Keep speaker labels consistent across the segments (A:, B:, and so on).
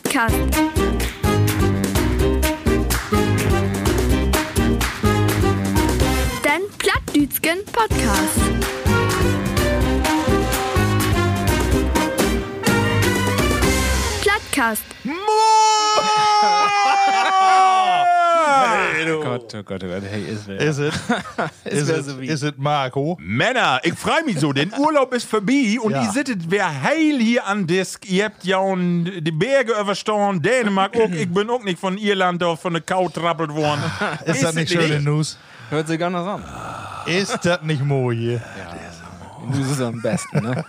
A: Plattcast. Dein Plattdütschen Podcast. Plattcast.
B: Oh
C: Gott, oh Gott, oh Gott. Hey, ist wer?
B: Is it? is,
C: wär
B: it
C: so wie-
B: is it Marco?
D: Männer, ich freue mich so, denn Urlaub ist vorbei und
B: Ja.
D: ihr sittet wer heil hier an Disk. Ihr habt ja und die Berge überstanden, Dänemark auch. Ich bin auch nicht von Irland auf von der Couch trappelt worden.
B: Ist, das nicht schöne News?
C: Hört sich gar noch an.
B: Ist das nicht Mo hier?
C: Du bist am besten, ne?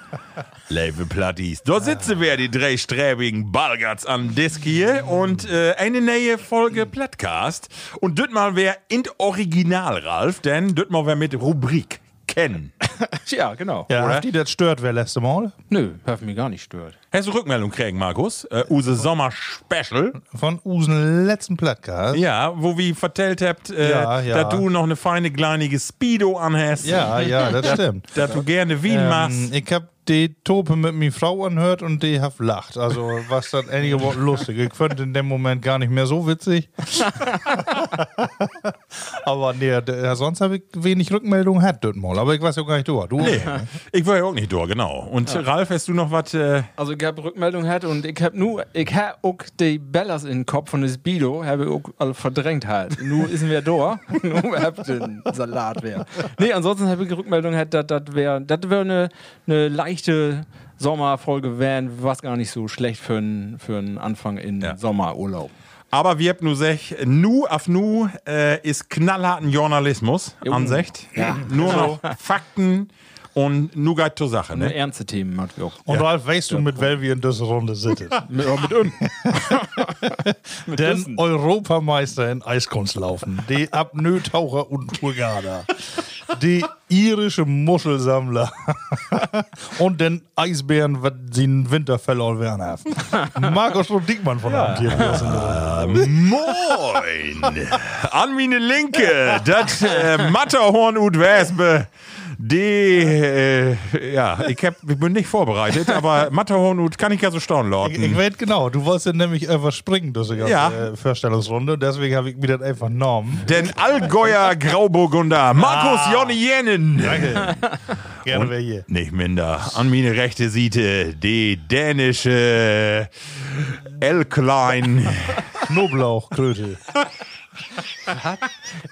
D: Leve Platties. Dort sitzen wir, die drei sträbigen Balgats an Disk hier und äh, eine neue Folge Plattcast. Und dort mal wer in Original, Ralf, denn dort mal wer mit Rubrik kennen.
C: Ja, genau.
B: Ja,
D: Oder?
B: hat die das stört, wer letzte Mal?
C: Nö, hört mich gar nicht stört.
D: Hast du Rückmeldung kriegen, Markus? Äh, Use Sommer Special.
B: Von Usen letzten Podcast.
D: Ja, wo wir vertellt habt, äh,
B: Ja, ja.
D: dass du noch eine feine kleinige Speedo anhast.
B: Ja, ja, das stimmt.
D: Dass du gerne Wien
B: Ähm,
D: machst.
B: ich hab die Tope mit mir Frau anhört und die hab lacht. Also was dann einige Worte lustig. Ich fand in dem Moment gar nicht mehr so witzig. Aber nee, d- sonst habe ich wenig Rückmeldungen hat dort mal. Aber ich weiß ja gar nicht du. Du
D: Nee, ich war ja auch nicht da, genau. Und Ralf, hast du noch was? Äh,
C: Also ich habe Rückmeldung gehabt und ich habe nur, ich habe auch die Bellas in den Kopf von das Bido, habe ich auch alle verdrängt halt. Nur ist wir da, nur habt den Salat wer. Nee, ansonsten habe ich Rückmeldung gehabt, dass das wäre, das wäre eine, eine leichte Sommerfolge wären, was gar nicht so schlecht für einen für einen Anfang in
D: Ja.
C: Sommerurlaub.
D: aber wir habt nur sech, nu auf nu äh, ist knallharten Journalismus
C: Jo.
D: ansecht. Nur noch Fakten und nu geht zur Sache.
C: Ne?
D: Ne?
C: Ernste Themen mag ich auch.
B: Und Ralf, weißt du, mit wer wir in dieser Runde sitzen?
C: Mit, mit uns. mit
B: Den Europameister in Eiskunstlaufen, die Apnoe-Taucher und Turgader, die irische Muschelsammler und den Eisbären, was sie in Winterfell all werden haben. Markus Dickmann von Abend hier. Wir sind dran.
D: Moin! An meine Linke, das äh, Matterhorn und Wespe. Die, äh, ja, ich, hab, ich bin nicht vorbereitet, aber Matterhorn und kann ich ja so staunen
B: Ich, ich
D: lauten.
B: weiß genau, du wolltest nämlich einfach springen, diese ganze
D: Ja.
B: äh, Vorstellungsrunde, deswegen habe ich mir das einfach genommen.
D: Den Allgäuer Grauburgunder, Markus Jonny Jennen.
B: Ah. Danke. Gerne wäre hier.
D: Nicht minder. An meine rechte Seite die dänische L. Klein.
B: Knoblauchkröte.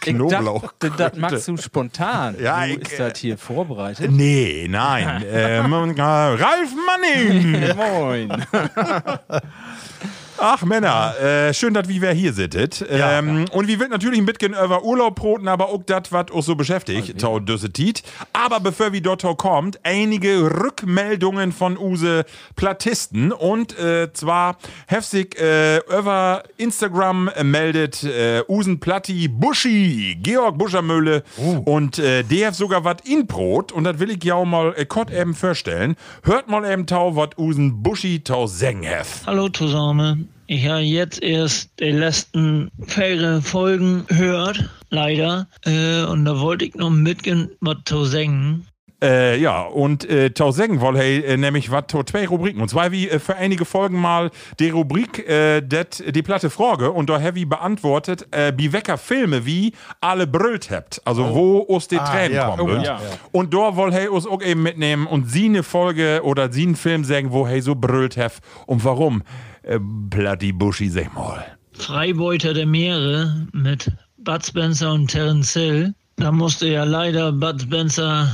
D: Knoblauch.
C: Das, das magst du spontan.
D: Ja,
C: du
D: ich,
C: ist
D: äh,
C: das hier vorbereitet.
D: Nee, nein. Ähm, äh, Ralf Manning.
C: Moin.
D: Ach Männer, äh, schön, dass wir wer hier sittet. Ähm, Und wir wird natürlich ein bisschen über Urlaub broten, aber auch das, was uns so beschäftigt, tau düsse Tiet. Aber bevor wir dort kommt, einige Rückmeldungen von use Plattisten und äh, zwar heftig äh, über Instagram meldet äh, Usen Platti Buschi, Georg Buschermöhle und äh, der hat sogar was in Brot und das will ich ja auch mal äh, kott eben vorstellen. Hört mal eben tau, was Usen Buschi tau seng hef.
E: Hallo zusammen. Ich habe jetzt erst die letzten vier Folgen gehört, leider. Äh, und da wollte ich noch mitgehen, was zu singen.
D: Äh, ja, und äh, Tau Seggen woll hey, äh, nämlich wat to zwei Rubriken. Und zwar wie äh, für einige Folgen mal die Rubrik äh, det, die platte Frage und da Heavy beantwortet, äh, wie Wecker Filme wie alle brüllt habt. Also wo aus die
B: Ah,
D: Tränen
B: ja.
D: kommen.
B: Oh,
D: wird.
C: ja.
D: Und da woll hey uns auch eben mitnehmen und sie eine Folge oder sie einen Film sagen, wo hey so brüllt hef und warum. Äh, Platti Buschi, sag mal.
E: Freibeuter der Meere mit Bud Spencer und Terence Hill. Da musste ja leider Bud Spencer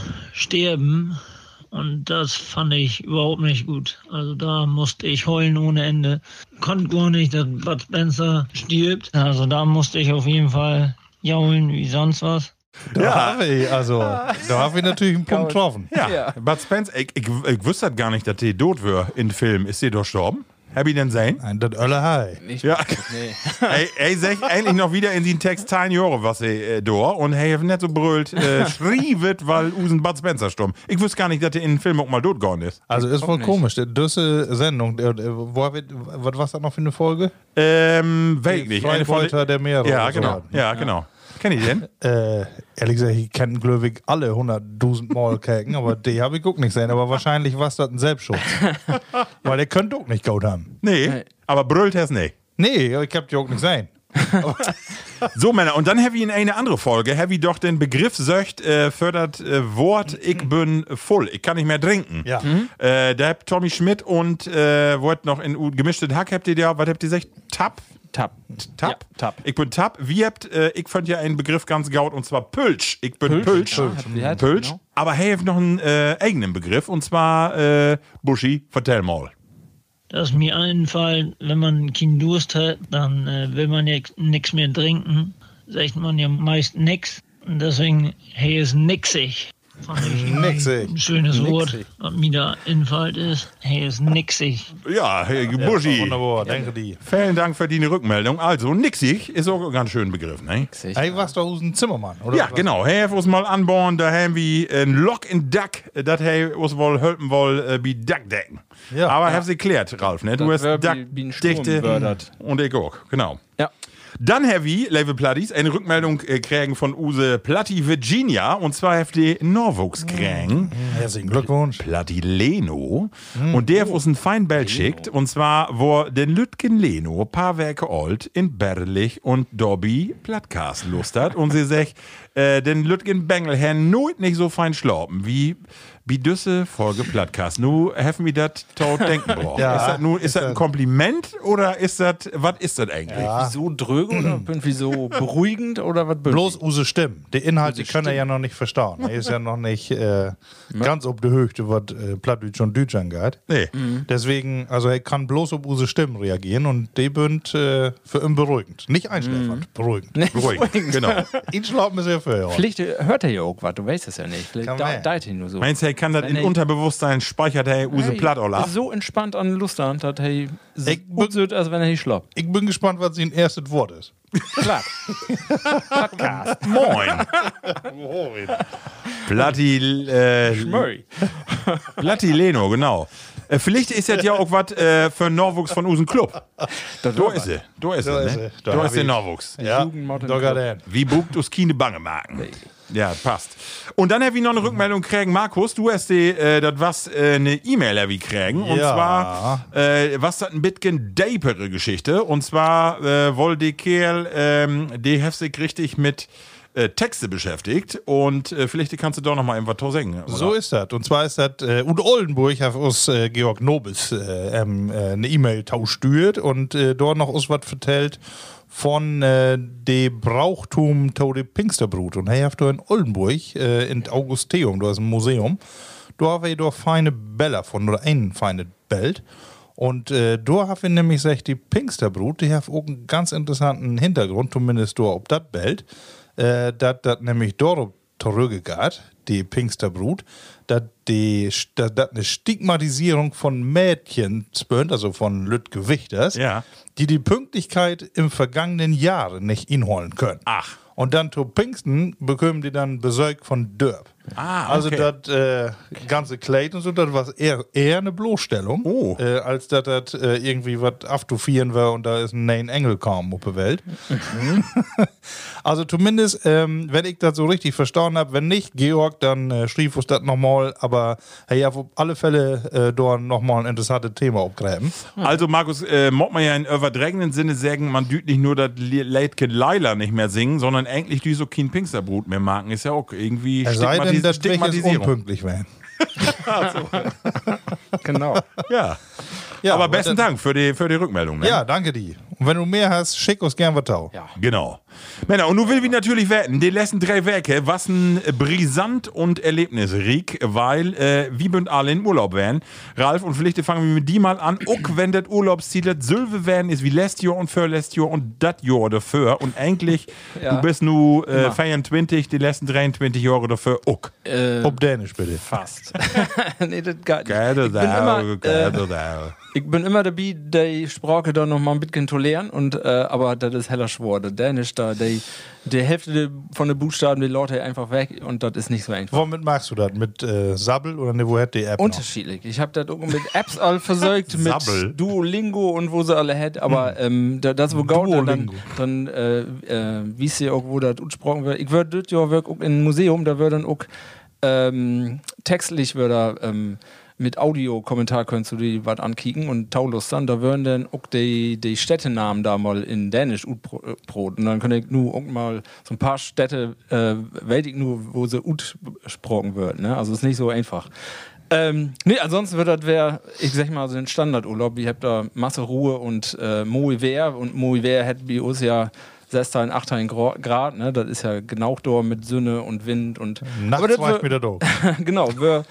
E: sterben. Und das fand ich überhaupt nicht gut. Also da musste ich heulen ohne Ende. Konnte gar nicht, dass Bud Spencer stirbt. Also da musste ich auf jeden Fall jaulen wie sonst was.
B: Da habe ich, also, da habe ich natürlich einen Punkt getroffen.
D: Ja,
C: Ja.
D: Bud Spence, ich, ich, ich wüsste das gar nicht, dass die tot wär in Film. Ist die doch gestorben? Hab ich denn sein?
B: Ein das Ölle High.
C: Ich,
D: Ja.
C: Nee.
D: Ey, ey, sech eigentlich noch wieder in den Text Tein Jore, was er äh, do und hey, hef net so brüllt, äh, schriebet, weil Usen Bud Spencer stumm. Ich wüsste gar nicht, dass er in den Film auch mal tot geworden ist.
B: Also ist wohl
C: nicht.
B: komisch. Diese Sendung, äh, äh, wo hab ich, was war das noch für eine Folge?
D: Ähm, weiß ich nicht. Eine von-
B: Freibeuter der Meere.
D: Ja,
B: oder so.
D: genau. Ja, genau. Kenn ich den?
B: Äh, ehrlich gesagt, ich kenne Glöwig alle 100.000 Mal Käken, aber die habe ich auch nicht gesehen. Aber wahrscheinlich war es das ein Selbstschutz. Weil der könnte auch nicht gut haben.
D: Nee.
C: Nee.
D: aber brüllt er es nicht.
B: Nee, ich hab die auch nicht sein.
D: So, Männer, und dann Heavy in eine andere Folge. Heavy doch den Begriff söcht, äh, fördert äh, Wort, ich bin voll, ich kann nicht mehr trinken.
B: Ja.
D: Äh, da habt Tommy Schmidt und äh, wollt noch in U- gemischtes Hack, habt ihr da, was habt ihr gesagt? Tap?
C: Tap.
D: Tap?
C: Ja, tap.
D: Ich bin Tap. Wie habt, äh, ich fand ja einen Begriff ganz gaut und zwar Pölsch. Ich bin Pölsch.
C: Ja, habt ihr gehört?
D: Pölsch.
C: Genau.
D: Aber hey, habt noch einen äh, eigenen Begriff und zwar äh, Buschi, vertell mal.
E: Dass mir einfallen, wenn man keinen Durst hat, dann äh, will man ja nichts mehr trinken. Sagt man ja meist nix. Und deswegen, hey, ist nixig. Fand ich irgendwie
B: Nixig.
E: Ein schönes
B: Nixig.
E: Wort, was mir da einfällt ist. Hey, ist nixig.
D: Ja, hey,
B: Ja,
D: Buschi.
B: wunderbar, danke dir.
D: Vielen Dank für deine Rückmeldung. Also, nixig ist auch ganz schön Begriff, ne?
B: Hey, warst du aus dem Zimmermann, oder?
D: Ja,
B: was?
D: genau. Hey, uns mal anbauen, da haben wir ein Lock in Duck, das hey, uns wohl helfen wohl, äh, wie Duck decken.
B: Ja.
D: Aber hab's geklärt, Ralf, ne? Du
C: Das
D: hast
C: wär
D: Duck
C: wie- wie ein Sturm
D: dichte
C: wördert.
D: und ich auch, genau.
C: Ja.
D: Dann Heavy, Level Platties, eine Rückmeldung äh, kriegen von Use Platti Virginia und zwar FD Norwuchs kriegen.
B: Herzlichen Glückwunsch.
D: Platti Leno. Und der hat uns ein Feinbild schickt. Und zwar, wo den Lütgen Leno paar Werke alt in Berlich und Dobby Plattcast Lust hat. Und sie sagt, äh, den Lütgen Bengel herrn nooit nicht so fein schlauben wie, wie düsse Folge Plattcast. Nu heffen wir das tot denken brauchen.
B: Ja.
D: Ist das nun, ist
B: Ist
D: das
B: dat-
D: ein Kompliment oder ist das, was ist das eigentlich?
C: Wieso dröge oder irgendwie so beruhigend oder was?
B: Bloß Use Stimmen. Die Inhalte die können er ja noch nicht verstauen. Er ist ja noch nicht äh, ganz ob die Höchte, was äh, Plattdeutsch und Deutsch angeht. Mhm.
D: Nee.
B: Deswegen, also er kann bloß auf Use Stimmen reagieren und die sind äh, für ihn beruhigend. Nicht einschläfernd, beruhigend.
D: Ruhig, genau.
B: Ihn schlafen ist ja für ja.
C: Vielleicht äh, hört er ja auch was, du weißt es ja nicht. Vielleicht
B: Kann
C: da,
B: sein.
C: deit ihn nur so.
D: Meinst du, er kann das
C: Wenn
D: in
C: er-
D: Unterbewusstsein speichert, hey, Use
C: Hey,
D: Platt, Olaf?
C: ist so entspannt an Lustern, dass hey, so
B: Ich-
C: gut wird, als wenn er nicht schlappt.
B: Ich bin gespannt, was sein erstes Wort ist.
C: Klar. Podcast.
D: Moin. Platti, äh,
C: Schmöi.
D: Platti Leno, genau. Äh, vielleicht ist das ja auch was äh, für Norwuchs von unseren Club. Da, ist sie. Da ist sie.
B: Da ist
D: Ne?
B: sie. Da
D: Da,
B: hab
D: ist der
B: ich.
D: Norwuchs.
B: Ja,
C: Jugendmodel-
B: Dogger Dan.
D: Wie bugt us keine Bange machen. Ja, passt. Und dann habe ich noch eine Rückmeldung kriegen. Markus, du hast die, äh, das was äh, eine E-Mail habe ich kriegen. Und
B: Ja.
D: zwar, äh, was das ein bisschen dapere Geschichte. Und zwar äh, wollte die Kerl, ähm, die hat sich richtig mit äh, Texte beschäftigt. Und äh, vielleicht kannst du doch noch mal irgendwas draus sagen. oder?
B: So ist das. Und zwar ist das, äh, und Oldenburg hat uns äh, Georg Nobis äh, ähm, äh, eine E-Mail tauschtürt und äh, dort noch uns was vertellt von äh, dem Brauchtum Tode Pinksterbrut. Und hey, habt ihr in Oldenburg, äh, in Augusteum, du hast ein Museum, da haben wir doch feine Bälle von, oder ein feine Belt. Und äh, da haben wir nämlich, sag ich, die Pinksterbrut, die hat auch einen ganz interessanten Hintergrund, zumindest da, ob das Belt, äh, dass das nämlich dort Torögegard, die Pinksterbrut, dass die dass das eine Stigmatisierung von Mädchen spönt, also von Lütt Gewichters,
D: Ja.
B: die die Pünktlichkeit im vergangenen Jahre nicht inholen können.
D: Ach.
B: Und dann zu Pinksten bekommen die dann Besorg von Dörp.
D: Ah,
B: Also
D: okay.
B: das äh, ganze Kleid und so, das war eher, eher eine Bloßstellung,
D: Oh.
B: äh, als dass das äh, irgendwie was aftufieren war und da ist ein Nein Engel kaum auf der Welt.
D: Mhm.
B: Also zumindest, ähm, wenn ich das so richtig verstanden habe, wenn nicht, Georg, dann äh, schrieb uns das nochmal, aber hey, auf alle Fälle äh, Dorn nochmal ein interessantes Thema abgräben.
D: Also, Markus, äh, mag man ja in überdrängenden Sinne sagen, man düht nicht nur das Leitken Laila nicht mehr singen, sondern eigentlich düht so kein Pinksterbrut mehr machen. Ist ja auch irgendwie
B: Es sei denn,
D: Stigmatis-
B: das um Strich ist unpünktlich, wären.
C: Genau.
D: Ja.
B: Ja,
D: Aber
B: aber
D: besten
B: dann-
D: Dank für die, für die Rückmeldung. Ne?
B: Ja, danke dir. Und wenn du mehr hast, schick uns gern was tau.
C: Ja.
D: Genau. Männer, und nun will wir natürlich wetten, die letzten drei Werke, was ein brisant und erlebnisreich, weil äh, wir bünd alle in Urlaub wären. Ralf und vielleicht fangen wir mit die mal an. Uck, wenn das Urlaubsziel das Sylve werden ist, wie letztes Jahr und für letztes Jahr und das Jahr dafür. Und eigentlich,
C: Ja.
D: du bist nu äh, 24, die letzten 23 Jahre dafür. Uck.
B: Ob Dänisch bitte.
C: Fast. nee, das gar nicht.
D: Geil,
C: ich, bin immer,
D: geil,
C: äh,
D: da.
C: ich bin immer dabei, die Sprache da noch mal ein bisschen zu lernen. Und, äh, aber das ist heller schwor. Der Dänisch da, die, die Hälfte de- von den Buchstaben, die Leute einfach weg. Und das ist nicht so einfach.
B: Womit machst du das? Mit äh, Sabbel oder ne, wo hat die App noch?
C: Unterschiedlich. Ich habe das auch mit Apps all versorgt, mit
D: Sabbel.
C: Duolingo und wo sie alle hätt, aber ähm, da, das wo gaut, dann,
B: Duolingo.
C: dann äh, äh, wie sie auch, wo das gesprochen wird. Ich würde das ja auch in ein Museum, da würde dann auch ähm, textlich würde ähm, mit Audio-Kommentar könntest du dir was ankicken und taulust dann, da würden dann auch die, die Städtenamen da mal in Dänisch utbrot. Und dann könnte ich nur auch mal so ein paar Städte, äh, weiß ich nur, wo sie ut gesprochen wird. Ne? Also ist nicht so einfach. Ähm, nee, ansonsten wird das wär, ich sag mal, so ein Standardurlaub. Ich hab da Masse Ruhe und äh, Moe Wehr. Und Moe Wehr hätte bei uns ja 6 und 8 Grad. Ne? Das ist ja genau da mit Sonne und Wind. und
B: Nachts
C: Aber das
B: reicht
C: wär-
B: mir der Dog.
C: genau, wer,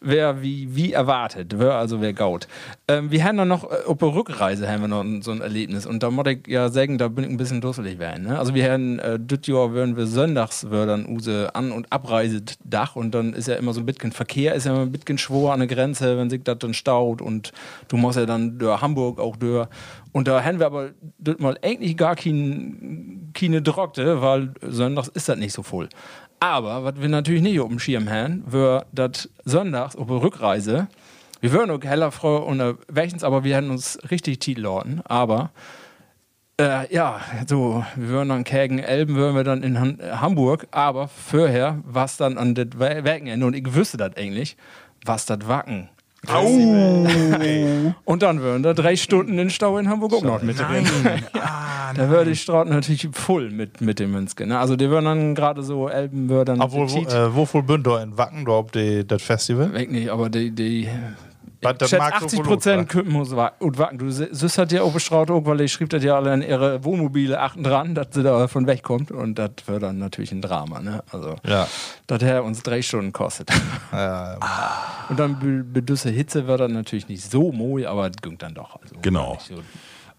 C: wer wie, wie erwartet, wer also wer gaut. Ähm, wir haben dann noch, äh, auf der Rückreise haben wir noch so ein Erlebnis und da muss ich ja sagen, da bin ich ein bisschen dusselig werden. Ne? Also wir haben, äh, das Jahr würden wir sonntags wir dann use An- und Abreisedach und dann ist ja immer so ein bisschen Verkehr, ist ja immer ein bisschen schwor an der Grenze, wenn sich das dann staut und du musst ja dann durch Hamburg auch durch. Und da haben wir aber das mal eigentlich gar kein, keine Drogte, weil sonntags ist das nicht so voll. Aber was wir natürlich nicht auf dem Schirm haben, wir das sonntags auf der Rückreise, wir würden auch heller Frau unterwegs, aber wir hätten uns richtig Titelorten. Aber äh, ja, so, wir würden dann Kägen Elben, würden wir dann in Han äh, Hamburg, aber vorher was dann an das Wa- Wochenende und ich wüsste das eigentlich, was das Wacken.
D: Au!
C: Und dann würden da drei Stunden in Stau in Hamburg auch noch mit drin.
D: Nein. Ah,
C: Da würde ich Straut natürlich voll mit, mit dem Münzke. Ne? Also die würden dann gerade so Elben würden dann
B: Obwohl, wo,
C: Petit-
B: äh, wofür bünd ihr in Wackendorf die- das Festival?
C: Weg nicht, aber die. die
B: Was,
C: ich
B: das
C: schätz,
B: mag so
C: 80
B: wohl
C: Prozent Küppen muss wa- und warten. Du süßt hat ja auch bestraut, auch, weil ich schrieb das ja alle in ihre Wohnmobile achten dran, dass sie davon wegkommt. Und das wäre dann natürlich ein Drama, ne? Also,
B: Ja.
C: dass der uns drei Stunden kostet.
B: Ja,
C: Ah, Und dann be- bedüsse Hitze wäre dann natürlich nicht so moi, aber das ging dann doch. Also,
D: Genau.
C: so.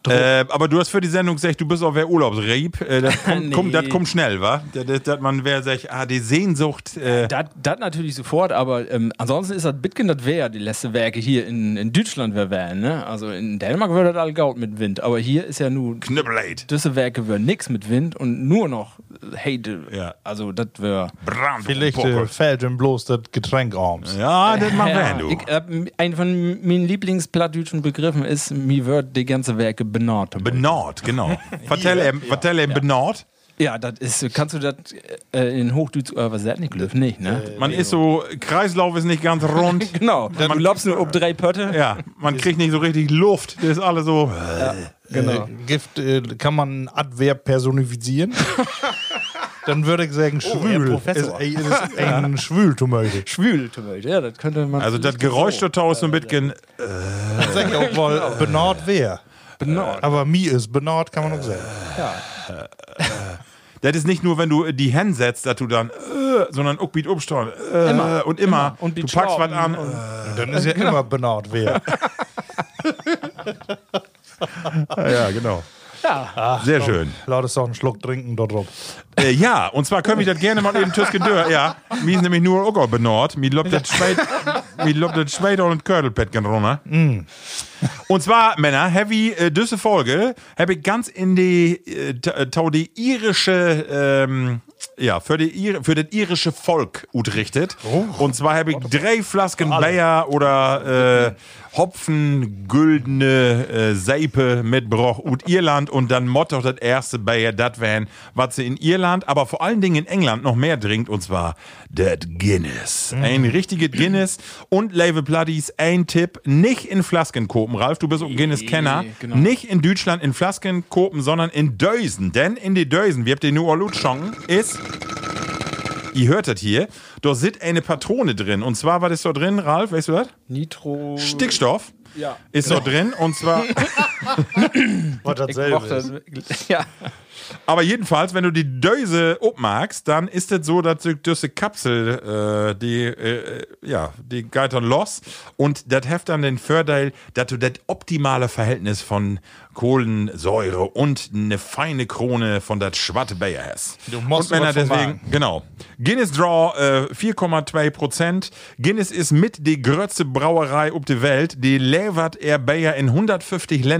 D: Äh, aber du hast für die Sendung gesagt, du bist auf der Urlaubsrieb. Äh, das, kommt,
C: Nee.
D: kommt, das kommt schnell, wa? Das- das- Dass man wer sagt, ah, die Sehnsucht. Äh,
C: Das, das natürlich sofort, aber ähm, ansonsten ist das Bitcoin, das wäre ja die letzte Werke hier in, in Deutschland, wer wären, ne? Also in Dänemark würde das all gaut mit Wind, aber hier ist ja nun
D: Knüppelheit.
C: Düsse Werke wäre nix mit Wind und nur noch äh, Hate.
D: Ja.
C: Also das wäre.
D: Brand
B: Vielleicht äh, fällt ihm bloß das Getränk arms.
D: Ja, das machen wir, du.
C: Ich, äh, ein von meinen Lieblingsplattdütschen Begriffen ist, mir wird die ganze Werke benannt.
D: Benord, genau. Vertell ihm, vertell ihm Benord.
C: ja, das ist, kannst du das äh, in Hochdeutsch, äh, was ist das nicht, Glück? Nicht, ne?
D: Man ist so, Kreislauf ist nicht ganz rund.
C: Genau, du glaubst nur um drei Pötte.
D: Ja, man kriegt nicht so richtig Luft. Das ist alles so.
B: Genau. Äh, Gift, äh, kann man ein Adverb personifizieren? Dann würde ich sagen, schwül. ist,
C: Oh, Professor.
B: ey, ist ein Schwültomöge.
C: Schwül zum Beispiel. Ja, das könnte man.
D: Also das Geräusch da tau ist so ein bisschen.
B: Ich sag ja auch mal, Äh, Benard wer.
C: benannt.
B: Aber mir ist Benard, kann man
C: Äh,
B: auch sagen.
D: Das ist nicht nur, wenn du die Hände setzt, dass du dann, äh, sondern auch Beat Upstorn. Äh,
C: Immer.
D: Und immer.
C: Und
D: du
C: Beat
D: packst was
C: Schrauben
D: an.
C: und-
B: Dann ist ja
C: genau.
B: immer Benard wer.
D: ja, genau. Ja. Sehr schön.
B: Lautest doch einen Schluck trinken dort rum.
D: Äh, ja, und zwar können wir das gerne mal eben Tüsken Dörr. Ja, mir ist nämlich nur auch benord. Mir lobt das Schweit, mir lobt das Schweit und Kördelpäckchen runter. ne? Und zwar, Männer, heavy äh, düsse Folge, habe ich ganz in die, äh, ta- tau die irische, ähm, ja, für, die, Ir- für das irische Volk utrichtet. Und zwar habe ich drei Flasken Bayer oder äh, Hopfen, güldene äh, Seipe mit Broch ut Irland und dann mott doch das erste Bayer, dat wären, was sie in Irland, aber vor allen Dingen in England noch mehr trinkt und zwar das Guinness.
C: Mhm.
D: Ein richtiges Guinness und Label Bloodies, ein Tipp, nicht in Flasken kopen, Ralf, du bist auch Guinness-Kenner,
C: genau.
D: nicht in Deutschland in Flasken kopen, sondern in Dösen, denn in die Dösen, wir habt den New Orleans ist ihr hört das hier, da sitzt eine Patrone drin. Und zwar war das da drin, Ralf, weißt du das?
C: Nitro.
D: Stickstoff
C: Hm. Ja. Genau.
D: ist da drin. Und zwar,
B: War
C: Ich
B: dasselbe.
C: mochte das. Ja.
D: aber jedenfalls, wenn du die Döse obmagst, dann ist das so, dass die diese Kapsel, äh, die, äh, ja, die geht dann los. Und das heft dann den Vorteil, dass du das optimale Verhältnis von Kohlensäure und eine feine Krone von das schwatte Bayer hast.
B: Du musst
D: und wenn er
B: was vom
D: deswegen,
B: Wagen.
D: Genau. Guinness Draw äh, 4,2 Prozent. Guinness ist mit die größte Brauerei auf der Welt. Die levert er Bayer in 150 Länder. lecker.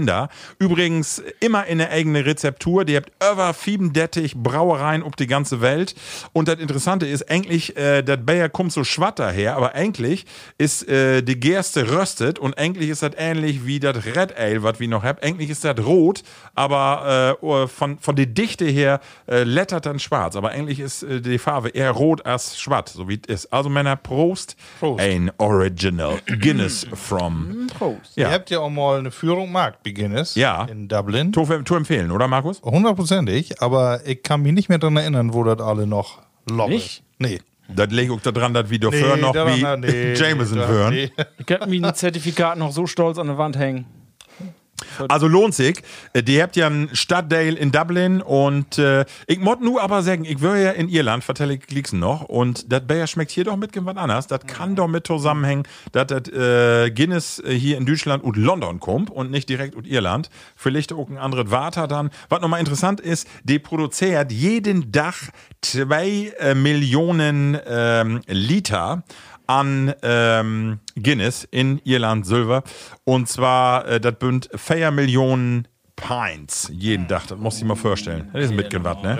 D: Übrigens immer in der eigenen Rezeptur. Die habt über 37 Brauereien ob die ganze Welt. Und das Interessante ist, eigentlich, äh, das Bayer kommt so schwatt daher, aber eigentlich ist äh, die Gerste röstet und eigentlich ist das ähnlich wie das Red Ale, was wir noch haben. Eigentlich ist das rot, aber äh, von, von der Dichte her äh, lettert dann schwarz. Aber eigentlich ist äh, die Farbe eher rot als schwarz, so wie es ist. Also Männer, Prost.
B: Prost. Mhm.
D: Ein Original Guinness from
C: Prost.
D: Ja.
B: Ihr habt ja auch mal eine Führung Markt Guinness
D: Ja.
B: in Dublin.
D: to, to empfehlen, oder Markus?
B: Hundertprozentig, aber ich kann mich nicht mehr daran erinnern, wo das alle noch lobben.
C: Nicht?
B: Nee.
D: Das lege ich da dran, dass wir doch hören noch
B: daran-
D: wie
B: nee,
D: Jameson
B: daran-
D: hören.
B: nee.
C: Ich hab mir ein Zertifikat noch so stolz an der Wand hängen.
D: Also lohnt sich. Äh, Die habt ja einen Stadtdale in Dublin und äh, ich mod nu aber sagen, ich wäre ja in Irland, vertelle ich Gleeksen noch und das Bayer schmeckt hier doch mit was anders. Das kann doch mit zusammenhängen, dass das äh, Guinness äh, hier in Deutschland und London kommt und nicht direkt und Irland. Vielleicht auch ein anderes Water dann. Was nochmal interessant ist, die produziert jeden Tag zwei äh, Millionen ähm, Liter an ähm, Guinness in Irland Silver. Und zwar, äh, das bünd 4 Millionen Pints jeden Tag. Das muss ich mal vorstellen. Das ist mitgewandt, ne?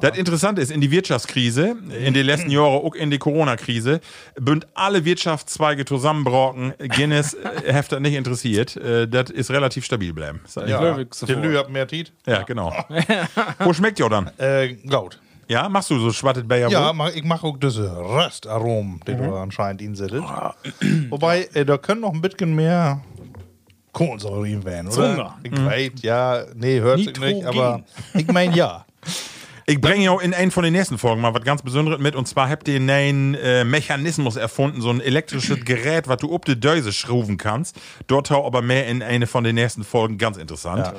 D: Das Interessante ist, in die Wirtschaftskrise, in den letzten Jahren, auch in die Corona-Krise, bünd alle Wirtschaftszweige zusammenbrocken. Guinness äh, heft das nicht interessiert. Äh, das ist relativ stabil bleiben. Ist das nicht wahr?
B: Ja,
C: Löwig sofort.
B: der Lü hat mehr Tiet.
D: ja, genau. Wo schmeckt ihr dann?
B: Äh, gut.
D: Ja, machst du so schwattet Bayer
B: Ja,
D: wohl?
B: mach, ich mache auch diese Röstaromen,
D: Mhm.
B: die du anscheinend insetzt.
D: Ah.
B: Wobei, äh, da können noch ein bisschen mehr Kohlensäure rein werden, oder?
C: Zunger.
B: Ich weiß, ja, nee, hört sich nicht,
C: Nitrogen.
B: aber ich meine ja.
D: Ich bringe ja in einen von den nächsten Folgen mal was ganz Besonderes mit. Und zwar habt ihr einen neuen äh, Mechanismus erfunden, so ein elektrisches Gerät, was du ob die Döse schrauben kannst. Dort hau aber mehr in eine von den nächsten Folgen. Ganz interessant.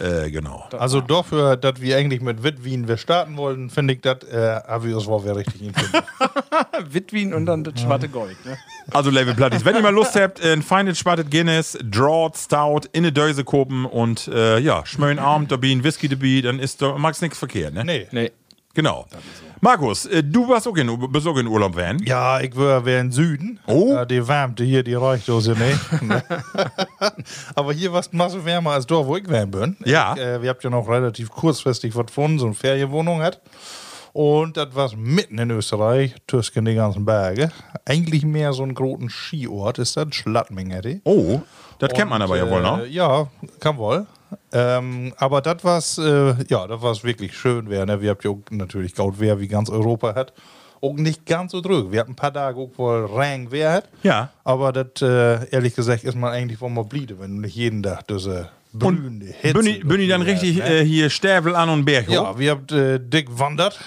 D: Äh, genau.
B: Also dafür, dass wir eigentlich mit Witwin wir starten wollten, finde ich das, äh, Avios war wer richtig empfindlich.
C: Witwin und dann das schwarze Gold. Ne?
D: Also Level Platties. Wenn ihr mal Lust habt, äh, ein feines Spartet Guinness, Drawt, Stout, in eine Döse kopen und äh, ja, schmönen Abend, da bin Whisky dabei, dann ist da mag's nichts verkehrt, ne?
B: Nee.
C: Nee.
D: Genau. Markus, äh, du warst auch in, U- bist auch in Urlaub, Van.
B: Ja, ich wäre wär in Süden.
D: Oh.
B: Äh, die Wärmte hier, die reicht uns ja nicht. Aber hier war es massiv wärmer als dort, wo ich wärm bin.
D: Ja.
B: Ich, äh, wir habt ja noch relativ kurzfristig was gefunden, so eine Ferienwohnung hat. Und das war mitten in Österreich, zwischen die ganzen Berge. Eigentlich mehr so einen großen Skiort ist das, Schlattming hätte ich.
D: Oh, das kennt man aber ja wohl ne? noch.
B: Äh, ja, kann wohl. Ähm, aber das war's, äh, ja, das war's wirklich schön. Wär, ne? Wir habt ja auch natürlich gaut wer wie ganz Europa hat. Auch nicht ganz so drüg. Wir hatten ein paar Tage auch wohl rein wer hat.
D: Ja.
B: Aber das, äh, ehrlich gesagt, ist man eigentlich von mal bliebe, wenn du nicht jeden Tag diese blühende Hitze.
D: Bünni, Bünni dann
B: durch die
D: richtig
B: hast, ne?
D: äh, hier Stäbel an und Berg hoch.
B: ja, wir habt äh, dick wandert.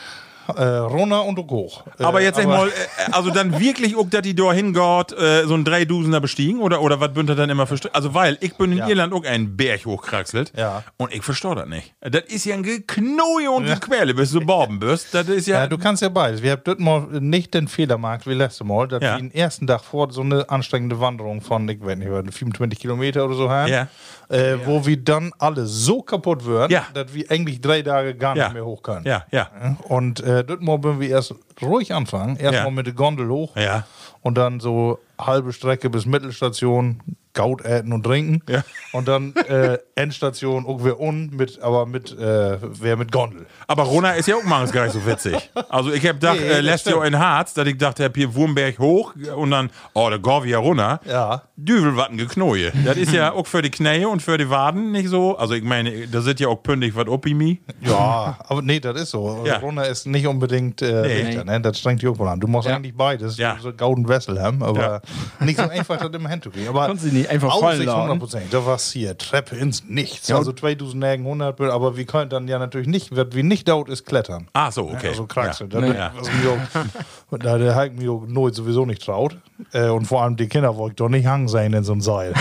B: Äh, runter und hoch. Äh,
D: Aber jetzt sag mal, äh, also dann wirklich, ob dass die da hingeht, äh, so ein Dreidusener bestiegen oder, oder was Bünter dann immer verstört? Also, weil ich bin in
B: Ja.
D: Irland auch einen Berg hochkraxelt
B: Ja.
D: und ich verstehe das nicht. Das ist ja ein Geknoje und Gequäle, bis du borben bist. Das ist ja.
B: Ja, Äh, du kannst ja beides. Wir haben dort mal nicht den Fehler gemacht wie letztes Mal, dass
D: Ja.
B: wir den ersten Tag vor so eine anstrengende Wanderung von, ich weiß nicht, 25 Kilometer oder so haben,
D: Ja.
B: äh, wo wir dann alle so kaputt werden,
D: Ja.
B: dass wir eigentlich drei Tage gar
D: ja.
B: nicht mehr hoch können.
D: Ja, ja.
B: Und äh, dort mal würden wir erst ruhig anfangen, erstmal
D: Ja.
B: mal mit der Gondel hoch
D: Ja.
B: und dann so halbe Strecke bis Mittelstation Gaut äten und trinken
D: Ja.
B: und dann äh, Endstation irgendwer un, mit, aber mit, äh, wer mit Gondel.
D: Aber Rona ist ja auch manchmal gar nicht so witzig. Also ich hab gedacht,
B: Nee,
D: äh,
B: das
D: lässt ja
B: stimmt.
D: in Harz, dass ich dachte, hab hier Wurmberg hoch und dann, oh, der Gorvia runter.
B: Ja.
D: Düvelwatten geknoje. Das ist ja auch für die Knähe und für die Waden nicht so. Also ich meine, da sind ja auch pündig was Opimi.
B: Ja, aber nee, das ist so.
D: Ja.
B: Corona ist nicht unbedingt äh,
D: Nee.
B: Richter, ne? Das strengt die auch wohl an. Du machst
C: Ja.
B: eigentlich beides.
D: Ja.
B: So Gauden Wessel haben, aber nicht so einfach, das im Hand zu kriegen. Aber
C: Kannst du nicht einfach fallen
B: Aussicht
C: lassen.
B: 100%. Da war hier. Treppe ins Nichts. also 2900, Bill, aber wir können dann ja natürlich nicht, was wir nicht dauert, ist klettern.
D: Ah so, okay.
B: Also krankst du.
D: Ja.
B: Da,
D: Ja.
B: was mir auch- da der Hulk mir auch Not sowieso nicht traut. Äh, und vor allem die Kinder wollten doch nicht hang sein in so einem Seil.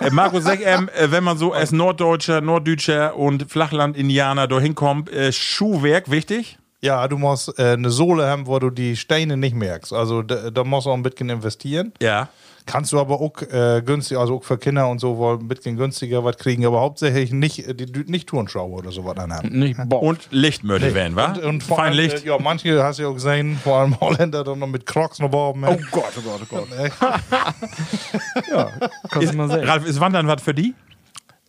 D: Äh, Markus, sag ähm, äh, wenn man so als Norddeutscher, Norddeutscher und Flachland-Indianer da hinkommt, äh, Schuhwerk wichtig?
B: Ja, du musst äh, eine Sohle haben, wo du die Steine nicht merkst. Also da, da musst du auch ein bisschen investieren.
D: Ja.
B: Kannst du aber auch äh, günstig, also auch für Kinder und so, wollen ein bisschen günstiger was kriegen, aber hauptsächlich nicht, äh, die, die, nicht Turnschaue oder sowas anhaben.
C: Nicht Bock.
D: Und Lichtmörder werden, wa?
B: Und, und vor
D: Fein
B: allem,
D: Licht.
B: äh, ja, manche hast du ja auch gesehen, vor allem Holländer dann noch mit Crocs noch oben. Oh
C: Gott, oh Gott, oh Gott. ja, kannst du mal sehen.
D: Ralf, ist Wandern was für die?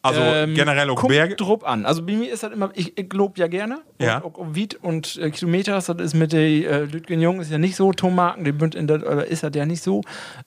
D: Also
C: Ähm,
D: generell auch
C: guckt
D: Berg.
C: Drupp an. Also bei mir ist das immer, ich, ich lob ja gerne.
D: Ja.
C: Und, und Wied und äh, Kilometer, das ist mit den äh, Lütgen Jung, ist ja nicht so. Tomaten, die bünd in das, oder ist das ja nicht so.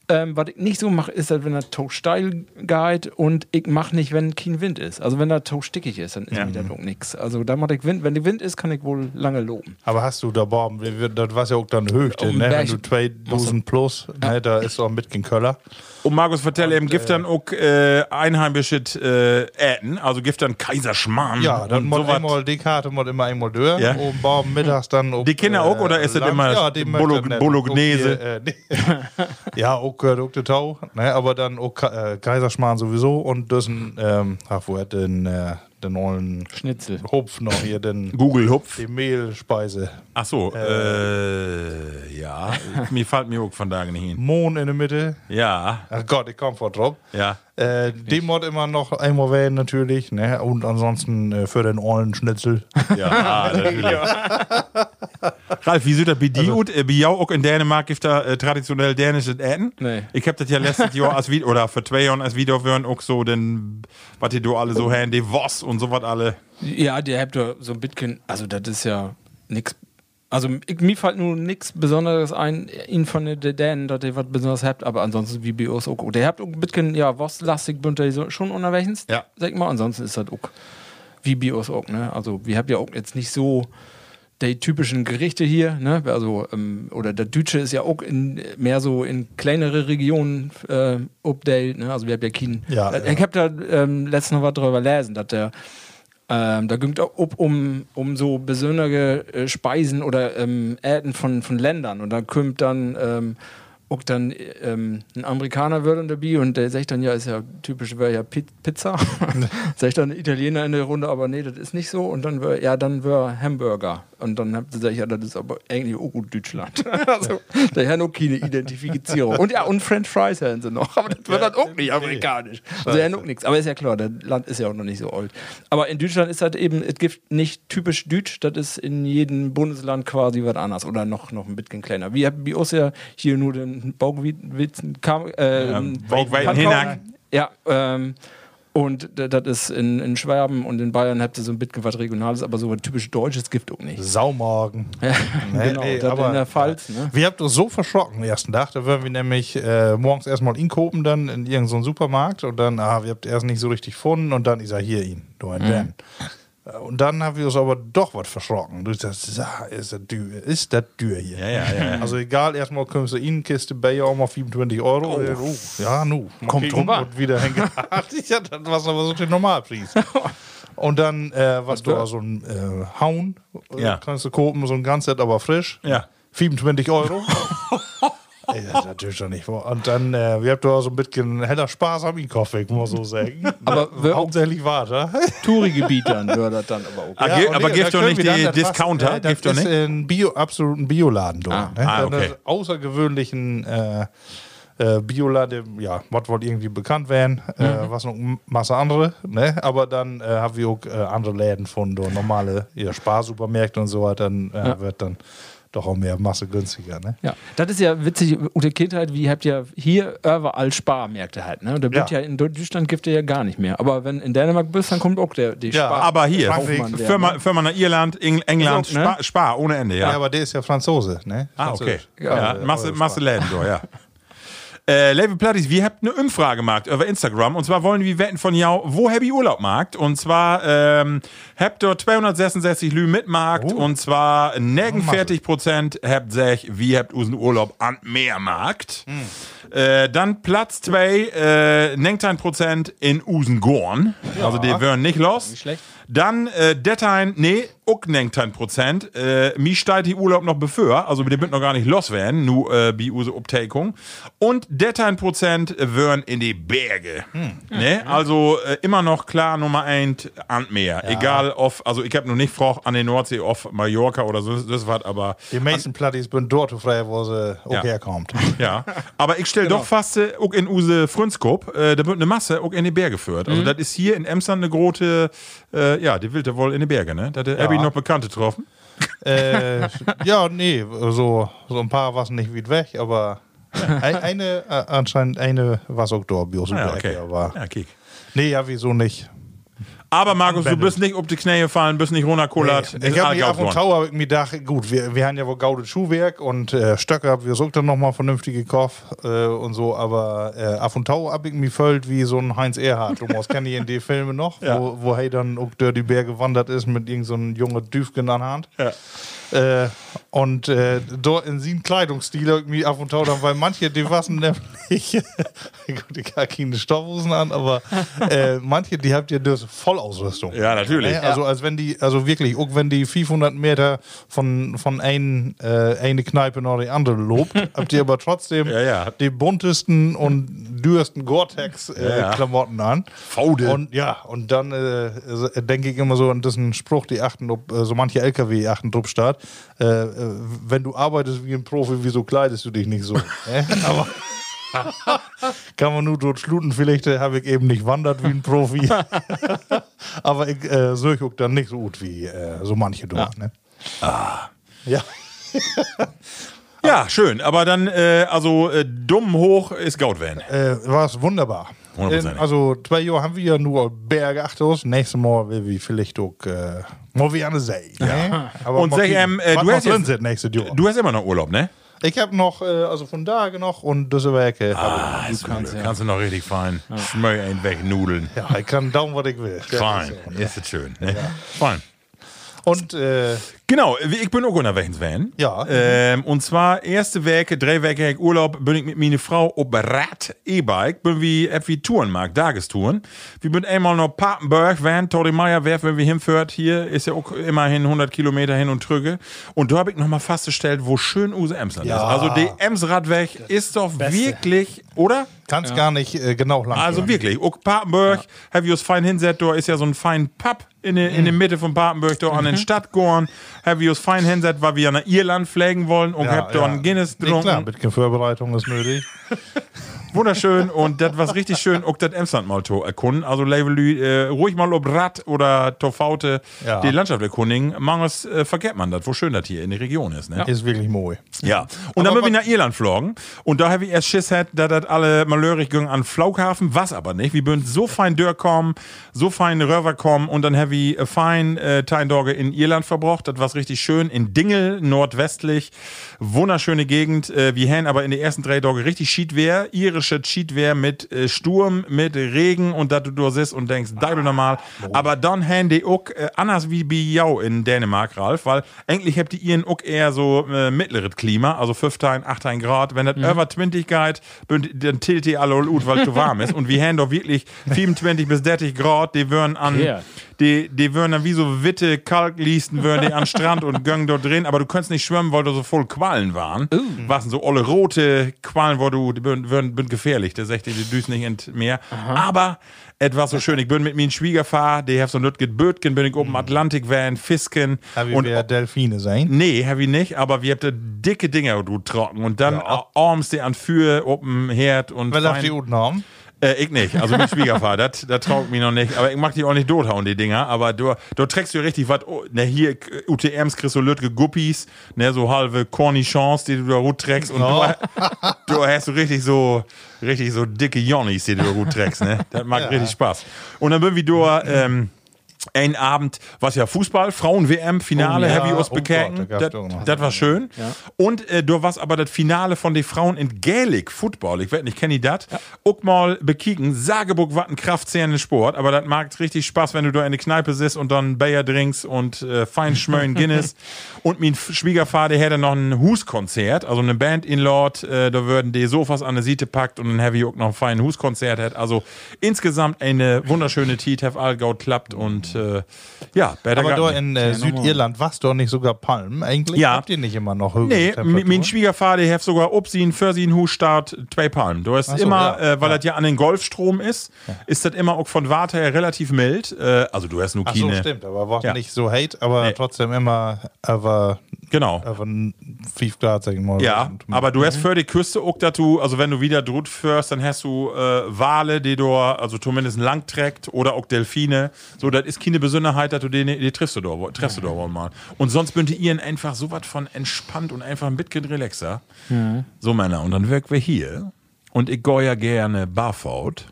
C: Ähm, was ich nicht so mache, ist das, wenn das Tog steil geht und ich mache nicht, wenn kein Wind ist. Also wenn das Tog stickig ist, dann ist
D: Ja.
C: mir das auch nichts. Also da mache ich Wind. Wenn der Wind ist, kann ich wohl lange loben.
B: Aber hast du da Bomben? Wir- wir- Das war ja auch dann höch,
C: Um
B: denn, ne? wenn
C: Berg-
B: du zwei Dosen plus, ne, da ist auch mit kein Köller.
D: Und Markus vertell eben, gibt dann auch äh, einheimische äh, Äten, also gibt dann Kaiserschmarrn.
B: Ja, dann
D: Mhm. und
B: muss
D: sowas.
B: einmal die Karte, muss immer einmal durch.
D: Ja.
B: Und Bomben mittags dann. ob,
D: Die Kinder auch, oder ist das
B: Lamp-
D: immer
B: ja, die möchten
D: Bolog-
B: nicht.
D: Bolognese?
B: Ob die, äh, nee. ja, auch gehört auch der Tau. Ne? Aber dann auch Ka- äh, Kaiserschmarrn sowieso und dessen, ähm, ach, wo hat denn äh, den neuen
C: Schnitzel.
B: Hopf noch hier, den,
D: Google Hupf.
B: die Mehlspeise?
D: Ach so, äh, ja, mir fällt mir auch von da nicht hin.
B: Mohn in der Mitte.
D: Ja,
B: Ach Gott, ich komme vor drauf.
D: ja.
B: Äh, den Mod immer noch einmal wählen natürlich, ne? Und ansonsten äh, für den Orlen Schnitzel.
D: Ja, ah, natürlich. Ralf, wie sieht das bei dir
B: Also-
D: aus? Äh, Bei jou auch in Dänemark gibt da äh, traditionell dänisches Essen.
C: Nee.
D: Ich hab das ja letztes Jahr als Video, oder für zwei Jahren als Video hören, auch so, denn, was die do alle so haben, die Voss und sowas alle. Ah,
C: Ja, der habt ihr so ein bisschen, also das ist ja nix. Also ich, mir fällt nur nichts Besonderes ein, ihn von den Dänen, dass ihr was Besonderes habt, aber ansonsten wie bei uns auch. Der habt auch ein bisschen, ja, was lastig bünd ihr so- schon unterwegs,
D: Ja.
C: sag mal, ansonsten ist das auch wie bei uns auch, ne? Also wir habt ja auch jetzt nicht so die typischen Gerichte hier, ne? Also, ähm, oder der Deutsche ist ja auch in, mehr so in kleinere Regionen äh, update, ne? Also wir habt ja keinen.
B: Ja,
C: äh,
B: ja.
C: Ich hab da ähm, letztens noch was drüber lesen, dass der ähm, da ging es auch ob um, um so besondere äh, Speisen oder ähm, Äten von, von Ländern. Und da kommt dann ähm, auch dann äh, ähm, ein Amerikaner wird und dabei und der sagt dann, ja, ist ja typisch, wäre ja Pi- Pizza. sagt dann ein Italiener in der Runde, aber nee, das ist nicht so. Und dann wär, ja, dann wäre Hamburger. Und dann habt ihr gesagt, ja, das ist aber eigentlich auch Oh gut Deutschland. also, da haben auch keine Identifizierung. Und ja, und French Fries haben sie noch. Aber das wird dann auch nicht amerikanisch. Also, ja, noch nichts. Aber ist ja klar, das Land ist ja auch noch nicht so alt. Aber in Deutschland ist das eben, es gibt nicht typisch deutsch, das ist in jedem Bundesland quasi was anderes oder noch, noch ein bisschen kleiner. Wir haben bei uns ja hier nur den Bauchwitzen, Kam, äh,
D: Ja,
C: den
D: Bauchweiden-
C: Pfannkuchen.
D: Hinak.
C: Ja, ähm, und d- das ist in, in Schwaben und in Bayern habt ihr so ein bisschen was Regionales, aber so was typisch Deutsches gibt auch nicht.
B: Saumagen. Nee,
C: genau,
B: nee,
C: das
B: aber-
C: in der Pfalz. Ne?
B: Wir habt uns so verschrocken den ersten Tag. Da waren wir nämlich äh, morgens erstmal inkopen, dann in irgendeinen Supermarkt und dann, ah, wir habt erst nicht so richtig gefunden und dann, ich sag, hier ihn, du
D: Mhm.
B: ein Dan. Und dann haben wir uns aber doch was verschrocken. Du sagst, ah, ist das Dür, ist das Dür hier.
D: Ja, ja, ja.
B: Also egal, erstmal kommst du in, Kiste Bayer auch mal 25 Euro. Oh. ja, nu.
C: Kommt
B: Okay,
C: drüber.
B: Und wieder hängen. ja, das war aber so der Normalpreis. Und dann, äh, was du, so ein äh, Hauen äh,
D: Ja.
B: kannst du kopen, so ein ganzes, aber frisch.
D: Ja.
B: 27 Euro. Ey, das ist natürlich schon nicht wahr. Und dann, äh, wir habt da so ein bisschen heller Spaß am Inkaufweg, muss man so sagen.
C: Aber wir-
B: hauptsächlich war da.
C: Touri-Gebiet dann wäre das dann aber auch.
D: Ah, ge-
B: und
D: aber
B: nee,
D: gibt
B: da
D: doch
B: können
D: nicht
B: wir dann
D: die
B: das Fass-
D: Discounter?
B: Äh, das
D: Gibt doch
B: ist
D: nicht?
B: ein Bio, absoluten Bioladen dort.
C: Ah,
B: ne?
D: ah,
B: Dann
D: okay.
B: ist außergewöhnlichen äh, äh, Bioladen, dem, ja, was wollte irgendwie bekannt werden,
D: Mhm.
B: äh, was noch eine Masse andere, ne? aber dann äh, haben wir auch äh, andere Läden von dort, normale ja, Sparsupermärkte und so weiter, dann äh, wird dann doch auch mehr Masse günstiger. Ne?
C: Ja, das ist ja witzig. Unter Kindheit, wie habt ihr hier überall Sparmärkte halt, ne? Da bleibt ja.
B: Ja.
C: in Deutschland gibt ihr ja gar nicht mehr. Aber wenn in Dänemark bist, dann kommt auch der die
B: Ja,
C: Spar.
D: Aber hier,
B: Frankreich.
D: Firma, Firma, nach Irland, Eng- England,
C: Ist auch, ne?
D: Spar, Spar ohne Ende,
B: Ja.
D: ja.
B: aber der ist ja Franzose. Ne?
D: ah, okay.
B: Französisch.
D: Ja,
B: Äh,
D: Masse,
B: aber
D: Masse Läden, so, ja. Äh, Level Platties, wir habt eine Umfrage gemacht über Instagram und zwar wollen wir wetten von jou, wo habt ihr Urlaub macht und zwar ähm, habt dort 266 Lü mitmarkt und zwar 49 Prozent habt sech, wie habt usen Urlaub an Meermarkt. Äh, dann Platz 2, äh, 19 Prozent in Usengorn, also die wären nicht los. Nicht
C: schlecht.
D: dann äh, Deadline, nee, auch 19 Prozent. Äh, mich steigt die Urlaub noch bevor, also mit dem wird noch gar nicht los werden, nur äh, bei use Uptakung. Und Deadline Prozent wären in die Berge. Ne? Also äh, immer noch klar Nummer 1 an Meer. Egal, ob, also ich habe noch nicht gefragt an der Nordsee, auf Mallorca oder so, das was, aber
B: Die meisten Plattis sind dort frei, wo sie
D: Ja.
B: auch herkommt.
D: ja. Aber ich
B: Genau.
D: stelle doch fast, äh, auch in Use Frünskop, äh, da wird eine Masse auch in die Berge geführt.
B: Mhm.
D: Also das ist hier in Emsland eine große, äh, ja, die wilde wohl in die Berge, ne? Da hat ja. ich noch Bekannte getroffen.
B: äh, ja, nee, so, so ein paar waren nicht weit weg, aber ein- eine, äh, anscheinend eine war auch da, Bios
D: Ah,
B: ja,
D: ja, okay.
B: aber
D: Ja, kick.
B: nee, ja, wieso nicht?
D: Aber Markus, du
B: Bändel.
D: bist nicht ob die Knähe gefallen, bist nicht runterkullert.
B: Ich habe mich ab und tau, hab ich mir gedacht, gut, wir, wir haben ja wohl gaudet Schuhwerk und äh, Stöcke haben wir so dann nochmal vernünftig gekauft äh, und so, aber äh, ab und tau hab ich mich völlig wie so ein Heinz Erhardt. Du musst kennen die in die Filme noch,
D: Ja.
B: wo, wo hey dann auch Dirty Bär gewandert ist mit irgendeinem so einem jungen Düfgen an der Hand. Äh, und äh, dort in sieben Kleidungsstil irgendwie ab und tau dann, weil manche, die wassen nämlich, gut, ich habe keine Stoffhosen an, aber äh, manche, die habt ihr durch Vollausrüstung.
D: Ja, natürlich.
B: Ne? Also als wenn die, also wirklich, auch wenn die 500 Meter von, von ein, äh, eine Kneipe nach die andere lobt, habt ihr aber trotzdem
D: Ja, ja.
B: die buntesten und dürsten
D: Ja, ja.
B: Gore-Tex-Klamotten an.
D: Faude.
B: Und ja, und dann äh, denke ich immer so an diesen Spruch, die achten, ob, äh, so manche LKW achten drauf statt, äh, äh, wenn du arbeitest wie ein Profi, wieso kleidest du dich nicht so? Ne? Aber kann man nur dort schluten, vielleicht äh, habe ich eben nicht wandert wie ein Profi. Aber ich äh, so ich guck dann nicht so gut wie äh, so manche dort. Ne? Ja.
D: Ja, schön. Aber dann, äh, also äh, dumm hoch ist Gautwen.
B: Äh, war es wunderbar.
D: Hundertprozentig.
B: Ähm, also zwei Jahre haben wir ja nur Berge achter uns. Nächstes Mal will wir vielleicht auch äh, mal wie eine See. Ne? Aber
D: Und
B: mal
D: sag,
B: gucken,
D: ähm, äh,
B: was
D: du
B: noch
D: hast
B: drin
D: jetzt-
B: sind nächstes Jahr.
D: Du hast immer noch Urlaub, ne?
B: ich habe noch, äh, also von da noch und Düsseldorf. Ah.
D: Ah, du kannst, ja. kannst du noch richtig fein. Ja. Schmöll einen wegnudeln.
B: Ja, ich kann daumen, was ich will. Das
D: Fein.
B: ist
D: Ist es schön. Ne? Fein.
B: so. Und äh,
D: Genau, wie- ich bin auch unterwegs, Van.
B: Ja.
D: Ähm, und zwar erste Werke, drei Werke Heck Urlaub, bin ich mit meiner Frau ob Rad E-Bike, bin wie hab wie Tourenmarkt, Dagestouren. Wir bin einmal noch Papenburg, Van, Tori Meyer werf, wenn wir hinführt. Hier ist ja auch immerhin 100 Kilometer hin und trüge. Und da habe ich nochmal festgestellt, wo schön Use Emsland
B: Ja.
D: ist. Also die Emsradweg ist doch wirklich, oder?
B: kannst gar nicht äh, genau lang.
D: Also
B: hören.
D: wirklich, auch Papenburg, have you es fein hinsetzt, da ist ja so ein fein Pub in, der- in der
B: Mhm.
D: Mitte von Papenburg, da an den Stadtgorn, have you es fein hinsetzt, weil wir nach Irland pflegen wollen und
B: Ja,
D: hab da
B: ja.
D: ein Guinness
B: Nee, Klar,
D: getrunken.
B: mit Vorbereitung ist nötig.
D: Wunderschön und das was richtig schön, auch das Emsland mal to erkunden. Also Levelü, äh, ruhig mal ob Rad oder Tofaute
B: Ja.
D: die Landschaft erkundigen. Mangels äh, verkehrt man das, wo schön das hier in der Region ist. Ne?
B: Ist wirklich mooi.
D: Ja, und dann
B: ne? Aber
D: bin ich
B: was-
D: nach Irland flogen und da habe ich erst Schiss gehabt, dass das alle malörig gingen an Flughafen, was aber nicht. Wir bünden so fein Dörr kommen, so fein Röver kommen und dann habe ich äh, fein äh, Teindorge in Irland verbraucht. Das war richtig schön in Dingel, nordwestlich, wunderschöne Gegend. Äh, wir haben aber in den ersten drei Tage richtig Schiedwehr, irische Schiedwehr mit äh, Sturm, mit Regen und dass du da sitzt und denkst, da du normal. Aber dann haben die auch äh, anders wie bei Jau in Dänemark, Ralf, weil eigentlich habt ihr ihren auch eher so äh, mittleres Klima, also 15, 18 Grad. Wenn das über 20 geht, bünd- dann tilt die alle gut, weil es zu warm ist. Und wir haben doch wirklich 25 bis 30 Grad, die würden an.
C: Ja.
D: Die, die würden dann wie so Witte, Kalklisten, würden die an den Strand und göngen dort drehen, aber du könntest nicht schwimmen, weil du so voll Qualen waren.
B: Oh.
D: Was denn so olle rote Qualen, wo du, die würden, würden, würden gefährlich, der sagt, die düsen nicht ins Meer. Aber etwas so schön, ich bin mit meinem Schwiegerfahr, der hat so ein Lütget Bötgen, bin ich
B: Mhm.
D: oben Atlantik, Van, Fisken.
B: Aber
D: und
B: wir werden Delfine sein.
D: Nee, habe ich nicht, aber wir habt da dicke Dinger, du trocken. Und dann ja. armst die an Für, oben Herd und.
B: Weil auf
D: fein-
B: die Uten haben.
D: äh, ich nicht, also mein Schwiegervater, das das traut mich noch nicht. Aber ich mag die auch nicht tothauen, die Dinger. Aber du, du trägst du richtig was. Oh, ne, hier, k- UTMs kriegst du Lütke Guppies, ne, so halbe Cornichons, die du da gut trägst. Und du, du hast du richtig so, richtig so dicke Jonnies, die du da gut trägst, ne. Das macht richtig Spaß. Und dann bin ich da, ähm, ein Abend, was ja Fußball, Frauen-WM, Finale,
B: Oh ja,
D: Heavy aus
B: oh
D: Bekäken.
B: Gott, da
D: das
B: gab's doch noch.
D: das war schön. Und äh, du warst aber das Finale von den Frauen in Gaelic Football. Ich werde nicht kenne ich das. Uck mal bekicken. Sageburg war ein kraftzehrenden Sport, aber das macht richtig Spaß, wenn du da in eine Kneipe sitzt und dann Bayer trinkst und äh, fein schmölln Guinness. und mein F- Schwiegervater hätte noch ein Huskonzert, also eine Band in Lord. Äh, da würden die Sofas an der Siete packt und ein Heavy Uck noch ein fein Huskonzert hat. Also insgesamt eine wunderschöne Tiet have Allgäu klappt und äh, ja, Better
B: Aber
D: Garten.
B: dort in äh, Südirland warst du doch nicht sogar Palmen. Eigentlich
D: Ja.
B: habt ihr nicht immer noch höhere
D: Nee, mi-
B: Temperaturen.
D: mein Schwiegervater hat sogar Upsin, Försin, Hustart, zwei Palmen. Du hast
B: so,
D: immer,
B: ja.
D: äh, weil das ja an den Golfstrom ist, ist das immer auch von Warte her relativ mild. Äh, also du hast nur
B: Ach so,
D: Kine.
B: stimmt. Aber war
D: Ja.
B: nicht so hate, aber
D: Nee.
B: trotzdem immer aber
D: Genau.
B: aber 5 Grad, sag ich mal.
D: Ja,
B: Und-
D: Mhm. aber du hast für die Küste auch, dass du, also wenn du wieder drut fährst, dann hast du äh, Wale, die du, also zumindest lang trägt oder auch Delfine. So, das ist keine Besonderheit, dass du den, die triffst du da, wo- triffst du da wohl mal. Und sonst bündelt ihr ihn einfach so was von entspannt und einfach ein bisschen relaxer. So, Männer, und dann wirken wir hier. Und ich gehe ja gerne barfaut.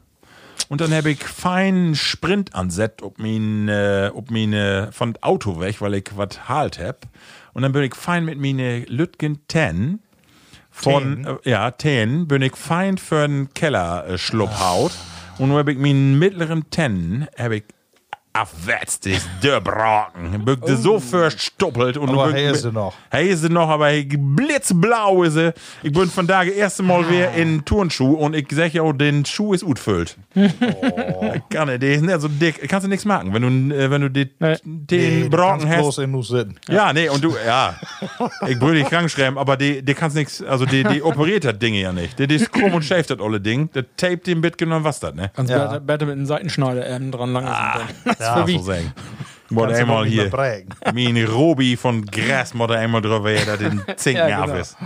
D: Und dann habe ich feinen Sprint ansetzt, ob meine, ob meine von Auto weg, weil ich was halt habe. Und dann bin ich fein mit meine Lütgen 10 von, äh, ja, 10, bin ich fein für den Keller äh, schluphaut. Und dann habe ich meinen mittleren 10, habe ich abwärts des Dörbraten. Bin ich so verstoppelt. Und
B: Oh. Aber
D: bin ich
B: hey ist
D: mit-
B: sie noch.
D: Hey ist sie noch, aber hey, blitzblau ist sie. Ich bin von da das erste
B: Ah.
D: Mal wieder in Turnschuh und ich sag ja, auch, den Schuh ist gut füllt.
B: Oh.
D: Ich Kann nicht, der ist nicht so dick. Kannst du nichts machen, wenn du, äh, wenn du die,
C: Nee.
D: den Brocken hast.
B: bloß in Nuss sitzen.
D: Ja, nee, und du, ja. Ich würde dich krank schreiben, aber die, die kannst nichts, also die, die operiert das Ding ja nicht. Die, die ist krumm und schäft das olle Ding. Der tapet den Bit genommen, was das, ne?
C: Kannst
B: Ja.
C: ja. Ah. Bette mit einem Seitenschneider eben dran lang. Also
D: Ja, so sagen. Wollte
B: Kannst du noch
D: einmal
B: nicht mehr
D: hier.
B: prägen.
D: Mini Robi von Grasmotte einmal drüber, ja, der den Zinken
C: Ja,
D: ja,
C: genau.
D: ist.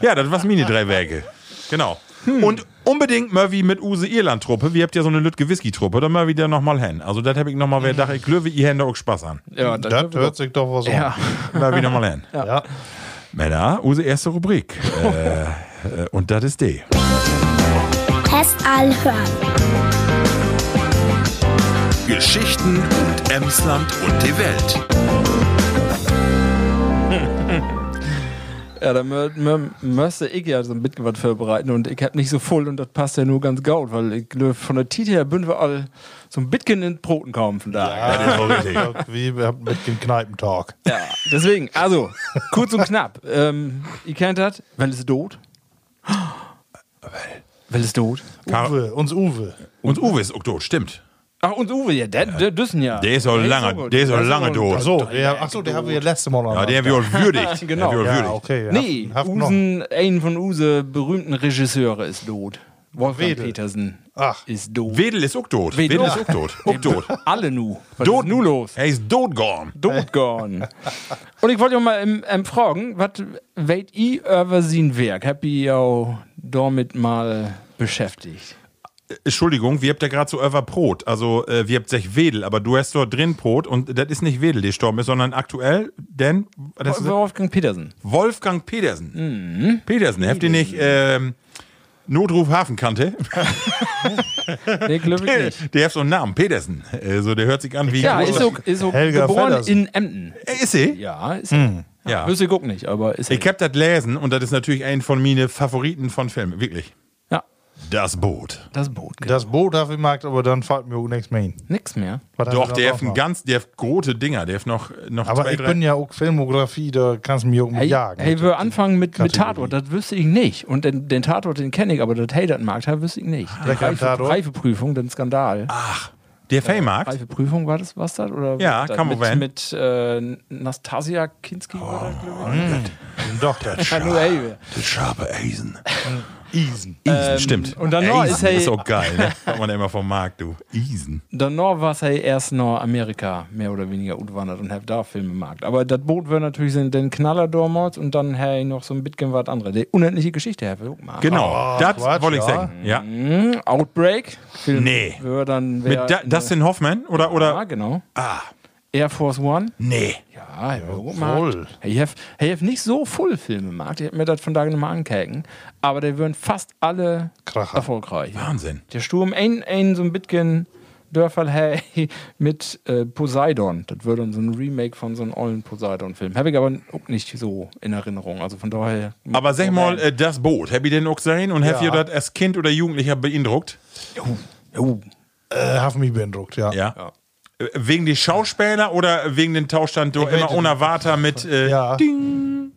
D: Ja, das war's Mini drei Werke. Genau. Und unbedingt Murphy mit Use Irland Truppe. Wir habt ja so eine Lütge Whisky Truppe, da Murphy da nochmal hin. Also das hab ich nochmal wer dachte, ich löwe ihr Hände auch Spaß an.
C: Ja, dann
B: Das hört sich doch was
C: Ja.
B: an.
D: Murphy nochmal hin.
B: Ja.
D: Männer, Use erste Rubrik. äh, äh, und das ist D.
F: Test anhören.
G: Geschichten und Emsland und die Welt.
C: Ja, da mö- mö- müsste ich ja so ein bisschen was vorbereiten und ich hab nicht so voll und das passt ja nur ganz gut, weil ich glaub, von der Tite her bünden wir all so ein bisschen in Broten kommen von da.
D: Das ist auch richtig.
B: Ah, Wie wir haben mit dem Kneipentalk.
C: Ja, deswegen, also, kurz und knapp. Ähm, ihr kennt das, wenn es tot. Wenn es tot.
B: Uwe, uns Uwe.
D: Und Uwe ist auch tot, stimmt.
C: Ach, und Uwe, ja, der, der Düssen ja.
D: Der ist auch lange, der ist auch lange tot.
B: Achso, der, achso,
C: also
B: der haben wir letzte Mal noch.
D: Ja, der wir auch würdigt.
C: Genau.
D: Der wir auch
B: ja,
D: würdigt.
B: okay. Haft-
C: Nee,
B: Haft noch.
C: Usen, ein von Use berühmten Regisseure ist tot. Wolfgang
B: Wedel.
C: Petersen
B: Ach.
C: ist tot.
D: Wedel ist auch tot.
C: Wedel.
D: Wedel, ist auch tot. Auch tot.
C: Alle nu. Was
D: Dot
C: ist nu los?
D: Er ist tot gone.
C: Tot gone. Und ich wollte auch mal ähm, ähm, fragen, was weht ihr über sein Werk? Habt ihr auch damit mal beschäftigt?
D: Entschuldigung, wir habt ja gerade so über Brot. Also, äh, wir habt sich Wedel, aber du hast dort drin Brot und das ist nicht Wedel, die gestorben ist, sondern aktuell, denn, das ist
C: Wolfgang Petersen.
D: Wolfgang Petersen. Mhm. Petersen, habt ihr nicht ähm, Notruf Hafenkante?
C: Nee, glaube ich nicht.
D: Der hat so einen Namen, Petersen. Also, der hört sich an wie.
C: Ja, ist so, ist so
B: Helga Hm.
C: geboren
B: Feddersen.
C: in Emden.
D: Äh, Ist sie?
C: Ja, ist
D: Ja.
C: Wüsste ich auch nicht, aber ist
D: Ich hab das lesen und das ist natürlich ein von meine Favoriten von Filmen, wirklich.
C: Ja,
D: Das Boot.
C: das Boot. genau.
B: Das Boot habe ich gemacht, aber dann fällt mir auch nichts mehr hin.
C: Nix mehr.
B: Was haben wir
D: Doch,
B: dann
D: der
B: noch
D: hat ein
B: noch?
D: ganz, der hat große Dinger, der hat noch, noch
B: Aber
D: zwei,
B: ich
D: drei-
B: bin ja auch Filmografie, da kannst du mich auch mit
C: Hey,
B: jagen.
C: hey wir anfangen mit, mit
B: Kategorie.
C: Tatort, das wüsste ich nicht. Und den, den Tatort, den kenne ich, aber das Hey, das Markt, das wüsste ich nicht. Den
B: kein Ah. Tatort?
C: Reifeprüfung, den Skandal.
D: Der Feymarkt?
C: Reifeprüfung war das, was das? Oder
D: Ja,
C: das
D: kann man
C: mit,
D: werden.
C: mit äh, Nastasia Kinski war das, glaube
B: Doch, das
C: ich. Ja, nur hey.
D: Das scharfe Eisen.
B: Äh, Eisen.
D: Eisen, stimmt.
C: Ähm, und dann noch
D: Eisen
C: ist er-
D: ist auch geil, ne? Kommt man immer vom Markt, du. Eisen.
C: Danach war es hey erst nach Amerika mehr oder weniger utwandert und hab da Filme gemacht. Aber das Boot war natürlich so den Knaller damals und dann hey noch so ein bisschen was anderes. Die unendliche Geschichte, Herr gemacht.
D: Genau, das
B: Oh, Quatsch,
D: wollte ich
B: ja.
D: sagen. Ja.
C: Outbreak. Film
D: Nee.
C: Wär dann wär
D: Mit da,
C: in
D: Dustin Hoffman oder,
C: der, ne. ja,
D: oder?
C: genau.
D: Ah,
C: Air Force One.
D: nee.
C: Ja, Herr
B: voll.
C: Hochmarkt. Hey, ich hab, hey, ich hab nicht so voll Filme gemacht. Ich hab mir das von da nochmal angucken. Aber die würden fast alle
B: Kracher.
C: erfolgreich.
D: Wahnsinn.
C: Der Sturm, ein, ein so ein bisschen Dörfer hey, mit äh, Poseidon. Das würde dann so ein Remake von so einem ollen Poseidon-Film. Habe ich aber auch nicht so in Erinnerung. Also von daher.
D: Aber sag mal, äh, das Boot, habt ihr den auch gesehen und habt ihr
B: Ja.
D: das als Kind oder Jugendlicher beeindruckt?
C: Oh,
B: Äh, hab mich beeindruckt, ja.
D: Ja. Äh, Wegen die Schauspieler oder wegen den Tauschstand du immer
B: meinte-
D: unerwartet mit äh,
B: Ja,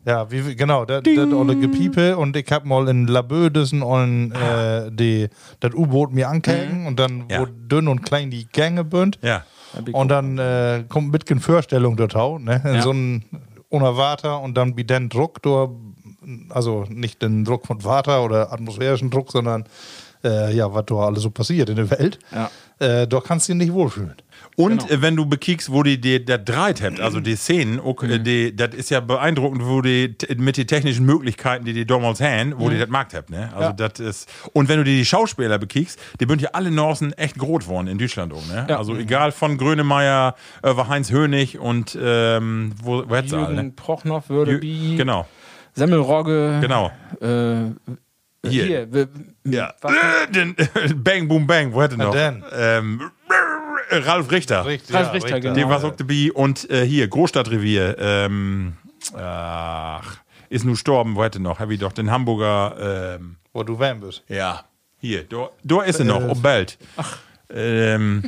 B: ja wie, wie- genau, das olle Gepiepe und ich hab mal in Labödesen und äh, die- das U-Boot mir angucken und dann
D: Ah. Mhm. Ja.
B: wo dünn und klein die Gänge bünd
D: Ja.
B: und dann äh, kommt mit gen Vorstellung dort auch, ne? In
C: Ja.
B: so ein Unerwarter und dann wie den Druck durch, also nicht den Druck von Water oder atmosphärischen Druck, sondern äh, ja, was da alles so passiert in der Welt,
C: Ja.
B: äh, da kannst du dich nicht wohlfühlen.
D: Und
B: Genau.
D: äh, wenn du bekickst, wo die, die das Dreit habt, also die Szenen, okay,
B: Mhm.
D: die, das ist ja beeindruckend, wo die t- mit den technischen Möglichkeiten, die die damals haben,
B: Mhm.
D: wo die das Markt habt, ne? Also das ist und wenn du dir die Schauspieler bekickst, die sind ja alle Norsen echt groß worden in Deutschland auch, ne?
C: Ja.
D: Also
B: Mhm.
D: egal von Grönemeyer über Heinz Hönig und ähm, wo, wo hättest du alle,
C: Jürgen
D: ne?
C: Prochnow würde
D: Jü-
C: wie
D: Genau,
C: Semmelrogge.
D: genau.
C: Äh,
D: Hier.
C: Hier. wir-
D: Ja.
C: Warte.
D: Äh, den- bang, boom, bang. Wo hätte noch?
B: denn?
D: Ähm, Ralf Richter.
B: Richtig,
C: Ralf Richter, genau.
D: Den was auch dabei. Und äh, hier, Großstadtrevier. Ähm, ach, ist nun gestorben. Wo hätte noch? Hab ich doch den Hamburger. Ähm,
B: Wo du wärm bist.
D: ja. Hier, da, da ist er noch. Um Belt. Ähm,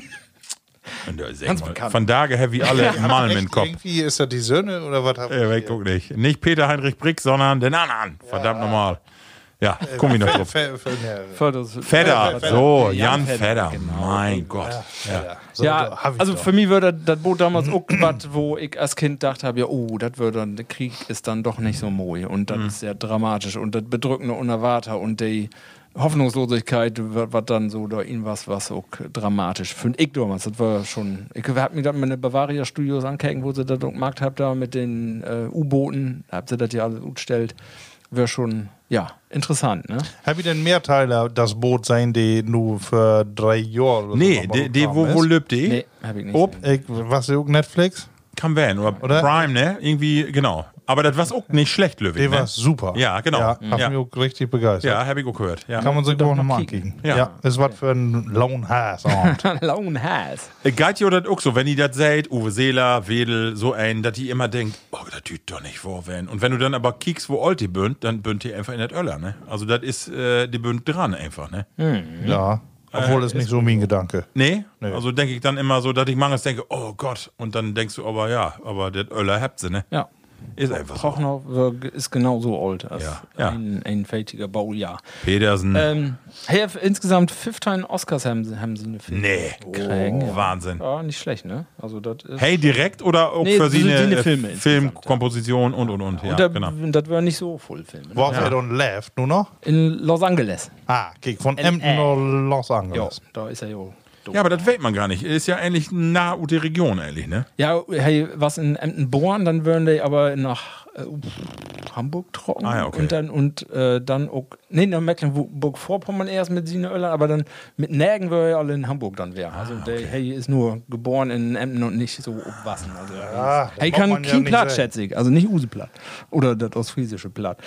D: und da, sag mal,
C: bekannt.
D: von daher habe ich alle Mann im
B: Echt,
D: Kopf.
B: Irgendwie ist das die Söhne oder was? hab
D: Äh,
B: ich
D: ich guck nicht. Nicht Peter Heinrich Brick, sondern den anderen. Verdammt nochmal. Ja, komm ich noch
B: hier?
D: drauf.
B: Fe- Fe- Fe-
C: Voll das-
D: Fedder,
B: Fedder.
D: so, Jan
C: Jan Fedder,
D: Fedder, mein Gott.
B: Ja, so,
C: Ja,
B: da hab ich
C: also
B: doch.
C: für mich würde das Boot damals auch was, wo ich als Kind gedacht habe, ja, oh, das würde, der Krieg ist dann doch nicht so moi und
B: Mhm.
C: das ist ja dramatisch und das bedrückende Unerwarter und die Hoffnungslosigkeit, was dann so da ihn was, was auch dramatisch finde ich damals. Das war schon, ich hab mir dann meine Bavaria Studios angucken, wo sie das auch gemacht habt, da mit den äh, U-Booten, da habt ihr das ja alles umgestellt, wäre schon, ja, interessant, ne?
B: Hab ich denn mehr Teile das Boot sein, die nur für drei Jahre oder so
D: Nee,
B: noch mal
D: die, die, wo,
B: gekommen
D: wo
B: ist?
D: löbt die?
C: Nee, hab ich nicht.
D: Ob-
C: gesehen.
B: Ich, was auch Netflix?
D: Kam Van oder,
B: Oder?
D: Prime, ne? Irgendwie, genau. Aber das war auch nicht schlecht, Löwig.
B: Die
D: ne?
B: war super.
D: Ja, genau.
B: Ja,
D: Mhm.
B: hat
D: Ja.
B: mich auch richtig begeistert.
D: Ja, hab ich auch gehört. Ja.
B: Kann man sich auch nochmal
C: kicken.
B: angucken.
D: Ja.
B: Ja. ist was für ein Lone Hass. Abend.
C: Lauen Hals.
D: Äh, Geht ihr das auch so, wenn ihr das seht, Uwe Seeler, Wedel, so ein, dass die immer denkt, oh, das tut doch nicht vor, wenn. Und wenn du dann aber kiekst, wo Old die bünd, dann bünd die einfach in das Öller, ne? Also das ist, äh, die bünd dran einfach, ne?
C: Mhm.
B: ja. Obwohl, ist nicht so mein Gedanke.
D: Nee?
B: Nee.
D: Also denke ich dann immer so, dass ich manchmal denke, oh Gott. Und dann denkst du aber, ja, aber das Öller habt sie, ne?
C: Ja.
D: Ist einfach so.
C: Prochnow äh, ist genauso alt als
D: Ja, ja.
C: Ein, ein fältiger Baujahr.
D: Pedersen.
C: Ähm, hey, insgesamt 15 Oscars haben sie, haben sie eine Film.
D: nee. Oh,
C: Kriegen, ja.
D: Wahnsinn.
C: Ja, nicht schlecht, ne? Also das ist.
D: Hey, direkt oder auch
C: Nee,
D: für sie
C: so
D: eine,
C: die
D: äh,
C: Filme
D: Film,
C: insgesamt, ja.
D: Komposition und und und. Ja,
C: und da,
D: genau.
C: das waren nicht so voll Filme. Ne?
B: Walk ja. on left, nur noch?
C: In Los Angeles.
B: Ah, kick von
C: L.A.
B: Emden nach Los
C: Ja,
B: Angeles.
C: da ist er ja. doof.
D: Ja, aber das weiß man gar nicht. Ist ja eigentlich nah ut die Region, eigentlich, ne?
C: Ja, hey, was in Emden bohren, dann würden die aber nach äh, Hamburg trocken.
D: Ah, ja, okay.
C: Und dann und äh, dann auch, nee, nach Mecklenburg-Vorpommern erst mit Sineöller, aber dann mit Nägen würde ja alle in Hamburg dann wären. also
D: Ah,
C: der Hey ist nur geboren in Emden und nicht so obwassen. Also,
B: Ja,
C: hey
B: das braucht
C: kann
B: man ja
C: kein
B: nicht
C: Platt,
B: sein.
C: schätze ich. Also nicht Useplatt. Oder das ostfriesische Platt.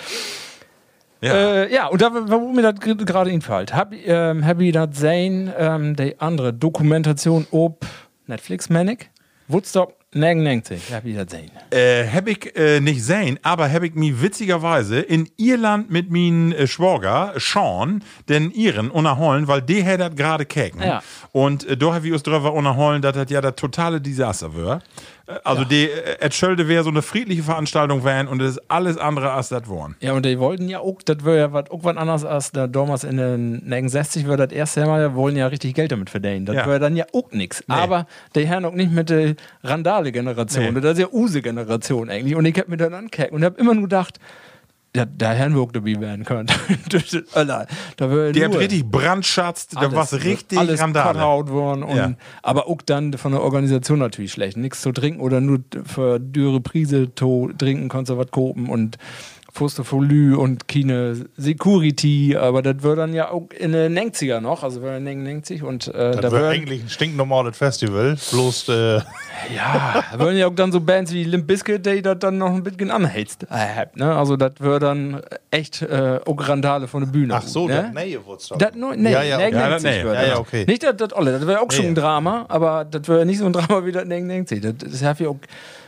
D: Ja.
C: Äh, ja, und da, warum mir das gr- gerade einfällt, hab, ähm, hab ich das sehen, ähm, die andere Dokumentation ob Netflix, Manic, Woodstock 99, hab ich das sehen.
D: Äh, hab ich äh, nicht sehen, aber hab ich mir witzigerweise in Irland mit meinem äh, Schwager, Sean, den Iren unterholen, weil die hat das gerade keken.
C: Ja.
D: Und äh, da hab ich uns drüber unterholen, dass das ja das totale Desaster wär. Äh, Also die äh, et Schölde wäre so eine friedliche Veranstaltung wären und es ist alles andere als das worden.
C: Ja, und die wollten ja auch, das wäre ja was irgendwann anders als der damals in den 69 war das erste Mal, die wollen ja richtig Geld damit verdienen. Das
D: Ja.
C: wäre dann ja auch nichts. Aber die Herren auch nicht mit der Randale-Generation.
D: Nee.
C: Das ist ja Use-Generation eigentlich. Und ich hab mir dann angeguckt und hab immer nur gedacht, ja, der Herrn auch dabei werden könnte. Durch das Öller. da wäre
D: Die hat
C: nur-
D: richtig brandschatzt, da
C: Alles-
D: war richtig
C: alles
D: Randale.
C: Randale. worden und,
D: Ja.
C: aber auch dann von der Organisation natürlich schlecht. Nichts zu trinken oder nur für dürre Prise to trinken konntest du was kopen und Fustofolü und keine Security, aber das wird dann ja auch in den 90er noch, also wir in den 90 und äh,
B: Das
C: da
B: wäre
C: würden,
B: eigentlich ein stinknormales Festival. Bloß, äh,
C: ja, da würden ja auch dann so Bands wie Limp Bizkit, die das dann noch ein bisschen anhältst. Äh, ne? Also das wäre dann echt äh, auch Randale von der Bühne.
B: ach so,
C: ne?
B: das Nähe Woodstock.
C: Das nur, nee,
B: ja, ja,
C: nee,
B: okay.
D: Ja,
C: nee,
D: das
C: nee,
D: nee.
C: würde
B: Ja, ja,
C: das.
B: okay.
C: Nicht das, das Olle, das wäre auch schon
B: Nee.
C: ein Drama, aber das wäre nicht so ein Drama wie das Neng Neng Das das hab ich auch,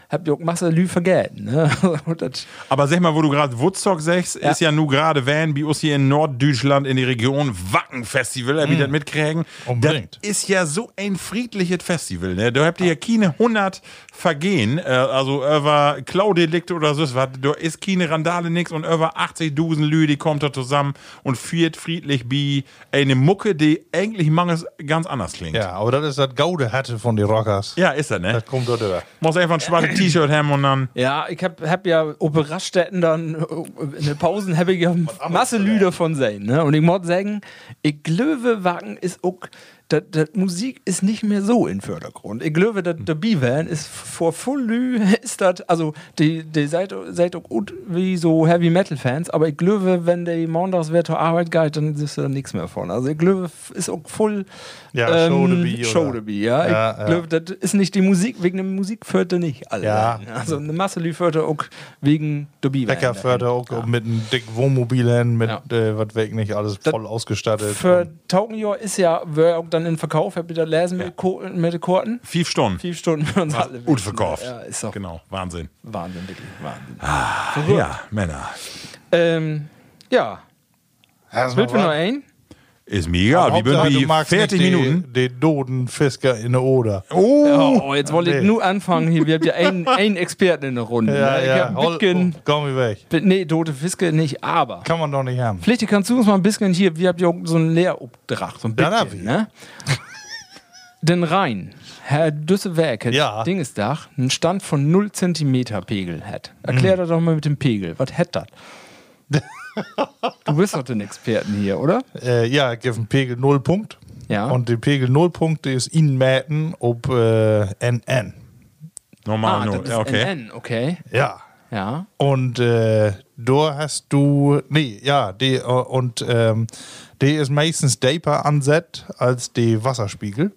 C: hab ich auch Masse Lü vergessen. Ne? Und das,
D: Aber sag mal, wo du gerade Woodstock sagst, ist ja nur gerade Van Bios hier in Norddeutschland in die Region Wacken-Festival, hab ich das mitkriegen.
B: Unbedingt.
D: Das ist ja so ein friedliches Festival, ne? Da habt ihr ja keine 100 Vergehen, äh, also über Klaudelikte oder so, was. da ist keine Randale nix und über 80 Dusen Lü, die kommt da zusammen und führt friedlich bi eine Mucke, die eigentlich manches ganz anders klingt.
B: Ja, aber das ist das Gaude hatte von den Rockers.
D: Ja, ist das, ne?
B: Das kommt dort über.
D: Muss einfach ein schwarzes T-Shirt haben und dann.
C: ja, ich hab, hab ja Oberraststätten dann äh, in den Pausen hab ich ja Masse Lü davon sehen. Ne? Und ich muss sagen, ich glaube, Wagen ist auch, da- dat, dat Musik ist nicht mehr so im Vordergrund. Ich glaube, dat, der B-Van ist vor Fullü, ist das, also die, die seid, seid auch gut wie so Heavy-Metal-Fans, aber ich glaube, wenn der montags wieder zur Arbeit geht, dann ist da nichts mehr von. Also ich glaube, ist auch voll
B: Ja, Show to be, oder?
C: Ähm, Show to be, ja. Ich
B: Ja, ja.
C: glaube, das ist nicht die Musik, wegen der Musik führt er nicht alle.
B: Ja.
C: Also eine Masse Lü führt er auch wegen der B-Van.
B: Becker fährt er auch um mit einem dicken Wohnmobil hin, mit
C: Ja.
B: äh, was weg nicht, alles voll ausgestattet.
C: Für Taugenjahr ist ja, wer auch dann in Verkauf, habt ihr das lesen mit, Ko mit den Korten?
D: Vier Stunden.
C: Vier Stunden für uns alle.
D: Gut verkauft.
C: Ja, ist doch
D: Genau, Wahnsinn.
C: Wahnsinn, wirklich Wahnsinn.
D: Ja, Männer.
C: Ähm, ja,
B: Erst mal
C: willst du noch
B: was?
C: einen?
D: Ist mega. egal.
B: Hauptsache,
D: Wir
B: du
D: würden die
B: magst
D: 40
B: nicht
D: Minuten.
B: Den, den Dodenfisker in der Oder.
D: Oh,
C: Oh, jetzt wollte
B: nee.
C: ich nur anfangen hier. Wir haben ja einen, einen Experten in der Runde. ne? Ich hab
B: Hol,
C: Bitgen,
B: oh, komm weg.
C: Bit- nee, Dote Fiske nicht, aber.
B: Kann man doch nicht haben.
C: Vielleicht kannst du uns mal ein bisschen hier, wir haben ja auch so einen Lehrobdracht, so ein
B: Dann hab
C: bisschen,
B: ich.
C: ne? Den Rhein, Herr Düsselwerk, hat
B: Ja.
C: Dingesdach, einen Stand von 0 cm Pegel hat.
B: Mhm.
C: Erklär das doch mal mit dem Pegel. Was hat das? du bist doch den Experten hier, oder?
B: Äh, ja, gib einen Pegel 0 Punkt.
C: Ja.
B: Und den Pegel 0 Punkt ist ihn mäten ob äh, NN.
D: normal
C: ah,
D: nur.
C: das
D: Ja,
C: ist
D: okay.
C: NN, okay.
B: Ja.
C: Ja.
B: Und äh, da hast du, nee, ja, die, äh, und ähm, die ist meistens deeper ansetzt als die Wasserspiegel.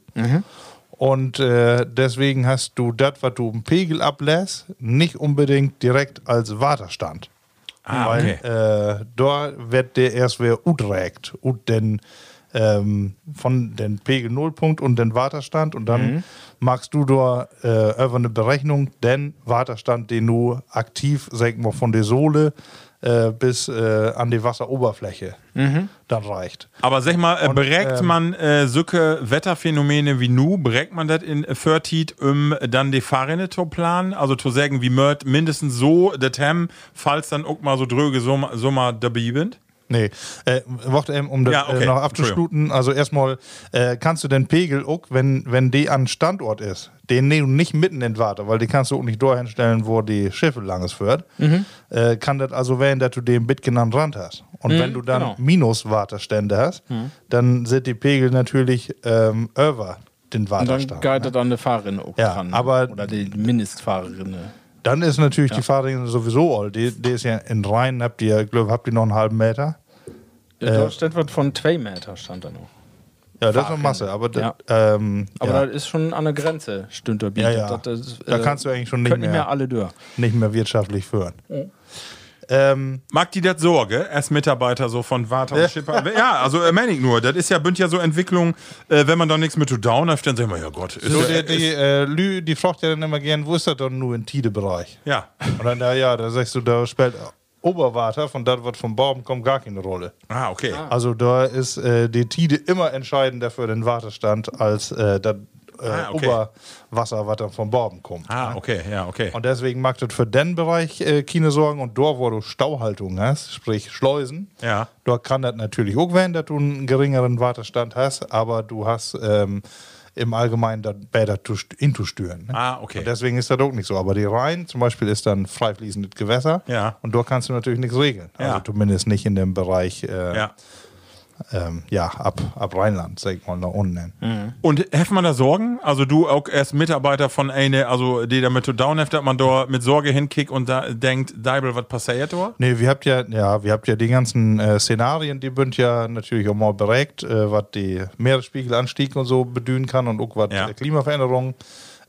B: Und äh, deswegen hast du das, was du im Pegel ablässt, nicht unbedingt direkt als Waterstand.
D: Ah,
B: Weil
D: okay.
B: äh, da wird der erst wieder uträgt und den ähm, von den Pegel Nullpunkt und den Waterstand und dann
D: Mhm.
B: machst du da äh, über eine Berechnung den Waterstand, den du aktiv, sagen wir von der Sohle äh, bis äh, an die Wasseroberfläche
D: Mhm.
B: dann reicht.
D: Aber sag mal, äh,
B: Und,
D: berät
B: ähm,
D: man äh, solche Wetterphänomene wie nu, berät man das in 30, um dann die Fahrrinne zu planen? Also zu sagen, wie mört mindestens so der Tem, falls dann auch mal so dröge Sommer, Sommer dabei sind?
B: Nee, äh, warte eben, um das
D: Ja, okay.
B: äh, noch abzuschluten. Also erstmal äh, kannst du den Pegel auch, wenn, wenn die an Standort ist, den nehmen du nicht mitten in Warte, weil die kannst du auch nicht dorthin stellen, wo die Schiffe langes führt.
C: Mhm.
B: Äh, kann das also werden, dass du den Bitgen am Rand hast. Und wenn du dann
C: genau. Mhm.
B: Minus-Wartestände hast, dann sind die Pegel natürlich ähm, über den
C: Und dann
B: Wartestand.
C: geht das an der Fahrerin auch
B: ne? Ja,
C: dran.
B: aber- Äh,
C: oder die Mindestfahrerin.
B: Dann ist natürlich die Fahrrinne sowieso all. Die, die ist ja in Rhein, habt ihr, glaub, habt ihr noch einen halben Meter?
C: Ja, dort stand was von 2 Meter, stand da noch.
B: Ja, das ist eine Masse, aber das, ähm,
C: Aber
B: ja.
C: da ist schon an der Grenze, stimmt der Beat.
B: Ja, ja.
C: Das, äh, das,
B: Da kannst du eigentlich schon nicht
C: können
B: mehr.
C: alle durch.
B: nicht mehr wirtschaftlich führen. Ähm,
D: Mag die das Sorge, als Mitarbeiter so von Warta und Schipper? ja, also äh, meine ich nur, das ist ja, bünd ja so Entwicklung, äh, wenn man doch nichts mit zu down hat, dann sagen wir, ja Gott, ist
B: so
D: ja,
B: die, die, äh, Lü, die fragt ja dann immer gern, wo ist das denn nur im Tide-Bereich?
D: ja.
B: Und dann, na ja, da sagst du, da spielt Oberwater, von das wird vom Baum kommt gar keine Rolle.
D: Ah, okay.
B: Also da ist äh, die Tide immer entscheidender für den Wartestand als äh, das äh,
D: Ah, okay.
B: Oberwasser, was dann vom Baum kommt.
D: Ah, okay, ja, okay.
B: Und deswegen macht das für den Bereich äh, keine Sorgen. Und dort, wo du Stauhaltung hast, sprich Schleusen,
D: Ja.
B: dort kann das natürlich auch werden, dass du einen geringeren Wartestand hast, aber du hast ähm, im Allgemeinen das besser zu st- in zu stören. Ne?
D: Ah, okay.
B: Und deswegen ist das auch nicht so. Aber die Rhein zum Beispiel ist dann frei fließendes Gewässer.
D: Ja.
B: Und dort kannst du natürlich nichts regeln.
D: Ja.
B: Also zumindest nicht in dem Bereich, äh,
D: ja.
B: ähm, ja, ab, ab Rheinland, sag ich mal, nach unten. hin.
D: Und heft man da Sorgen? Also du auch erst Mitarbeiter von einer, also die damit zu down heft, dass man da mit Sorge hinkickt und da denkt, Deibel, was passiert da?
B: Nee, wir habt ja, ja, wir habt ja die ganzen äh, Szenarien, die bünd ja natürlich auch mal beregt, äh, was die Meeresspiegelanstieg und so bedühen kann und auch was
D: Ja.
B: äh, Klimaveränderungen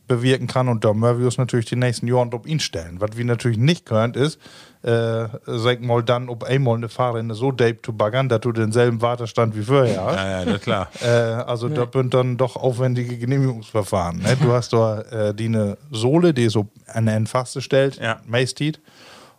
B: bewirken kann. Und da müssen wir uns natürlich die nächsten Jahren drauf instellen. Was wir natürlich nicht können, ist, äh, sag mal dann, ob einmal eine Fahrrinne so deep zu baggern, dass du denselben Wartestand wie vorher hast.
D: Ja, ja, das ist klar.
B: Äh, also da sind dann doch aufwendige Genehmigungsverfahren. Ne? Du hast da äh, die eine Sohle, die so an eine Faste stellt,
D: Ja.
B: Mace-Tiet,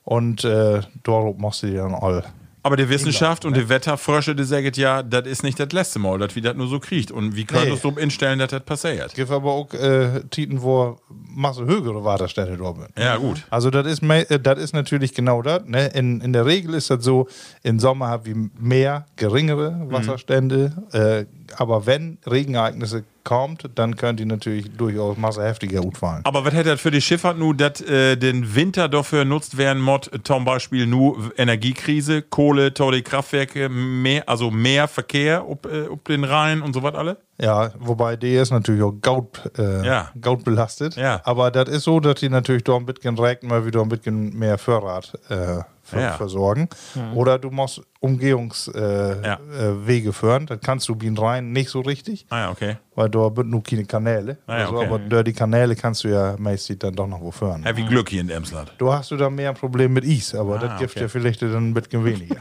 B: und äh, dort machst du die dann all.
D: Aber die Wissenschaft und
B: ne?
D: die Wetterfrösche, die sagen ja, das ist nicht das letzte Mal, dass wir das nur so kriegt. Und wie könnt
B: Nee.
D: ihr es so instellen, dass das passiert?
B: Gibt aber auch äh, Tieten, wo masse höhere Wartestände dort sind.
D: Ja, gut.
B: Also das ist, mei- äh, das ist natürlich genau das. Ne? In,
D: Mhm.
B: in der Regel ist das so, im Sommer haben wir mehr geringere Wasserstände, äh, aber wenn Regenereignisse kommt, dann könnt ihr natürlich durchaus Masse heftiger gut fallen.
D: Aber was hätte das für die Schifffahrt nur, dass äh, den Winter dafür nutzt werden mod, zum Beispiel nur Energiekrise, Kohle, tolle Kraftwerke, mehr, also mehr Verkehr ob, äh, ob den Rhein und so was alle?
B: Ja, wobei die ist natürlich auch Gaut, äh,
D: Ja.
B: Gaut belastet.
D: Ja.
B: Aber das ist so, dass die natürlich doch ein bisschen direkt mal wieder ein bisschen mehr Förderrad äh, ver
D: Ja.
B: versorgen. Oder du musst Umgehungswege äh,
D: Ja.
B: äh, Wege führen. Das kannst du Bien Rhein nicht so richtig,
D: Ah ja, okay.
B: weil da sind nur keine Kanäle.
D: Ah ja,
B: also,
D: okay.
B: Aber durch die Kanäle kannst du ja meistens dann doch noch wo führen.
D: Heavy
C: Mhm.
D: Glück hier in Emsland.
B: Du hast du dann mehr ein Problem mit Is, aber das gibt
D: Ah, okay.
B: ja vielleicht dann ein bisschen weniger.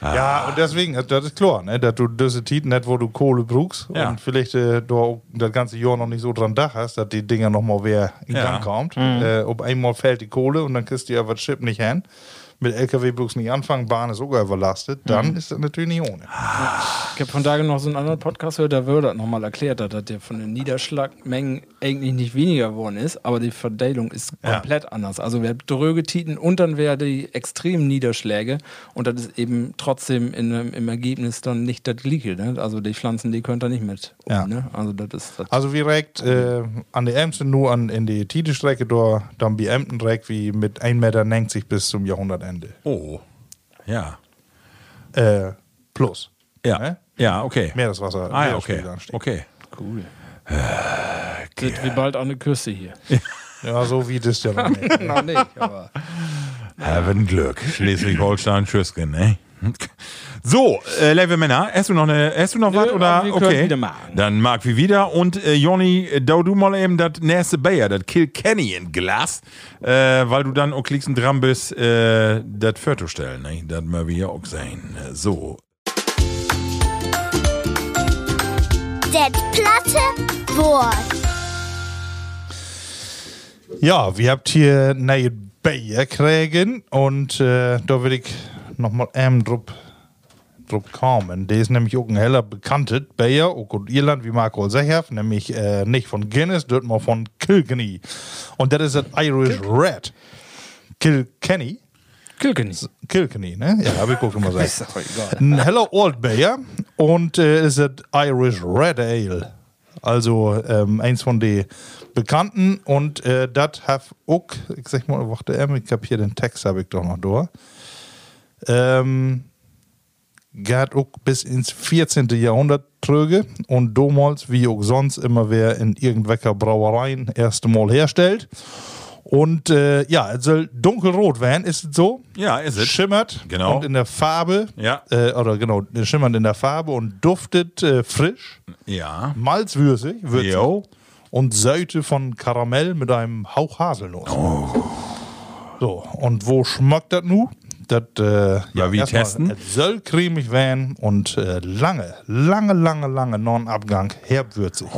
B: ja. und deswegen, also das ist klar, ne, dass du diese Titen nicht, wo du Kohle brauchst
D: Ja.
B: und vielleicht äh, du auch das ganze Jahr noch nicht so dran Dach hast, dass die Dinger nochmal wer in
D: Ja.
B: Gang kommt. Äh, ob einmal fällt die Kohle und dann kriegst du ja was Chip nicht hin. Mit LKW brauchst du nicht anfangen, Bahn ist sogar überlastet,
D: Mhm.
B: dann ist das natürlich nicht ohne.
C: Ich habe von daher noch so einen anderen Podcast gehört, da wurde das nochmal erklärt, dass der von den Niederschlagmengen eigentlich nicht weniger geworden ist, aber die Verteilung ist komplett anders. Also wir haben dröge Titen und dann wäre die extremen Niederschläge und das ist eben trotzdem in, einem- im Ergebnis dann nicht das Gleiche. Ne? Also die Pflanzen, die könnt ihr nicht mit. Um,
B: Ja.
C: ne? Also das ist das.
B: Also wir direkt äh, an der Emsen, nur an, in die Titelstrecke, da, dann bei Emden direkt wie mit 1,90 Meter sich bis zum Jahrhundertende.
D: Oh. Ja.
B: äh, plus.
D: Ja.
B: Ne?
D: Ja, okay.
B: Meereswasser.
D: Ah ja, okay.
B: Meeresspiegelanstieg.
D: Okay.
C: cool. Sind wir bald an der Küste hier?
B: Ja, so wie das ja noch nicht.
C: Noch nicht, aber.
D: Heaven Glück. Schleswig-Holstein, Schüsken, ne? So, äh, Level Männer, hast du noch eine, hast du noch was?
C: aber
D: Oder
C: wir können
D: okay,
C: wieder machen.
D: dann mag wir wieder und äh, Jonny, äh, da du mal eben das nächste Bayer, das Kill Kenny in Glas, äh, weil du dann auch klickst und dran bist, äh, das Foto stellen, ne? Das mögen wir ja auch sehen. Äh, So,
F: Das platte Wort.
B: ja, wir habt hier neue Bayer kriegen und äh, da will ich nochmal M drup drup kommen. Der ist nämlich auch ein heller bekanntet Bayer, auch in Irland, wie Marco Sechef, nämlich äh, nicht von Guinness, dort mal von Kilkenny. Und das ist das Irish Red. Kilkenny.
C: Kilkenny.
B: Kilkenny, ne? Ja, hab ich auch immer gesagt.
C: doch egal.
B: Ein heller Old Bayer und äh, ist das Irish Red Ale. Also ähm, eins von den bekannten und äh, das have auch, ich sag mal, warte, ähm, ich hab hier den Text, habe ich doch noch durch. Ähm, Gerd auch bis ins 14. Jahrhundert tröge und damals, wie auch sonst, immer wer in irgendwelcher Brauereien erste Mal herstellt. Und äh, ja, es soll dunkelrot werden, ist es so?
D: ja, ist es.
B: Schimmert
D: Genau.
B: und in der Farbe,
D: Ja.
B: äh, oder genau, schimmert in der Farbe und duftet äh, frisch,
D: Ja.
B: malzwürsig, würzig
D: Jo.
B: und Säute von Karamell mit einem Hauch Haselnuss.
D: Oh.
B: So, und wo schmeckt das nu? Das, äh,
D: Ja, wie
B: erstmal,
D: testen?
B: Es soll cremig werden und äh, lange, lange, lange, lange Non-Abgang herbwürzig.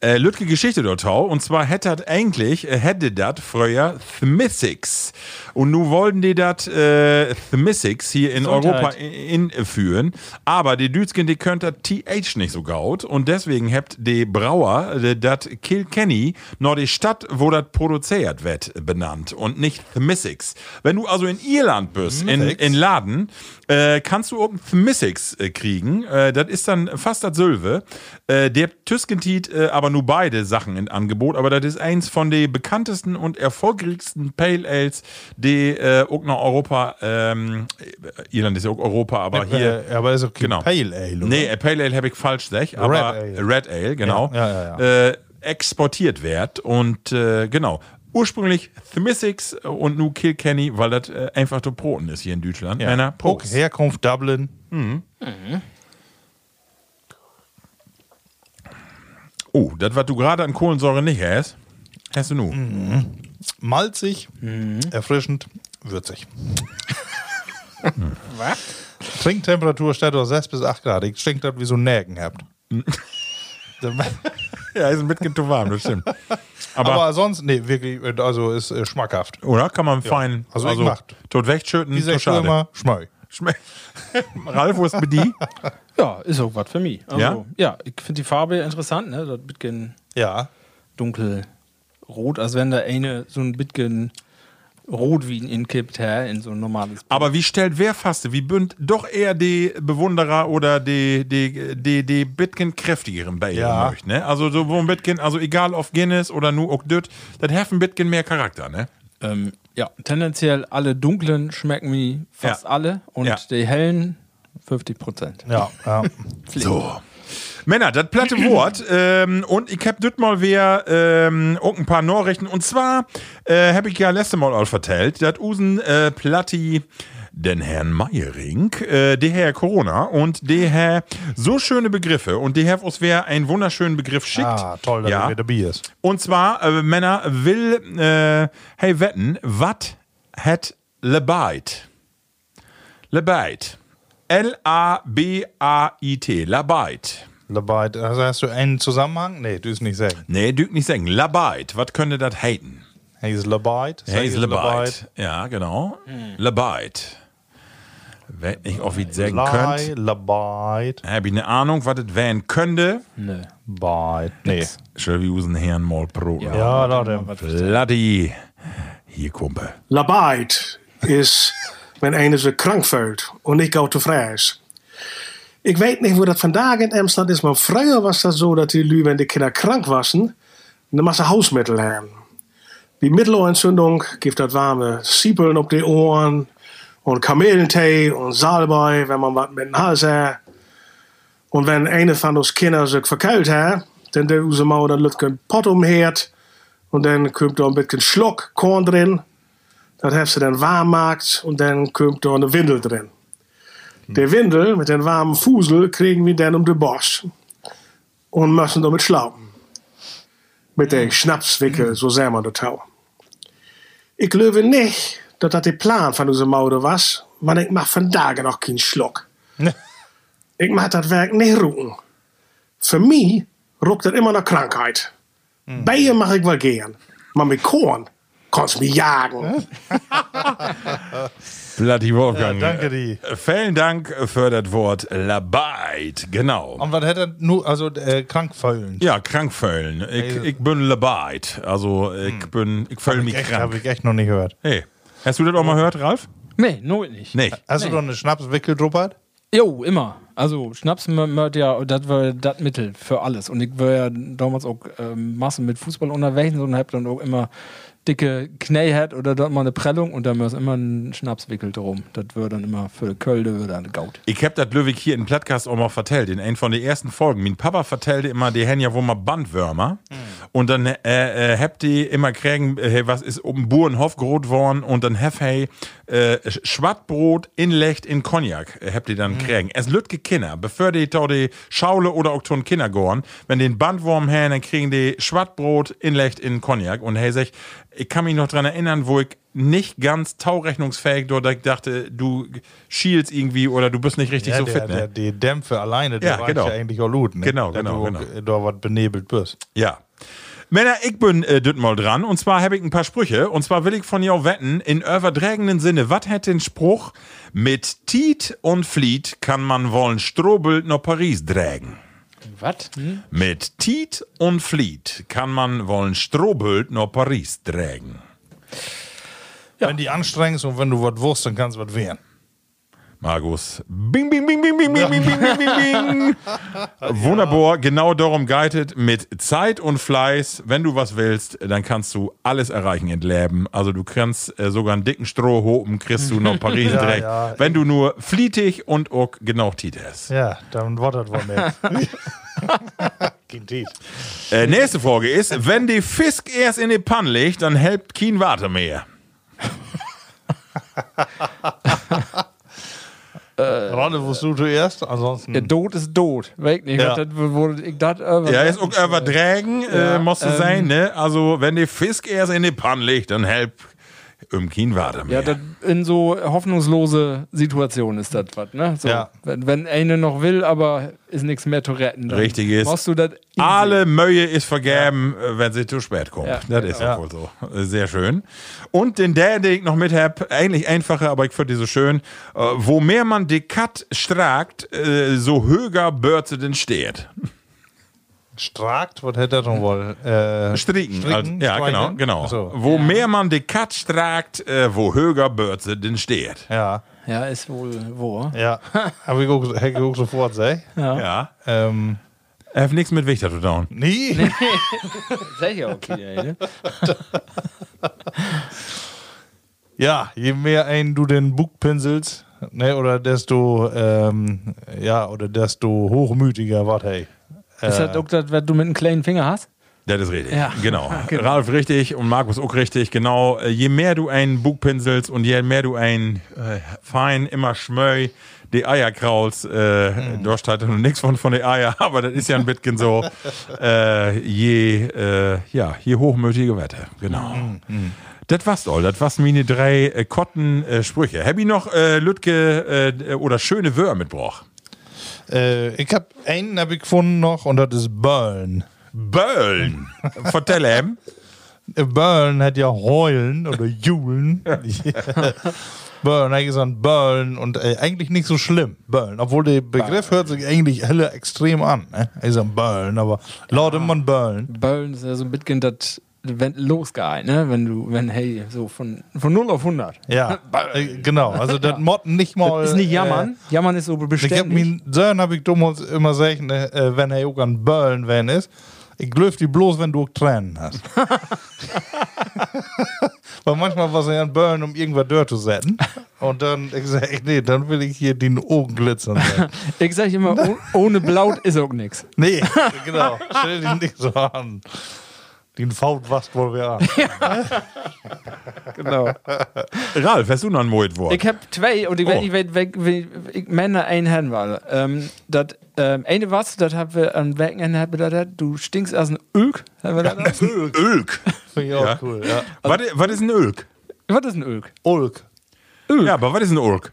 D: Äh, Lütke Geschichte dort hau. Und zwar hätte das eigentlich, äh, hätte das früher Thmissix. Und nun wollten die das äh, Thmissix hier in
C: Gesundheit.
D: Europa in, in, führen. Aber die Dütschen, die könnt das TH nicht so gaut. Und deswegen habt die Brauer äh, das Kilkenny nur die Stadt, wo das produziert wird, benannt. Und nicht Thmissix. Wenn du also in Irland bist, in,
B: Thmissix?
D: in Laden, äh, kannst du oben Thmissix äh, kriegen. Äh, das ist dann fast das Sylve. Äh, der Tüskentit äh, aber nur beide Sachen in Angebot, aber das ist eins von den bekanntesten und erfolgreichsten Pale Ales, die äh, auch nach Europa, ähm, Irland ist ja auch Europa, aber hier.
B: äh, aber ist auch kein
D: genau.
B: Pale Ale. oder?
D: Nee, äh, Pale Ale habe ich falsch gesagt, aber
B: Red
D: Red
B: Ale.
D: Ale, genau.
B: Ja, ja, ja,
D: Äh, exportiert wird und äh, genau. Ursprünglich Thmissix und nu Kilkenny, weil das äh, einfach der Broten ist hier in Deutschland.
B: ja.
D: Männer,
B: Guck,
D: Prost.
B: Herkunft Dublin.
D: Oh, das, was du gerade an Kohlensäure nicht hast, hast du nu.
B: Mm. malzig,
D: Mhm.
B: erfrischend, würzig. Was? Trinktemperatur statt auf 6 bis 8 Grad. Ich stinkt das wie so ein Nägen habt.
D: Mhm.
B: Dann-
D: Ja, ist ein bisschen zu warm, das stimmt. Aber, Mhm,
B: Aber sonst, nee, wirklich, also ist äh, schmackhaft.
D: oder? Kann man fein.
B: Also ich mach.
D: Tot wegschütten,
B: Die
D: tot
B: sechs Würmer, schmeu.
D: Schme- Ralf, wo ist mit die?
C: Ja, ist auch was für mich. Also,
D: Ja?
C: ja, ich finde die Farbe interessant, ne? Das bisschen
B: Ja.
C: dunkelrot, als wenn da eine so ein bisschen Rotwein inkippt, hä, in so ein normales Bier.
D: Aber wie stellt wer faste? Wie bünd doch eher die Bewunderer oder die, die, die, die Bitkin kräftigeren bei
B: Ja.
D: möchte, ne? Also so wo ein Bitkin, also egal ob Guinness oder nu auch Düt, das hat ein Bitkin mehr Charakter, ne?
C: Ähm, ja, tendenziell alle dunklen schmecken wie fast
D: Ja.
C: alle und
D: Ja.
C: die hellen 50 Prozent.
B: Ja, ja.
D: So. Männer, das platte Wort. Ähm, und ich hab dit mal wieder ähm, auch ein paar Nachrichten. Und zwar äh, hab ich ja letzte Mal auch vertellt, dat Usen äh, Platti den Herrn Meiering, äh, der Herr Corona und der Herr so schöne Begriffe und der Herr uns wer einen wunderschönen Begriff schickt.
B: Ah, toll, dass
D: ja.
B: du wieder Bier ist.
D: Und zwar, äh, Männer, will, äh, hey, wetten, wat hat Lebeit? Lebeit. L-A-B-A-I-T. Labeit.
B: Dabei, also hast du einen Zusammenhang? Nee, du ist nicht sagen.
D: Nee, dück nicht sagen. Labeit. Was könnte das heiten?
B: Hazelabite.
D: Hey, Lebeit. Ja, genau.
B: Hm.
D: Lebeit. Wenn ich auch wie sagen
B: Lai,
D: könnt,
B: Labite,
D: habe ich eine Ahnung, was das wären könnte.
C: Nö.
B: Bite. Nee.
D: Schön, wir usen Herrn mal Brot.
B: Ja, Leute.
D: Bloody. Hier, Kumpel.
H: Labait is wenn einer zo krank voelt en ik ook te vrijs. Ik weet niet hoe dat vandaag in Amsterdam is, maar vroeger was dat zo dat die lui, wenn de kinderen krank waren, dan moesten ze hausmiddel hebben. Die middelentzündung geeft dat warme siepeln op de oren, en kamelenthee en salbei, wenn man wat met een hals heeft. En wenn een van ons kinderen zich verkuilt heeft, dan doen ze maar dat lukt een pot omheert, en dan komt er een beetje slok korn erin. Dat heeft ze dan warm maakt en dan komt er een windel erin. De windel met een warme voezel kregen we dan op de bos. En moesten dan met slapen. Met de schnapswickel, zo zijn we dat houden. Ik geloof niet dat dat de plan van onze moeder was, want ik mag vandaag nog geen slok. ik mag dat werk niet roken. Voor mij rookt er immer naar krankheid. Bijen mag ik wel gaan, maar met korn kan ze me jagen.
D: Bloody Wolfgang.
B: Ja, danke, die.
D: Vielen Dank für das Wort Labait. Genau.
B: Und was hätte er nur, also äh, krankfallen?
D: Ja, krankföllen. Ich, ich bin Labait. Also, ich bin, ich föll mich
B: Echt, habe
D: krank.
B: ich echt noch nicht gehört.
D: Hey. Hast du das auch mal gehört, Ralf?
C: Nee, nooit nicht.
D: Nee.
B: Hast
C: Nee.
B: du doch eine Schnapswickel druppert?
C: Jo, immer. Also Schnaps mö- mört ja, das war das Mittel für alles. Und ich war ja damals auch ähm, Massen mit Fußball unterwegs und hab dann auch immer dicke Knähead oder dort mal eine Prellung und da mörst immer ein Schnapswickel drum. Das wär dann immer für Kölde, wär dann Gaut.
D: Ich hab das Löwig hier in Plattcast auch mal vertellt, in einem von den ersten Folgen. Mein Papa vertellte immer, die haben ja wohl mal Bandwürmer. Und dann äh, äh, habt die immer kriegen, äh, hey, was ist um Burenhof gerot worden und dann hef hey äh, Sch- Schwattbrot in Lecht in Cognac äh, habt die dann kriegen. Es lütke Kinder, bevor die tau die Schaule oder auch schon Kinder gorn, wenn den Bandwurm her, dann kriegen die Schwattbrot in Lecht in Cognac. Und hey, sag, ich kann mich noch dran erinnern, wo ich nicht ganz taurechnungsfähig dort ich dachte, du schielst irgendwie oder du bist nicht richtig so
B: der,
D: fit, ne?
B: der, die Dämpfe alleine, der
D: Ja, genau.
B: ja eigentlich auch Lut, ne?
D: Genau,
B: Dass
D: genau,
B: du,
D: genau.
B: äh, Da was benebelt bist.
D: Ja. Männer, ich bin äh, dit mal dran und zwar habe ich ein paar Sprüche und zwar will ich von jou wetten, in übertragenen Sinne, was hätte den Spruch, mit Tiet und Fliet kann man wollen Strohbild nach Paris drägen.
C: Was? Hm?
D: Mit Tiet und Fliet kann man wollen Strohbild nach Paris drägen.
B: Wenn die anstrengst und wenn du was wusst, dann kannst du was wehren.
D: Markus. Bing, bing, bing, bing, bing, bing, bing, bing, bing, bing, bing. Wunderbar, genau darum guidet mit Zeit und Fleiß. Wenn du was willst, dann kannst du alles erreichen in Leben. Also du kannst äh, sogar einen dicken Strohhopen, kriegst du noch Paris direkt.
B: ja.
D: Wenn du nur flietig und auch genau titest.
B: Ja, dann wartet wohl nicht. Kein Tiet.
D: Äh, nächste Frage ist, wenn die Fisk erst in die Panne liegt, dann hält kein Warte mehr.
B: Rolle, wo du zuerst? Ansonsten.
C: Der Tod ist tot. Mhm. Weg nicht.
B: Ja.
C: Das wurde ich das äh,
D: Ja, ist auch überdrägen, äh, muss
B: ähm,
D: es sein, ne? Also, wenn die Fisk erst in die Panne liegt, dann hält um kein Warte mehr.
C: Ja, das in so hoffnungslose Situationen ist das was, ne? So,
B: Ja.
C: wenn, wenn eine noch will, aber ist nichts mehr zu retten. dann
D: Richtig ist.
C: Machst du das
D: Alle Möhe ist vergeben, äh, wenn sie zu spät kommt.
C: Ja,
D: das ist auch wohl so. Äh, Sehr schön. Und den der, den ich noch mit habe, eigentlich einfacher, aber ich finde die so schön. Äh, wo mehr man die Cut stragt, äh, so höher Börze denn steht.
B: Strakt, was hätte er denn wohl? Äh,
D: Stricken. also,
B: Stricken,
D: ja, genau.
B: streichen?
D: genau.
B: Ach so.
D: Wo mehr man die Katz tragt, äh, wo höher Börze denn steht.
B: Ja,
C: Ja, ist wohl wo.
B: ja. Habe ich auch, hätte ich auch sofort, sei.
D: Ja.
B: Ähm,
D: Er hat nichts mit Wichter zu tun.
B: nee.
C: Sehr ja ne? okay, ey.
B: Ja, je mehr einen du den Bug pinselst, ne, oder desto, ähm, ja, oder desto hochmütiger war hey.
C: Ist das auch das, was du mit einem kleinen Finger hast?
D: Das ist richtig.
C: Ja.
D: Genau. Ralf richtig und Markus auch richtig. Genau. Äh, Je mehr du einen Bug pinselst und je mehr du einen äh, fein immer schmöi die Eier kraulst, äh,
C: Hm.
D: da steht noch nichts von, von den Eier, aber das ist ja ein bisschen so. Äh, je, äh, ja, je hochmütige Wette. Genau.
C: Hm,
D: Das war's all. Das war's meine drei äh, kotten äh, Sprüche. Hab ich noch äh, Lütke äh, oder schöne Wörter mitbracht?
B: Äh, ich hab einen hab ich gefunden noch und das ist Burn.
D: Böllen. Vertell ihm.
B: Äh, Burn hat ja heulen oder julen. Burn, eigentlich ist ein Burn und äh, eigentlich nicht so schlimm. Burn, obwohl der Begriff hört sich eigentlich helle extrem an. Ne? Er ist ein Burn, aber laut immer ein Burn.
C: Böllen ist ja so ein bisschen das wenn, losgeht, ne? Wenn du, wenn, hey, so von, von 0 auf 100.
B: Ja, äh, genau. Also das Motten nicht mal.
C: Das ist nicht
B: äh,
C: jammern. jammern ist so
B: Ich hab
C: beständig.
B: mir Sören hab ich damals immer gesagt, ne, äh, wenn er auch an Böllen wenn ist, ich löf die bloß, wenn du auch Tränen hast. Weil manchmal war er an Böllen, um irgendwas dort zu setzen. Und dann ich sag ich, nee, dann will ich hier den Augen glitzern. sehen.
C: Ich, sag immer, oh, ohne Blaut ist auch nix.
B: nee, genau. Stell dich nicht so an. Den Faut wasst wohl wer an.
C: Genau.
D: Ralf, hast du noch ein Moitwort?
C: Ich hab zwei und ich
D: Oh.
C: weiß nicht, wel- wel- wel- ich meine einen Herrn war. Ähm, das ähm, eine was, das haben wir am Wochenende haben wir das, du stinkst aus dem Ölk. Haben wir das?
D: Ölk.
B: Finde ich auch
D: Ja.
B: cool, ja.
D: Was, was ist ein Ölk?
C: Was ist ein Ölk?
B: Ulk.
D: Ja, aber was ist ein Ulk?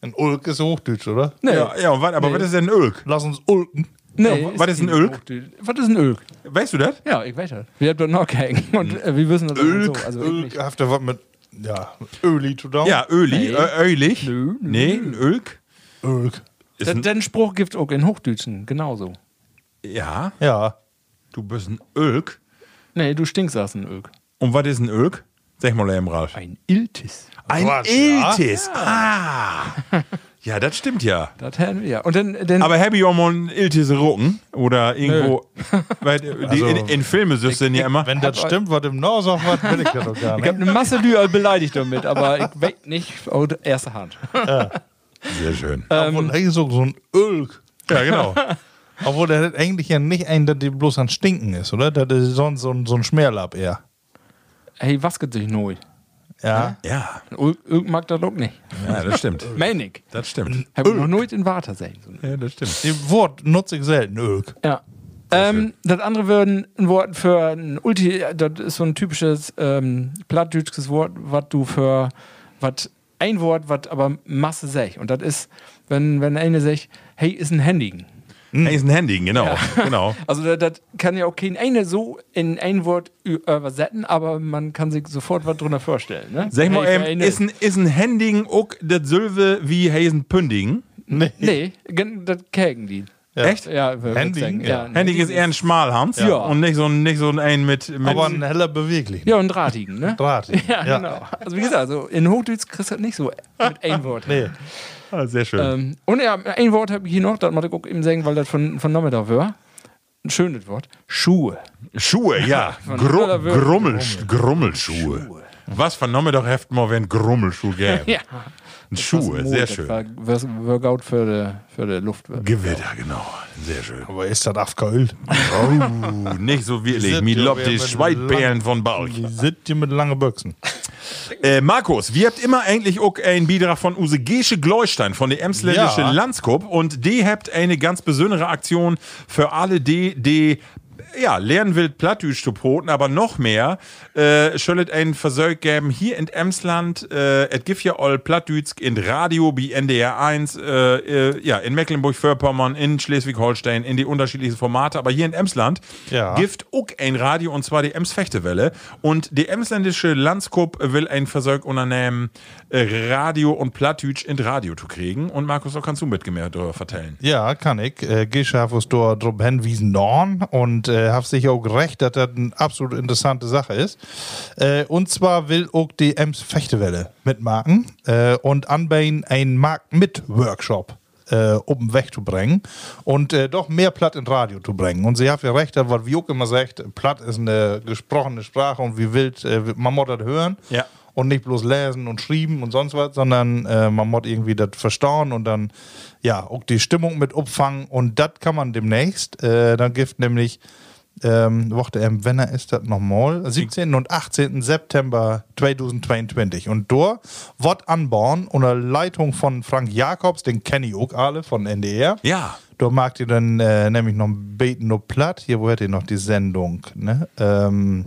B: Ein Ulk ist Hochdeutsch, oder?
C: Nee.
D: Ja, ja und wat, aber
C: Nee.
D: was ist denn ein Ulk?
B: Lass uns ulken.
C: nee
D: wa- was ist ein
C: nicht
D: Ölk?
C: Hochdeutsch. Was ist ein Ölk?
D: Weißt du das?
C: Ja, ich weiß das. Wir haben dort noch keinen
D: Mhm.
C: und äh, wir wissen das auch
D: Ölk,
C: so. Also
B: Ulk,
C: Ölk.
B: habt ihr was mit, ja, Öli zu tun?
D: Ja, Öli,
C: Nee.
D: äh, Ölig.
C: Nö, nö.
D: Oh. Nee, ein Ölk.
B: Ulk.
D: Ist
C: Den,
D: ein,
C: den Spruch gibt auch in Hochdeutschen genauso.
D: ja,
B: Ja.
D: du bist ein Ölk.
C: Nee, du stinkst aus dem Ölk.
D: Und was ist ein Ölk? Sag mal eben, Ralf.
C: Ein Iltis.
D: Ein
B: Quatsch, ja.
D: Iltis. Ah. Ja, das stimmt ja.
C: Das haben wir. ja. Und dann, dann
D: Aber Happy auch mal ein Iltis rucken oder irgendwo. Weil die, in, in Filmen sind ja immer.
B: Wenn das stimmt, was im Norden sagt, was will ich das doch gar
C: ich habe
B: nicht.
C: eine Masse Lüer beleidigt damit, aber ich weiß nicht aus erster Hand.
D: Sehr schön.
C: ähm,
B: Obwohl, hey, so, so ein Ölk.
D: Ja, genau.
B: Obwohl, der hat eigentlich ja nicht einen, der dir bloß an Stinken ist, oder? Das ist sonst so ein, so ein Schmerlapp eher.
C: Hey, was geht sich neu?
B: Ja.
D: Ja,
C: Irgend mag das auch nicht.
D: ja das stimmt.
C: Mänig.
D: Das stimmt.
C: Hab ich noch nicht in Water sehen. So.
D: Ja, das stimmt.
B: Die Wort nutze ich selten, Ölk.
C: Ja. Ähm, das andere würden ein Wort für ein Ulti, das ist so ein typisches ähm, plattdütsches Wort, was du für was ein Wort, was aber Masse sech. Und das ist, wenn, wenn eine sech, hey, ist ein Händigen.
D: Er ist ein Handy, genau. genau.
C: Also das, das kann ja auch kein eine so in ein Wort ü- übersetzen, aber man kann sich sofort was drunter vorstellen. Ne?
D: Sag mal,
C: Hey, für
D: ähm,
C: eine-
D: ist, ein, ist ein Handing auch das Silve wie Hazen Pündigen?
B: Nee.
C: Nee, gen- das kägen die.
D: Echt?
C: Ja,
B: Händigen, ja.
D: Handing ist eher ein Schmalhans
C: Ja.
D: und nicht so, ein- nicht so ein mit. mit
B: Aber ein heller beweglich.
C: Ja, und Drahtigen, ne?
B: Draht.
C: Ja, genau. Also wie gesagt, also in Hochdeutsch kriegst du das nicht so mit einem Wort.
B: Nee.
D: Ah, sehr schön.
C: Ähm, und ja, ein Wort habe ich hier noch, das muss ich auch eben sagen, weil das von, von Nachmittag war. Ein schönes Wort. Schuhe.
D: Schuhe, ja. Gru
C: Oder Würfel.
D: Grummel, Grummelschuhe. Was vernommen doch heft mal, wenn Grummelschuhe gäbe. Ein Schuhe, sehr
C: Das
D: schön.
C: Also war was- Workout für die, für die Luft.
D: Gewitter, genau. Sehr schön.
B: Aber ist das abgeölt? Ah,
D: Oh, nicht so wirklich.
B: sind
D: Mir
B: ja
D: lobt
B: wer
D: die
B: mit
D: Schweitperlen
B: lang-
D: von Balk.
B: Die sitzt hier mit langen Büchsen.
D: Äh, Markus, wir habt immer eigentlich auch einen Beitrag von Usegesche Gleustein von der Emsländische
B: Ja.
D: Landskop und die habt eine ganz besondere Aktion für alle, die, die ja, lernen will, Plattdütsch zu proten, aber noch mehr, äh, sollt ein Versuch geben, hier in Emsland, äh, et gif ja all Plattdütsch in Radio, wie NDR 1, äh, äh, ja, in Mecklenburg-Vorpommern, in Schleswig-Holstein, in die unterschiedlichen Formate, aber hier in Emsland,
B: Ja.
D: gift auch ein Radio, und zwar die Ems-Fechtewelle. Und die emsländische Landskop will ein Versuch unternehmen, äh, Radio und Plattdütsch in Radio zu kriegen. Und Markus, da kannst du mit mehr darüber vertellen.
B: Ja, kann ich. Äh, ich habe es dort drum hinwiesen Dorn und äh, habe sicher auch recht, dass das eine absolut interessante Sache ist. Äh, und zwar will auch die Ems Fechtewelle mitmachen äh, und anbieten ein Markt mit Workshop. Äh, um weg zu bringen und äh, doch mehr Platt in Radio zu bringen. Und sie hat ja recht, was Juk immer sagt: Platt ist eine gesprochene Sprache und wie wild, äh, man muss das hören
D: Ja.
B: und nicht bloß lesen und schreiben und sonst was, sondern äh, man muss irgendwie das verstauen und dann ja auch die Stimmung mit upfangen und das kann man demnächst. Äh, dann gibt nämlich ähm, Woche M, wenn er ist das nochmal, 17. und 18. September 2022 und dort wird anbauen unter Leitung von Frank Jakobs, den kenne ich auch alle von NDR.
D: Ja.
B: Da mag ihr dann äh, nämlich noch ein Beten nur platt. Hier, wo hätte ihr noch die Sendung? Ne? Ähm,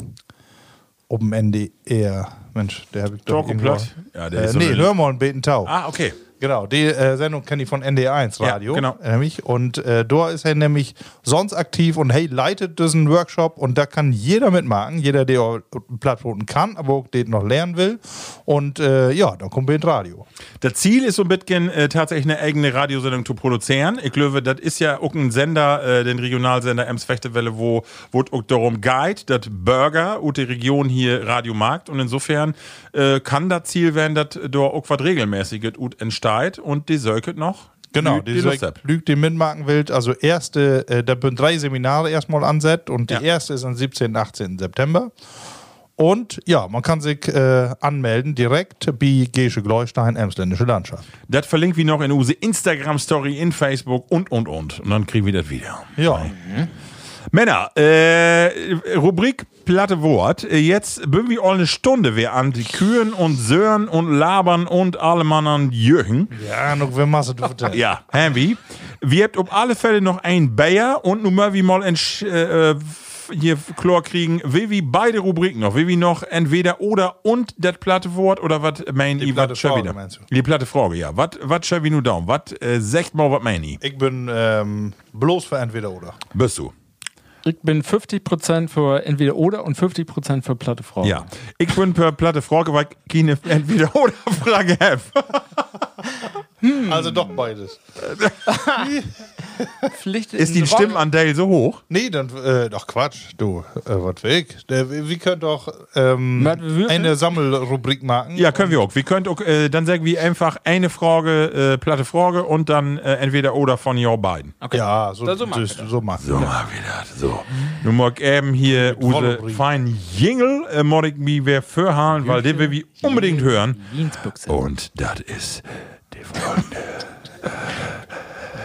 B: oben NDR. Mensch, der habe ich doch
D: Talk und
B: irgendwo-
D: Platt? Ja, der
B: äh,
D: ist so
B: nee,
D: eine-
B: hör mal und beten Tau.
D: Ah, okay.
B: Genau, die äh, Sendung kenne ich von NDR1
D: Ja,
B: Radio.
D: genau.
B: Nämlich. Und äh, da ist er nämlich sonst aktiv und hey, leitet diesen Workshop und da kann jeder mitmachen. Jeder, der auch Plattboten kann, aber auch den noch lernen will. Und äh, ja, dann kommt ins Radio.
D: Das Ziel ist so ein bisschen äh, tatsächlich eine eigene Radiosendung zu produzieren. Ich glaube, das ist ja auch ein Sender, äh, den Regionalsender Ems Fechtewelle, wo wo es auch darum geht, dass Burger und die Region hier Radio Markt. Und insofern äh, kann das Ziel werden, dass da auch was Regelmäßiges gut entsteht und die Söket noch.
B: Genau,
D: die, die
B: diese
D: Lust hat.
B: Lüg, die mitmachen will. Also erste, äh, da bin drei Seminare erstmal ansetzt und die
D: Ja.
B: erste ist am 17. und 18. September. Und ja, man kann sich äh, anmelden direkt bei Gesche Gleustein, Emsländische Landschaft.
D: Das verlinken wir noch in unsere Instagram-Story, in Facebook und, und, und. Und dann kriegen wir das wieder.
B: Ja,
D: Männer, äh, Rubrik Platte Wort. Jetzt bin wir all eine Stunde wir an die Kühen und Sören und Labern und alle Mann an Jürgen.
B: ja, noch wir machen das.
D: Ja, Hamby. Wir habt auf alle Fälle noch ein Bayer und nun mal wie mal entsch- äh, äh, hier Chlor kriegen. Will wir beide Rubriken noch? Will wir noch entweder oder und das platte Wort oder was mein
B: Die
D: ich,
B: platte
D: wat schon
B: Frage,
D: wieder?
B: meinst du?
D: Die platte Frage, ja. Was was schon wir nun down? Was äh, sagt mal, was mein ich?
B: Ich bin ähm, bloß für entweder oder.
D: Bist du?
C: Ich bin 50% für entweder oder und 50% für platte Frau.
D: Ja, ich bin per platte Frage, weil ich keine entweder oder Frage habe.
B: Also doch beides.
C: Pflicht
D: Ist die Stimmenanteil so hoch?
B: Nee, dann, äh, doch Quatsch, du, äh, was weg. Der, wir können doch ähm,
C: Was, wir würfeln?
B: eine Sammelrubrik machen.
D: Ja, können wir auch. Wir könnt auch, äh, dann sagen wir einfach eine Frage, äh, platte Frage und dann äh, entweder oder von your beiden.
B: Ja, so,
C: Da
B: so
C: so machen
B: machen
C: wir
B: das, so machen.
D: So, mal wieder, so. Nun mag eben hier unsere
B: Rollenbrief.
D: feinen Jingle, äh, mag ich mir wer verhalen, weil den will wir unbedingt hören.
C: Jeansbüchse.
D: Und das ist die folgende.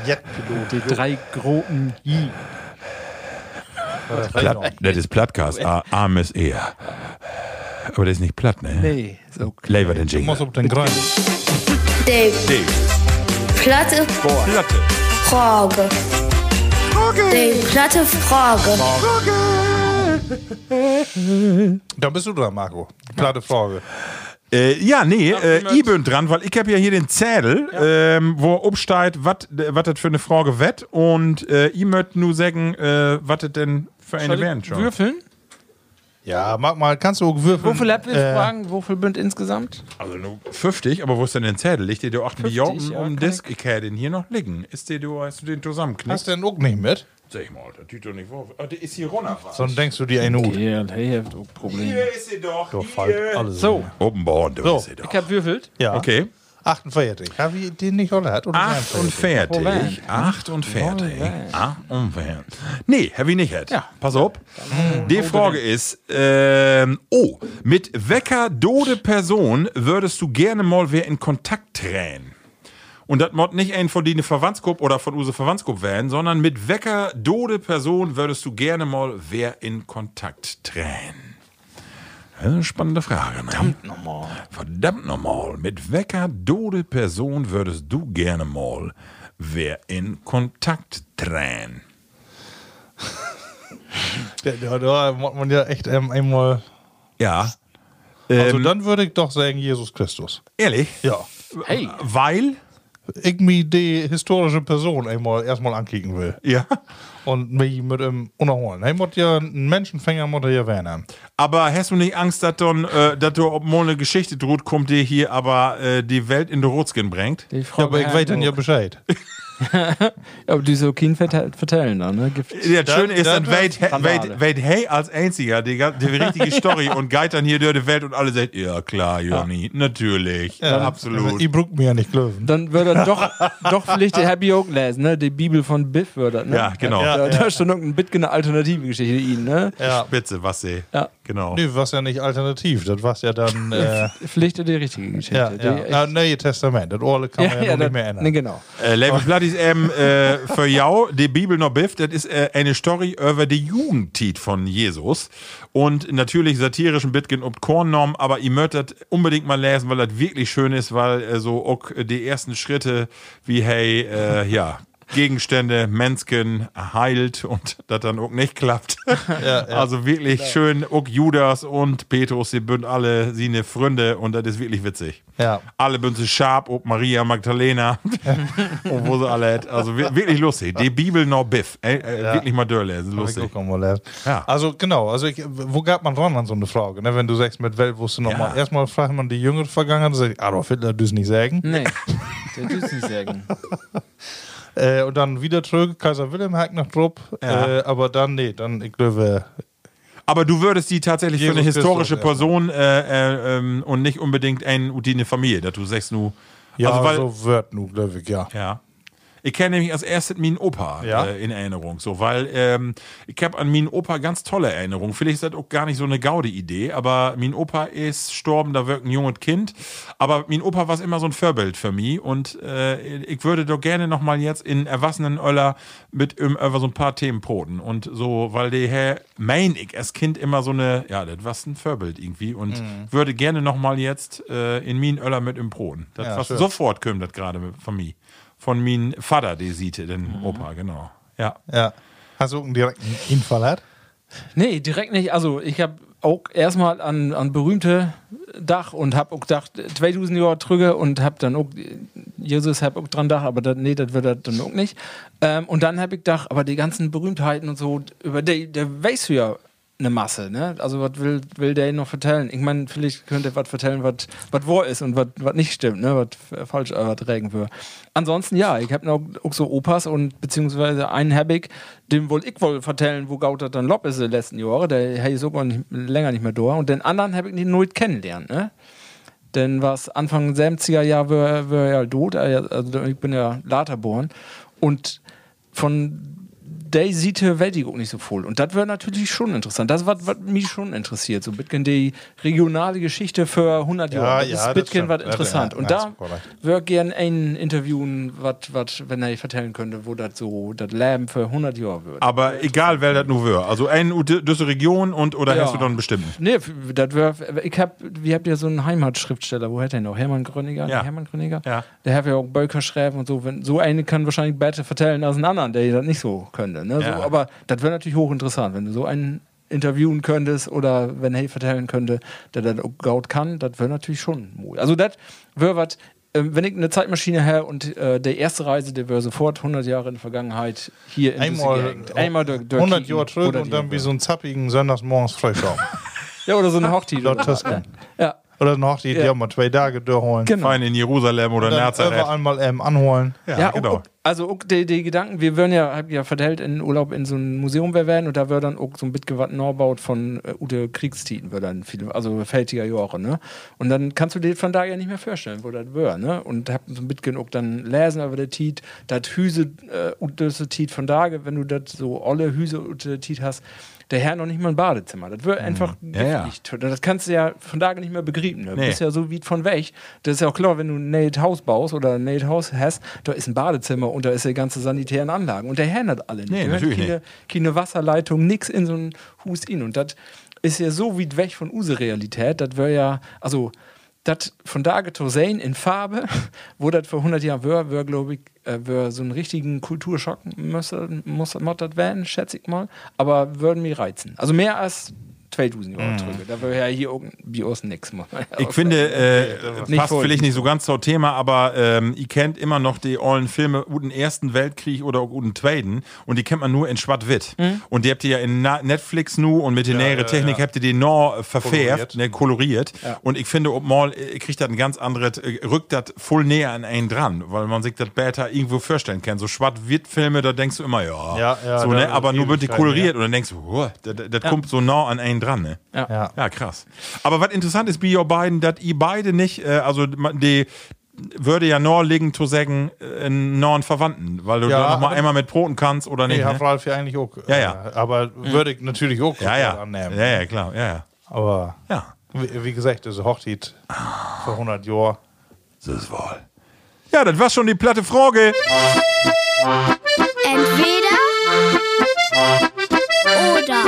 B: Jetpilot.
C: Die drei großen I.
D: Platt, das ist Plattcast, a- armes Eher. Aber das ist nicht platt, ne? Nee.
C: Nee, so
D: Lever den
B: Du
D: Jingle.
B: musst auf den Greif.
I: Die
D: Dave.
I: platte
D: Platte.
I: Frage. Die platte Frage.
B: Da bist du dran, Marco. Platte Frage.
D: Äh, ja, nee, äh, ich bin dran, weil ich habe ja hier den Zettel, ähm, wo obsteigt, was das für eine Frage wett und äh, ich möchte nur sagen, äh, was das denn für eine wären schon.
C: Würfeln?
B: Ja, mach mal, kannst du auch würfeln.
C: Wofür habt ihr
B: Äh,
C: Fragen? Wofür bünd insgesamt?
D: Also nur 50, aber wo ist denn den Zettel? Liegt dir da acht
C: 50,
D: Millionen
C: ja,
D: um den
C: kann
D: Disk? Ich kann den hier noch liegen. Ist dir, du, hast du den
B: Hast
D: zusammenknickt?
B: du denn auch nicht mit?
D: Sag ich mal, der tut doch nicht vor. Ah, der ist hier runter. was?
B: Sonst denkst du dir eine Uhr.
C: Ja, hey, ihr habt auch Probleme.
D: Hier ist sie doch.
B: So, fall,
D: hier.
B: alles
C: So,
D: Oben Born, du
B: So.
D: ist sie doch.
C: ich hab würfelt.
B: Ja.
D: Okay.
B: 48. Hab ich den nicht oder hat? Oder
D: 48. 48. Ah, und wer? Nee, habe ich nicht. Hat. Ja. Pass auf.
B: Mhm.
D: Die Frage ist, ähm, oh, mit wecker dode Person würdest du gerne mal wer in Kontakt tränen? Und das mod nicht ein von denen Verwandtsgruppe oder von Use Verwandtsgruppe werden, sondern mit wecker dode Person würdest du gerne mal wer in Kontakt tränen? Das ist eine spannende Frage. Ne? Verdammt nochmal. Verdammt nochmal. Mit wecker dode Person würdest du gerne mal wer in Kontakt tränen?
B: Ja, da, da macht man ja echt ähm, einmal.
D: Ja.
B: Also
D: Ähm,
B: dann würde ich doch sagen, Jesus Christus.
D: Ehrlich?
B: Ja.
C: Hey,
D: Weil?
B: Ich mir die historische Person einmal erstmal ankicken will.
D: Ja.
B: Und mich mit ihm unterholen. Er muss ja einen Menschenfänger, muss er ja werden.
D: Aber hast du nicht Angst, dass dann, äh, dass du ob mal eine Geschichte droht, kommt die hier aber äh, die Welt in den Rotskin bringt?
C: die Frau
B: Ja, aber ich weiß dann ja Bescheid.
C: Aber die so keinen vertel- vertellen dann, ne? Gibt
D: Ja, das Schöne ist,
B: dann
D: dann wait,
C: wird's Skandale.
D: wait, wait, hey, als einziger, die, ga- die richtige Story und geht dann hier durch die Welt und alle sagt, ja klar, Joni, natürlich, absolut.
B: Ich brauche mir ja nicht löwen.
C: dann würde er doch, doch vielleicht die Happy Oak lesen, ne? Die Bibel von Biff würde er, ne?
D: Ja, genau.
C: Da,
B: Ja,
C: da
B: ja.
C: stand irgendein Bit eine alternative Geschichte ihn, ne?
B: Ja.
D: Spitze, was sie.
C: Ja.
D: Genau.
B: Nee, war's ja nicht alternativ. Das war's ja dann. Äh,
C: Pflichte die richtige Geschichte.
B: ja,
C: die
B: ja.
C: echt-
B: Na, Neue Testament. Das Orle kann man ja, noch
C: das-
B: nicht mehr ändern.
C: Nee, genau.
D: Äh, Level Blatt ist eben äh, für jou, die Bibel noch Biff, das ist äh, eine Story über die Jugendtit von Jesus. Und natürlich satirischen Bitgen ob Kornnorm, aber ihr mögt das unbedingt mal lesen, weil das wirklich schön ist, weil äh, so auch die ersten Schritte wie, hey, äh, ja. Gegenstände, Mensken heilt und das dann auch nicht klappt. Also wirklich schön, auch Judas und Petrus, die bünd alle sie eine Freunde und das ist wirklich witzig.
B: Ja.
D: Alle bünd sie scharf, ob Maria Magdalena und wo sie alle hat. Also wir- wirklich lustig. Die Bibel no Biff. Äh, äh, Wirklich mal durchlesen,
B: Hab ich
D: lustig.
B: auch noch mal lesen.
D: Ja.
B: Also genau, also ich, wo gab man dran an so eine Frage? Ne? Wenn du sagst, mit Welt wusste noch
D: Ja.
B: mal. Erstmal fragt man die jüngere Vergangenheit, sagt Adolf Hitler, du nicht sagen.
C: Nee, der düst nicht sagen.
B: Äh, und dann wieder zurück, Kaiser Wilhelm hack nach Drupp.
D: Ja.
B: Äh, aber dann, nee, dann, ich glaube,
D: Aber du würdest die tatsächlich für eine
B: Jesus
D: historische
B: Christus,
D: Person äh, äh, ähm, und nicht unbedingt ein und die eine Familie, dass du sagst, nu.
B: ja,
D: also, weil,
B: so wird nun, glaube ich, ja.
D: Ja. Ich kenne nämlich als erstes meinen Opa
B: Ja.
D: äh, in Erinnerung, so, weil ähm, ich habe an meinen Opa ganz tolle Erinnerungen. Vielleicht ist das auch gar nicht so eine gaude Idee, aber mein Opa ist gestorben, da wirkt ein junges Kind. Aber mein Opa war immer so ein Vorbild für mich und äh, ich würde doch gerne nochmal jetzt in erwachsenen Öller mit im- über so ein paar Themen proten und so, weil der Herr mein ich als Kind immer so eine, ja, das war ein Vorbild irgendwie und würde gerne nochmal jetzt äh, in meinen Öller mit im Proten. Das
B: Ja,
D: was
B: schön.
D: sofort kommt das gerade mit- von mir von min Vater, die siehte, den Opa, genau. Ja.
B: ja. Hast du einen direkten Infall hat?
C: Nee, direkt nicht. Also, ich habe auch erstmal an, an berühmte Dach und habe auch gedacht, 2000 Jahre drüber und habe dann auch, Jesus habe auch dran gedacht, aber dat, nee, das wird er dann auch nicht. Ähm, und dann habe ich gedacht, aber die ganzen Berühmtheiten und so, über die, der weißt du ja eine Masse, ne? Also, was will, will der noch vertellen? Ich meine, vielleicht könnte er was vertellen, was wahr ist und was nicht stimmt, ne? Was falsch, was regen wird. Ansonsten, ja, ich habe noch auch so Opas und beziehungsweise einen habe ich, dem wohl ich wohl vertellen, wo Gauter dann Lob ist die letzten Jahre, der habe ich sogar nicht, länger nicht mehr da. Und den anderen habe ich nicht neu kennengelernt, ne? Denn was Anfang 70er Jahr war, war ja tot, also ich bin ja later geboren. Und von der Seite werde ich auch nicht so voll. Und das wäre natürlich schon interessant. Das, was, was mich schon interessiert, so Bitcoin, die regionale Geschichte für 100
B: Ja,
C: Jahre. Das
B: ja,
C: ist
B: das
C: Bitcoin
B: stimmt.
C: was
B: Ja,
C: interessant.
B: ja,
C: Und
B: ja,
C: da
B: ist korrekt.
C: würde gerne einen interviewen, was, was, wenn er vertellen könnte, wo das so, das Leben für 100 Jahre wird.
D: Aber egal, wer das nur wäre. Also ein diese Region und oder
C: Ja.
D: hast du dann bestimmt.
C: Nee, f- das wär, ich hab, wir habt ja so einen Heimatschriftsteller, wo hat er noch? Hermann Gröninger?
D: Ja.
C: Nee, Hermann Gröninger?
D: Ja.
C: Der hat ja auch Böker schreiben und so. Wenn, so eine kann wahrscheinlich besser vertellen als einen anderen, der das nicht so könnte. Ne?
D: Ja.
C: So, aber das wäre natürlich hochinteressant, wenn du so einen interviewen könntest oder wenn hey vertellen könnte, der das auch gaut kann, das wäre natürlich schon mut. Also das wäre was, ähm, wenn ich eine Zeitmaschine her und äh, der erste Reise, der wäre sofort 100 Jahre in der Vergangenheit hier in diese
B: Einmal,
C: Gegend. Einmal durch- durch
B: 100
C: Kieken
B: Jahre zurück
C: oder
B: und
C: die-
B: dann wie so ein zappigen Sonntagsmorgens Freischaum.
C: Ja, oder so eine Hochzeit.
B: Laut
C: oder so.
B: Tusken.
C: Ja.
B: Oder noch die, die
C: Ja.
B: haben wir zwei Tage durchholen.
C: Genau.
D: Fein in Jerusalem oder
B: Dann
D: Nazareth.
B: überall mal ähm, anholen.
D: Ja, genau.
C: auch- auch- also auch die, die Gedanken, wir würden ja, hab ja verteilt in Urlaub in so ein Museum wir werden und da wird dann auch so ein Bitgewatt Norbaut von äh, Ute Kriegstiten, wird dann viele, also fältiger Jahre, ne? Und dann kannst du dir von da ja nicht mehr vorstellen, wo das wäre, ne? Und hab so ein Bitgen auch dann lesen über der Tiet, das Hüse äh, Ute Tiet von da, wenn du das so olle Hüse Ute Tiet hast, der Herr noch nicht mal ein Badezimmer. Das wird einfach
D: Mhm. ja.
C: giftig. Das kannst du ja von da nicht mehr begrieben. Ne? Du
D: Nee.
C: bist ja so wie von weg. Das ist ja auch klar, wenn du ein neues Haus baust oder ein neues Haus hast, da ist ein Badezimmer und da ist die ganze sanitären Anlagen. Und der Herr hat alle nicht.
D: Nee,
C: Die hören
D: natürlich
C: keine, keine Wasserleitung, nix in so ein Hus in. Und das ist ja so weit weg von unsere Realität. Das wäre ja, also, das von Dage to sehen in Farbe, wo das vor 100 Jahren wär, wär glaube ich, äh, wär so einen richtigen Kulturschock müsste, muss, muss das werden, schätze ich mal. Aber würden mich reizen. Also mehr als 2000 Euro drüber. Da wäre ja hier auch wie aus nix. muss man ja
D: Ich
C: auch
D: finde, äh,
C: Nicht
D: passt
C: voll.
D: vielleicht nicht so ganz zum Thema, aber ähm, ihr kennt immer noch die alten Filme guten Ersten Weltkrieg oder guten Tweeden und die kennt man nur in Schwatt-Witt.
B: Mhm.
D: Und die habt ihr ja in Na Netflix nu und mit der näheren Technik habt ihr die noch äh, verfärbt,
B: Koloriert.
D: ne, koloriert. Und ich finde, ob mal äh, kriegt das ein ganz anderes, äh, rückt das voll näher an einen dran, weil man sich das besser irgendwo vorstellen kann. So Schwatt-Witt-Filme, da denkst du immer, ja,
B: Ja, ja,
D: so,
B: da
D: ne,
B: ist
D: aber nur wird die
B: Ewigkeiten,
D: koloriert und dann denkst du, oh, das, das kommt so nah an einen dran, ne?
C: Ja.
B: Ja.
D: Ja, krass. Aber was interessant ist bei ihr beiden, dass ihr beide nicht, äh, also ma- die würde ja nur liegen zu sagen, äh, nur einen Verwandten, weil du
B: Ja,
D: da nochmal
B: aber-
D: einmal mit Broten kannst oder nicht.
B: Nee,
D: ne?
B: hat Ralf ja eigentlich auch.
D: Ja,
B: äh,
D: ja. Mhm.
B: Aber würde ich natürlich auch
D: Ja, ja.
B: annehmen.
D: Ja, ja, klar. Ja, ja.
B: Aber
D: ja.
B: wie, wie gesagt, diese Hochzeit vor 100 Jahren.
D: Das ist wohl. Ja, das war schon die platte Frage.
F: Entweder oder.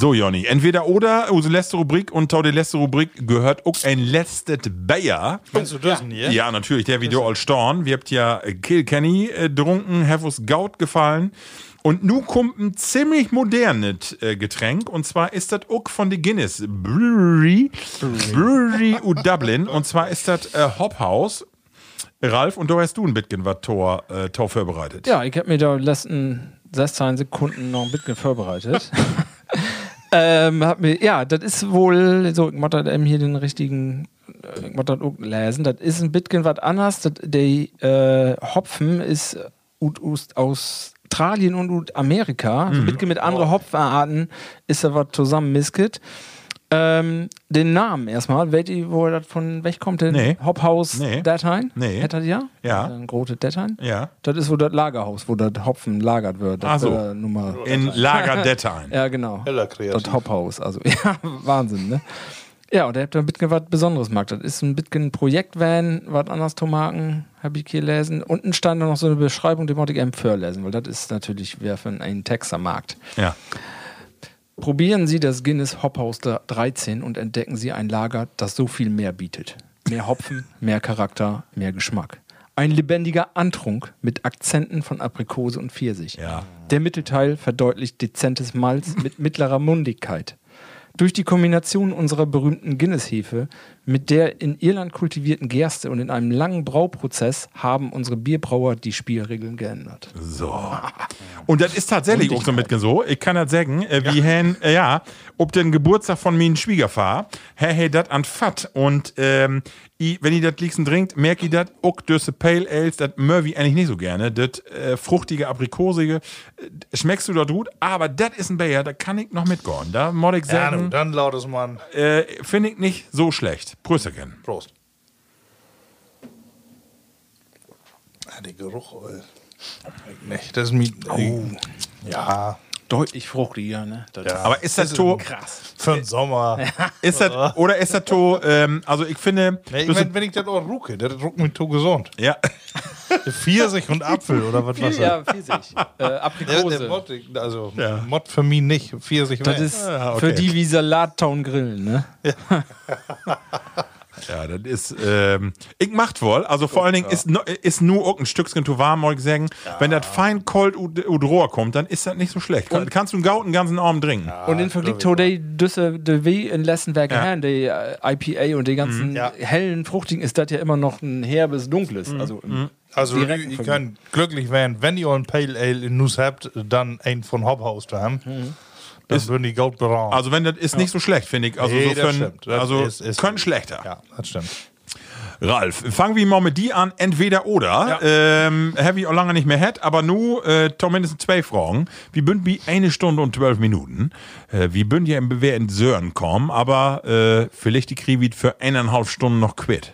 D: So, Jonny, entweder oder, unsere letzte Rubrik und tau die letzte Rubrik gehört auch ein letztes Bayer.
B: Kannst du das nie?
D: Ja, natürlich, der Video all Storn. Wir habt ja äh, Kilkenny äh, getrunken, Hefus Gaut gefallen. Und nu kommt ein ziemlich modernes äh, Getränk. Und zwar ist das auch von der Guinness Brewery. Brewery u Dublin. Und zwar ist das äh, Hop House. Ralf, und da hast du ein bisschen was Tor, äh, Tor vorbereitet.
C: Ja, ich habe mir da die letzten 16 Sekunden noch ein bisschen vorbereitet. ähm, hab mir, ja, das ist wohl, so, ich muss das eben hier den richtigen, äh, ich muss das auch lesen, das ist ein bisschen was anders. Das, der äh, Hopfen ist ut, aus Australien und ut Amerika. So ein
D: Mhm.
C: bisschen mit anderen Hopfenarten ist da was zusammen misket. Ähm, den Namen erstmal, Weet ihr, wo das von weg kommt, den
D: Nee. Nee.
C: Hophaus-Dateien?
D: Nee.
C: Hättet ihr?
D: Ja.
C: Ein große Dateien?
D: Ja.
C: Das ist wo das Lagerhaus, wo das Hopfen lagert wird. Das
D: Ach so.
C: wäre Nummer.
D: In Lager Dettein.
C: Ja, genau.
B: Heller kreativ.
C: Das Hophaus. Also, ja, Wahnsinn, ne? Ja, und da habt ihr ein bisschen was Besonderes gemacht. Das ist ein bisschen ein Projektvan, was anders Tomaten, hab ich hier lesen. Unten stand noch so eine Beschreibung, die wollte ich eben vorlesen, weil das ist natürlich wer für einen Texer Markt.
D: Ja.
C: Probieren Sie das Guinness Hophaus 13 und entdecken Sie ein Lager, das so viel mehr bietet. Mehr Hopfen, mehr Charakter, mehr Geschmack. Ein lebendiger Antrunk mit Akzenten von Aprikose und Pfirsich.
D: Ja.
C: Der Mittelteil verdeutlicht dezentes Malz mit mittlerer Mundigkeit. Durch die Kombination unserer berühmten Guinness-Hefe mit der in Irland kultivierten Gerste und in einem langen Brauprozess haben unsere Bierbrauer die Spielregeln geändert.
D: So. Und das ist tatsächlich auch so mit so. Ich kann das sagen, äh, wie hen, äh, ja, ob den Geburtstag von meinem Schwiegervater, hey, hey, dat an Fat. Und ähm, i, wenn ihr das liegsten trinkt, merkt ihr dat, auch döse Pale Ales, dat Murphy eigentlich nicht so gerne. Das äh, fruchtige, aprikosige, äh, schmeckst du dort gut, aber das ist ein Bayer, da kann ich noch mitgehen. Da mod ich
B: Ja, nun,
D: sagen,
B: dann lautes Mann.
D: äh, finde ich nicht so schlecht. Prösterchen.
B: Prost. Ah, der Geruch. Ey. Nee, das ist mir.
C: Oh.
B: Ja,
C: Deutlich fruchtiger, ne? Das
B: ja.
D: Aber ist das Tor,
B: Für
C: Äh,
B: den Sommer.
D: ist das, oder ist das Tor, ähm, also ich finde,
B: Nee, ich
D: das-
B: mein, wenn ich das auch rucke, das ruckt mir zu gesund. Äh,
D: ja.
B: Pfirsich und Apfel oder was weiß ich.
C: Ja, Pfirsich. äh,
B: Ja, der
C: Aprikose.
B: Mod, ich- also
D: Ja.
B: Mod für mich nicht, Pfirsich
C: Das
B: mehr.
C: ist
D: Ah, okay.
C: für die wie Salattown grillen, ne?
D: Ja, das ist, ähm, ich macht wohl. Also vor allen Dingen ist, no, ist nur auch ein Stückchen zu warm, muss ich sagen. Wenn das fein kalt und und roh kommt, dann ist das nicht so schlecht. Kann, kannst du einen Gauten ganzen Arm trinken.
C: und in Vergleich zu der Düsse de W in Lessenberg
D: Ja.
C: Herren, die äh, IPA und die ganzen
B: Ja.
C: hellen, fruchtigen, ist das ja immer noch ein herbes, dunkles. Also im
B: also ihr
C: direkten
B: ihr
C: Vergleich.
B: könnt glücklich werden, wenn ihr einen Pale Ale in Nuss habt, dann einen von Hophaus zu haben.
C: Mhm.
B: Das würden die Gold beraten.
D: Also wenn das ist nicht so schlecht, finde ich. Also
B: Nee,
D: so
B: das
D: können,
B: stimmt. Das
D: also
B: ist- ist-
D: können schlechter.
B: ja, das stimmt.
D: Ralf, fangen wir mal mit die an, entweder oder. Ähm, Heavy auch lange nicht mehr hat, aber nur äh, zumindest zwei Fragen. Wie bünd wie eine Stunde und zwölf Minuten. Äh, wie bünd ja im Bewehr in Sören kommen, aber äh, vielleicht die Kriwit für eineinhalb Stunden noch quitt.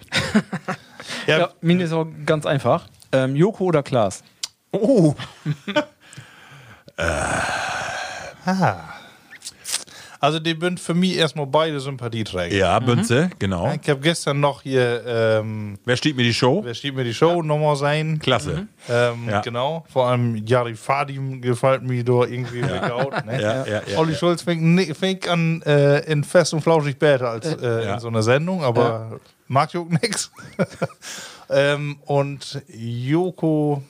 B: Ja,
C: ja, Mine ist auch ganz einfach. Ähm, Joko oder Klaas?
D: Oh.
B: Also die sind für mich erstmal beide Sympathieträger.
D: Ja, Bünze, genau.
B: Ich habe gestern noch hier, ähm,
D: Wer steht mir die Show?
B: wer schiebt mir die Show nochmal sein.
D: Klasse.
B: Ähm,
D: Ja.
B: Genau. Vor allem Jari Fadim gefällt mir da irgendwie weghaut. Ne?
D: Ja, ja, ja,
B: Olli
D: ja.
B: Schulz fängt, ni- fängt an äh, in Fest und Flauschig besser als äh,
D: Ja.
B: in so einer Sendung, aber mag Joko nix. ähm, und Joko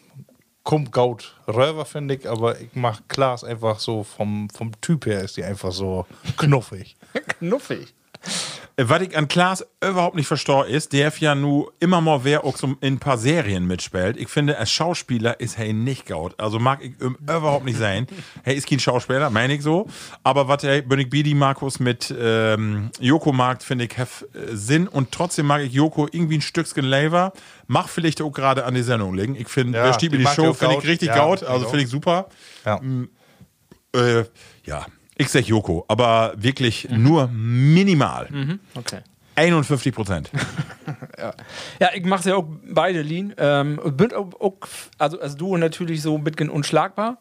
B: kommt gaut Röver, finde ich, aber ich mach Klaas einfach so vom, vom Typ her ist die einfach so knuffig.
C: Knuffig.
D: Äh, Was ich an Klaas überhaupt nicht verstehe, ist, der hat ja nu immer mal wer auch so in ein paar Serien mitspielt. Ich finde, als Schauspieler ist er nicht gaut. Also mag ich ihm überhaupt nicht sein. Er ist kein Schauspieler, meine ich so. Aber was er, Bönig Bidi Markus mit ähm, Joko mag, finde ich, hef äh, Sinn. Und trotzdem mag ich Joko irgendwie ein Stückchen Lever. Mach vielleicht auch gerade an die Sendung legen. Ich finde,
B: Ja,
D: wer steht mir
B: die
D: die
B: mag ich
D: Show,
B: auch
D: finde ich
B: gaut.
D: richtig
B: Ja,
D: gaut.
B: ich
D: Also
B: auch.
D: finde ich super.
B: Ja.
D: Mhm. Äh, ja, ich sag Joko, aber wirklich
C: Mhm.
D: nur minimal.
C: Okay.
D: 51 Prozent.
C: Ja, ich mache ja auch beide Linien. Ähm, und bin auch, auch, also als Duo natürlich so ein bisschen unschlagbar.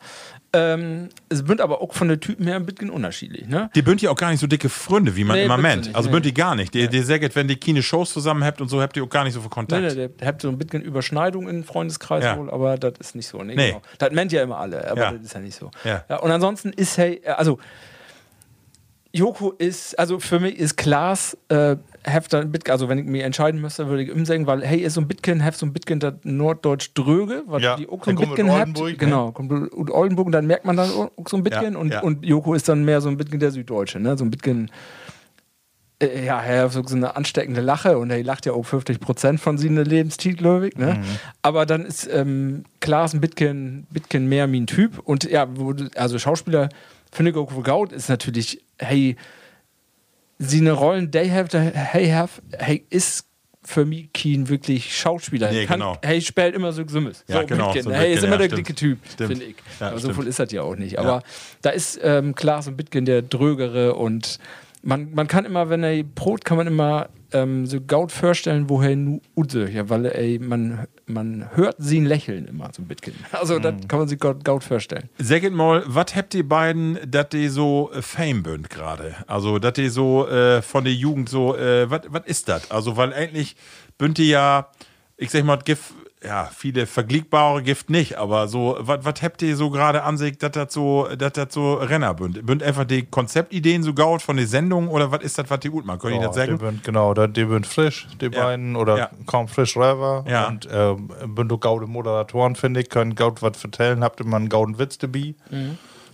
C: Ähm, es bin aber auch von den Typen her ein bisschen unterschiedlich. Ne?
D: Die bünd ja auch gar nicht so dicke Freunde, wie man
C: Nee,
D: immer
C: bünd sie
D: meint.
C: nicht,
D: Also
C: nee.
D: bünd die gar nicht. Die, die sagt, wenn die keine Shows zusammen habt und so, habt ihr auch gar nicht so viel
C: Nee,
D: Kontakt.
C: nee, der habt so ein bisschen Überschneidung in Freundeskreis
D: Ja.
C: wohl, aber das ist nicht so. Nee,
D: Nee.
C: Genau. Das meint ja immer alle, aber
D: Ja.
C: das ist ja nicht so.
D: Ja.
C: und ansonsten ist hey, also Joko ist, also für mich ist Klaas äh, Hefter ein Bitcoin, also wenn ich mich entscheiden müsste, würde ich ihm sagen, weil hey, ist so ein Bitcoin, heft so ein Bitcoin das Norddeutsch dröge, was
B: Ja,
C: die auch so
B: der
C: ein
B: kommt
C: Bitcoin
B: aus
C: habt.
B: Oldenburg, ne?
C: Genau, kommt aus Oldenburg und dann merkt man dann auch so ein Bitcoin
D: Ja,
C: und,
D: ja.
C: und Joko ist dann mehr so ein Bitcoin der Süddeutsche, ne? so ein Bitcoin äh, ja, er hat so so eine ansteckende Lache und er lacht ja auch 50 Prozent von seinem Lebensstil, glaube ich.
D: Mhm.
C: Ne? Aber dann ist ähm, Klaas ein bisschen, bisschen mehr mein Typ und ja, wo, du- also Schauspieler finde ich auch Gaut ist natürlich, hey, sie eine Rollen, they have, they have, hey, ist für mich kein wirklich Schauspieler.
D: Nee,
C: Kann,
D: genau.
C: Hey, spielt immer so Gsimmes.
D: Ja,
C: so,
D: genau,
C: Bitkin.
D: so ein
C: hey, ist
D: Bitkin,
C: immer
D: ja,
C: der
D: stimmt.
C: dicke Typ,
D: Stimmt.
C: finde ich.
D: Ja,
C: Aber so
D: stimmt.
C: voll ist das ja auch nicht.
D: Ja.
C: Aber da ist ähm, Klaas und Bitkin der Drögere und man, man kann immer, wenn er Brot, kann man immer ähm, so gaut vorstellen, woher nu Udse, ja, weil ey, man, man hört sie lächeln immer, so Bitkin. Also das
D: Mhm.
C: kann man sich gaut, gaut vorstellen.
D: Sagt mal, was habt ihr beiden, dass die so äh, Fame bünd gerade? Also, dass die so äh, von der Jugend so, äh, was ist das? Also, weil eigentlich bünd die ja, ich sag mal, Gift, ja, viele vergliebbare Gift nicht, aber so, was habt ihr so gerade an sich, dass das so, dass das so Renner bünd? Bünd einfach die Konzeptideen so gaut von den Sendungen oder was ist das, was die gut macht? Könnt ihr
B: Ja,
D: das sagen?
B: Die sind, genau, da- die sind frisch, die
D: Ja.
B: beiden, oder
D: Ja.
B: kaum frisch rüber.
D: Ja.
B: Und ähm, sind auch gaude Moderatoren, finde ich, können gaut was vertellen, habt immer einen gauden Witz dabei.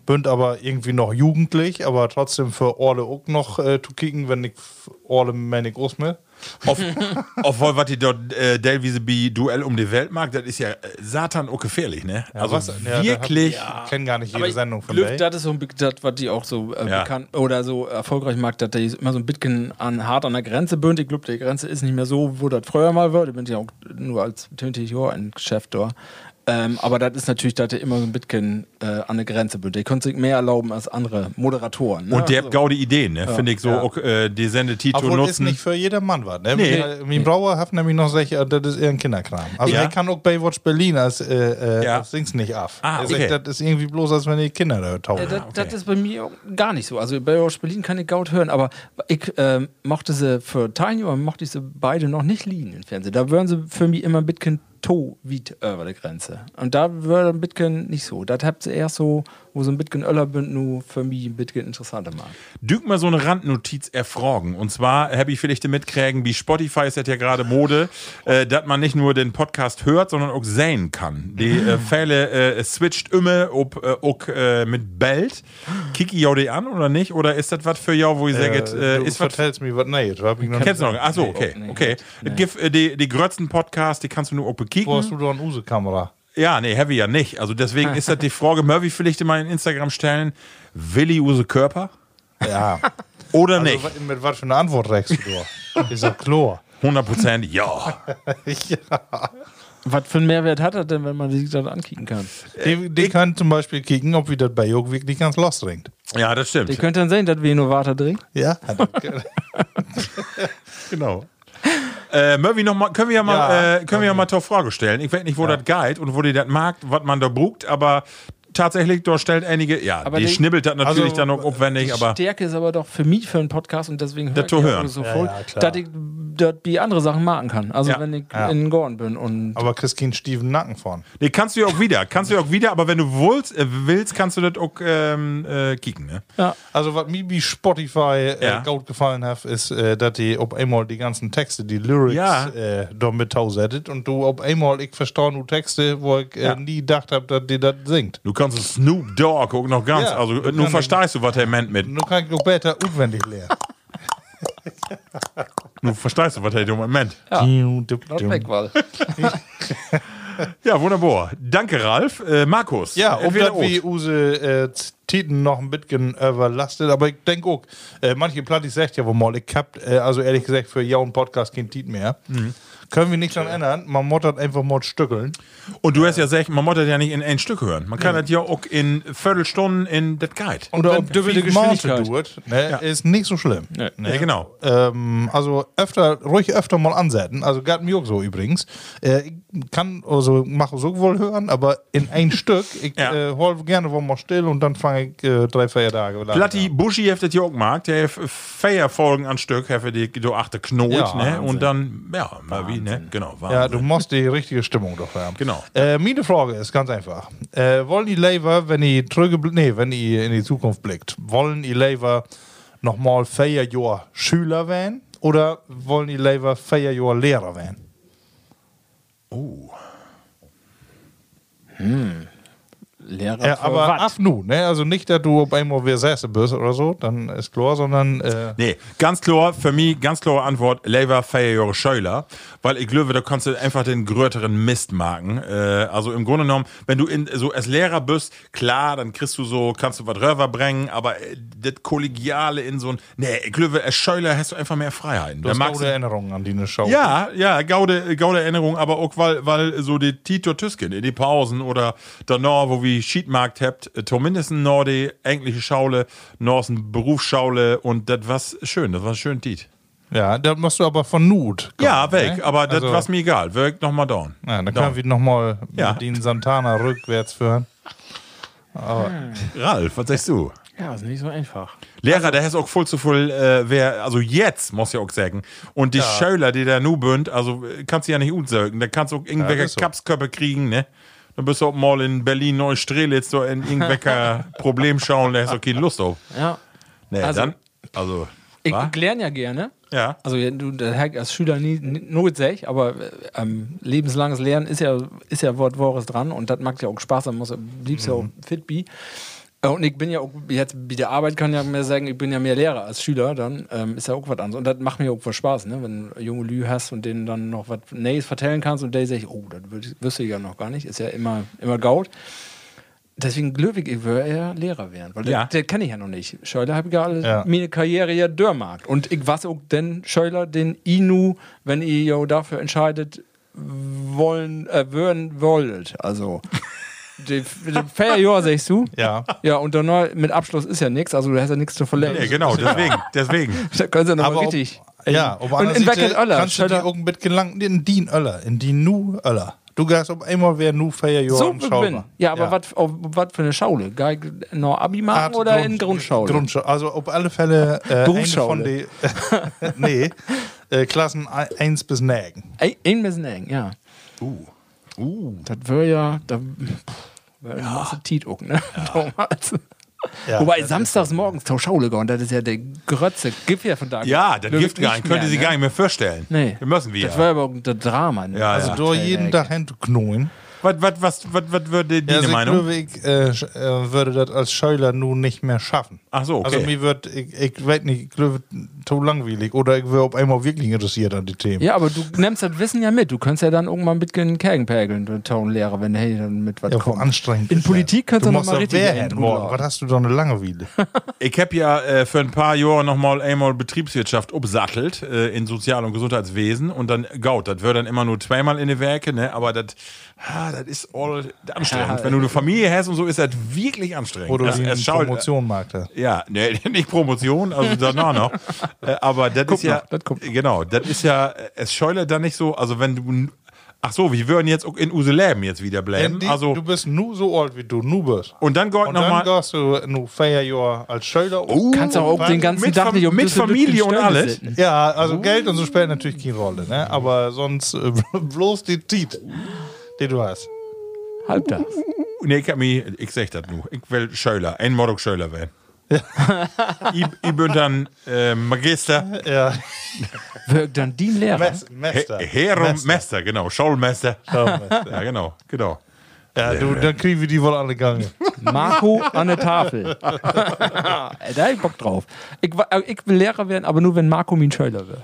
B: Bünd aber irgendwie noch jugendlich, aber trotzdem für Orle auch noch äh, zu kicken, wenn ich f- Orle Manik Osmel.
D: Auf- Obwohl, was die dort äh, Delwiese B Duell um die Welt mag, das ist ja äh, Satan auch gefährlich, ne? also
B: was- ja, da hab-
D: wirklich.
B: Ich kenne gar nicht jede
C: ich-
B: Sendung von
C: Glück,
B: Bay.
C: das ist so ein Big- das, was die auch so äh,
D: Ja.
C: bekannt oder so erfolgreich macht, dass die immer so ein bisschen an, hart an der Grenze bünd. Ich glaube, die Grenze ist nicht mehr so, wo das früher mal war. Ich bin ja auch nur als 20 Jahre ein Geschäft da. Ähm, aber das ist natürlich, dass der immer so ein bisschen äh, an der Grenze bünd. Die können sich mehr erlauben als andere Moderatoren. Ne?
D: Und der hat
C: Also-
D: gaude Ideen, ne? Finde ich so,
C: ja.
D: auch, äh, die Sendetito
B: Obwohl es
D: nutzen.
B: nicht für jedermann war. Ne?
D: Nee.
B: Mein Brauer hat nämlich noch solche, äh, das ist eher ein Kinderkram. Also
D: Ja.
B: er kann auch Baywatch Berlin als äh, äh,
D: Ja.
B: als Dings nicht ab.
D: Ah,
B: Er sagt,
D: okay.
B: Das ist irgendwie bloß, als wenn die Kinder da tauchen.
C: Ja, Äh, das,
D: Ah, okay.
C: das ist bei mir auch gar nicht so. Also bei Roche Berlin kann ich Gaut hören, aber ich ähm, mochte sie für Tiny, aber mochte ich sie beide noch nicht liegen im Fernsehen. Da wären sie für mich immer ein bisschen to weit über der Grenze. Und da würde ein bisschen nicht so. Das habt ihr erst so, wo so ein bisschen Öllerbünd nur für mich ein bisschen interessanter macht.
D: Dück mal so eine Randnotiz erfragen. Und zwar habe ich vielleicht mitkriegen, wie Spotify ist das ja gerade Mode, äh, dass man nicht nur den Podcast hört, sondern auch sehen kann. Die äh, Fälle äh, es switcht immer, ob äh, auch äh, mit Belt. Kiki jau die an oder nicht? Oder ist das was für jou, wo ihr sagt, äh,
B: du
D: ist was
B: vertellst mir was Neues. was hab ich noch
D: Kennst du
B: nicht-
D: noch? Achso, okay. okay. Gif, äh, die, die Grötzen-Podcast, die kannst du nur auch
B: Wo hast
D: bekicken.
B: du da eine Use-Kamera?
D: Ja, nee, Heavy ja nicht. Also deswegen ist das die Frage, Murphy vielleicht mal in Instagram stellen, will ich use Körper
B: Ja.
D: oder
B: also,
D: nicht?
B: wa- mit was für einer Antwort regst du da? Ist doch Chlor.
D: 100% ja.
C: Was für einen Mehrwert hat das denn, wenn man sich das ankicken kann?
B: Die, die kann zum Beispiel kicken, ob wie das bei Jog wirklich ganz los ringt.
D: Ja, das
C: Ihr
D: stimmt.
C: könnt dann sehen, dass wir nur Water trinken.
B: Ja?
D: Genau. Äh, Murphy, noch mal, können wir ja mal,
B: Ja,
D: äh, können wir ja mal zur Frage stellen. Ich weiß nicht, wo das geht und wo die das mag, was man da brugt, aber tatsächlich, da stellt einige, ja,
C: Aber
D: die,
C: die-
D: schnibbelt das natürlich
B: also,
D: dann noch aufwendig, aber
C: Stärke ist aber doch für mich für einen Podcast und deswegen
D: Das
C: höre ich
D: zu
C: auch
D: hören.
C: so
B: Ja,
C: voll,
B: ja, klar.
C: dass ich dass die andere Sachen machen kann. Also
D: Ja.
C: wenn ich
B: Ja.
C: in Gorn bin und
B: Aber kriegst keinen stiefen Nacken vorn.
D: nee, kannst du ja auch wieder, kannst du ja auch wieder, aber wenn du willst, äh, willst kannst du das auch ähm, äh, kicken, ne?
C: ja,
B: Also, was mir bei Spotify äh,
D: Ja.
B: gut gefallen hat, ist, äh, dass die ob einmal die ganzen Texte, die Lyrics,
D: Ja.
B: äh, da mit tausettet und du ob einmal ich verstehe nur Texte, wo ich äh,
D: Ja.
B: nie gedacht habe, dass die das singt.
D: Du kannst Snoop Dogg auch noch ganz,
B: Ja,
D: also
B: du
D: äh, nun
B: kannst-
D: verstehst du, was er meint mit,
B: Nun kann ich auch besser auswendig lernen.
D: nun verstehst du, was er meint.
C: dort weg, weil.
D: Ja, wunderbar. Danke, Ralf. Äh, Markus.
B: Ja, ob
D: entweder
B: das wie
D: oder.
B: Use äh, Titen noch ein bisschen überlastet, aber ich denke auch, äh, manche Plattis sagt ja wohl mal, ich hab äh, also ehrlich gesagt für jaun Podcast kein Titen mehr. Können wir nichts dran ändern, man mottert einfach mal stückeln.
D: Und du hast ja gesagt, man muss das ja nicht in ein Stück hören. Man kann das ja auch in Viertelstunden in das Guide.
B: Oder
C: wenn
B: ob dürftige
C: viel
B: Geschwindigkeit
C: Geschwindigkeit.
B: tut, ne,
D: Ja.
B: ist nicht so schlimm.
C: Nee.
D: ja, genau.
B: Ähm, also öfter, ruhig öfter mal ansetzen. Also gab mir auch so übrigens. Äh, ich kann also mache so wohl hören, aber in ein Stück. Ich
D: Ja.
B: äh, hol gerne wohl mal still und dann fange ich äh, drei Feiertage. lang
D: Platti
B: an.
D: Buschi heftet ja auch gemacht. Der hat Feierfolgen an Stück, heftet die du achte Knot, ne?
B: Ja, Wahnsinn.
D: Und dann, ja, mal wie, ne? Genau,
B: Ja, du
D: Wahnsinn.
B: musst die richtige Stimmung doch haben.
D: Genau.
B: Äh, meine Frage ist ganz einfach. Äh, wollen die Labour, wenn ihr trüge, nee, wenn ihr in die Zukunft blickt, wollen die Labour nochmal Feierjahr Schüler werden oder wollen die Labour Feierjahr Lehrer werden?
C: Lehrer
B: Ja,
C: für
B: aber
C: wat?
B: ab nu, ne? Also nicht, dass du auf einmal wer Säße bist oder so, dann ist klar, sondern äh,
D: Nee, ganz klar, für mich, ganz klare Antwort, Lever Feierjahre Scheuler, weil ich glaube, da kannst du einfach den größeren Mist machen. Äh, also im Grunde genommen, wenn du in, so als Lehrer bist, klar, dann kriegst du so, kannst du was rüberbringen, aber äh, das Kollegiale in so ein, nee, ich glaube, als Scheuler hast du einfach mehr Freiheiten.
B: du
D: Da
B: hast
D: magst
B: gute Erinnerungen an die Show.
D: ja, ja, gaude, gaude Erinnerung, aber auch weil, weil so die Tito Tüsken in die Pausen oder danach, wo wir Schiedmarkt habt, zumindest noch die englische Schaule, noch ein Berufsschaule und das was schön, das war schön Tiet.
B: Ja, da musst du aber von Nut. kommen,
D: Ja, weg,
B: ne?
D: aber das
B: Also-
D: war's mir egal, wirkt nochmal down.
B: Ja, dann können wir nochmal
D: Ja.
B: mit den Santana rückwärts führen.
D: Ralf, was sagst du?
C: Ja, ist nicht so einfach.
D: Lehrer, der ist auch voll zu voll, äh, wer, also jetzt, muss ich auch sagen. Und die Schöler, die da nu bünd, also äh, kannst du ja nicht unsägen. Da kannst du auch irgendwelche
B: Ja,
D: ja,
B: ist so.
D: kriegen, ne? Dann bist du auch mal in Berlin, Neustrelitz, so in irgendwelcher Problem schauen, da hast du auch keine Lust auf.
C: Ja.
D: Ne,
C: Also-
D: dann, also,
C: Ich
D: wa?
C: lerne ja gerne.
D: ja.
C: Also ja, du, das hat als Schüler nie, nie notwendig, aber äh, ähm, lebenslanges Lernen ist ja, ist ja Wortwahres dran und das macht ja auch Spaß, dann muss, bliebst ja auch fit bi. Äh, Und ich bin ja auch, jetzt bei der Arbeit kann ich ja mehr sagen, ich bin ja mehr Lehrer als Schüler, dann ähm, ist ja auch was anderes. Und das macht mir auch was Spaß, ne? wenn du junge Lü hast und denen dann noch was Neues vertellen kannst und der sagt, oh, das wüs- wüsste ich ja noch gar nicht, ist ja immer, immer gaut. Deswegen glücklich, ich würde eher Lehrer werden, weil
D: Ja.
C: das, das kann ich ja noch nicht. Scheuler habe ich ja alle
B: Ja.
C: meine Karriere ja dörrmarkt. Und ich was auch denn Scheuler, den Inu, wenn ihr ja dafür entscheidet, wollen, äh, würden wollt. Also, die, die Fairjahr sagst du?
B: Ja.
C: Ja, und dann neu, mit Abschluss ist ja nichts, also du hast ja nichts zu verlängern.
D: Ja, genau, deswegen, deswegen.
C: Da können sie nochmal
B: ob-
C: richtig.
B: Ja, ob äh,
C: und in Beckett Öller.
B: kannst du die
C: Schöller-
B: auch mit gelangen in die Öller, in die Nu Öller. Du gehst ob einmal wer Nu Feierjahr
C: so
B: und Schauber.
C: bin. Ja, aber was auf- was für eine Schaule? Geig noch Abi machen
B: Art
C: oder
B: Grund-
C: in Grundschaule?
B: Grundschau- also auf alle Fälle äh,
C: Berufsschule.
B: eine von die, nee, äh, Klassen 1 bis 9.
C: Ey, Ein bisschen eng, ja. Uh. Uh. Das wäre ja. Da, wär ja. Masse Tiet auch, ne? Damals.
B: Ja,
C: Wobei
B: das
C: samstags morgens zur Schaule gehen, das ist ja der Grötze. Gibt ja von da.
D: Ja, das
C: Glück
D: gibt gar nicht, könnt ihr
C: mehr,
D: sich
C: ne?
D: gar nicht mehr vorstellen.
C: Nee.
D: Das müssen wir
C: Das
D: ja.
C: war aber auch ein Drama. Ne?
D: Ja,
B: Also
D: ja.
B: du jeden Tag hinzuknoen.
D: Was, was, was, was, was würde deine
B: Also ich
D: Meinung?
B: glaube, ich äh, sch- äh, würde das als Scheuler nun nicht mehr schaffen.
D: Ach so, okay.
B: Also mir wird, ich, ich weiß nicht, ich glaube, zu langweilig oder ich wäre auf einmal wirklich interessiert an die Themen.
C: Ja, aber du nimmst das Wissen ja mit. Du kannst ja dann irgendwann mit den Kergen pägeln, du Townlehrer, wenn hey, dann mit was
B: Ja, wo
C: kommt.
B: anstrengend.
C: In
B: ist
C: Politik
B: das?
C: kannst du noch
B: musst
C: mal
B: doch
C: richtig
B: wehren,
C: einen
B: boah,
C: drüber.
B: Was hast du da eine Langeweile?
D: Ich habe ja äh, für ein paar Jahre nochmal einmal Betriebswirtschaft umsattelt äh, in Sozial- und Gesundheitswesen und dann, gaut, das wird dann immer nur zweimal in die Werke, ne? aber das ah, das ist all anstrengend.
C: Ja,
D: Wenn du eine Familie hast und so, ist das wirklich anstrengend.
B: Oder
D: das,
B: wie eine
D: es schaut-
B: Promotion mag das.
D: Ja, ne, nicht Promotion, also danach noch. Äh, Aber das ist ja,
C: noch, das kommt noch.
D: genau, das ist ja, äh, es scheule dann nicht so, also wenn du, n- Ach so, wir würden jetzt auch in Useleben jetzt wieder bleiben.
B: Andy,
D: also,
B: du bist nu so alt, wie du nu bist.
D: und dann geht
B: Und dann Oh,
D: nochmal.
B: gehst du nu vier Jahre als um. Schilder.
D: Uh.
C: Kannst auch, auch den ganzen
D: mit
C: Tag
D: Fam-
C: nicht um
D: mit
C: Düsseldorf ne?
D: Familie und
C: Steuern
D: alles?
C: sitten.
B: Ja, also Geld und so spielt
D: Uh.
B: natürlich keine Rolle, ne? Aber sonst äh, bloß die Tiet, die du hast.
C: Halb Halt das.
D: Nee, ich hab mich, ich sag das nur. Ich will Schöler, ein Morok Schöler werden. ich, ich bin dann äh, Magister,
B: Ja,
C: Wirkt dann die Lehrer.
B: Mes-
D: He-
B: Mester.
D: Herum Mester, genau, Schaulmester.
B: Schaulmeister.
D: Ja, genau, genau.
B: Ja, du, dann kriegen wir die wohl alle gange.
C: Marco an der Tafel. Ey, da hab ich Bock drauf. Ich, wa- äh, ich will Lehrer werden, aber nur wenn Marco mein Scheuler wird.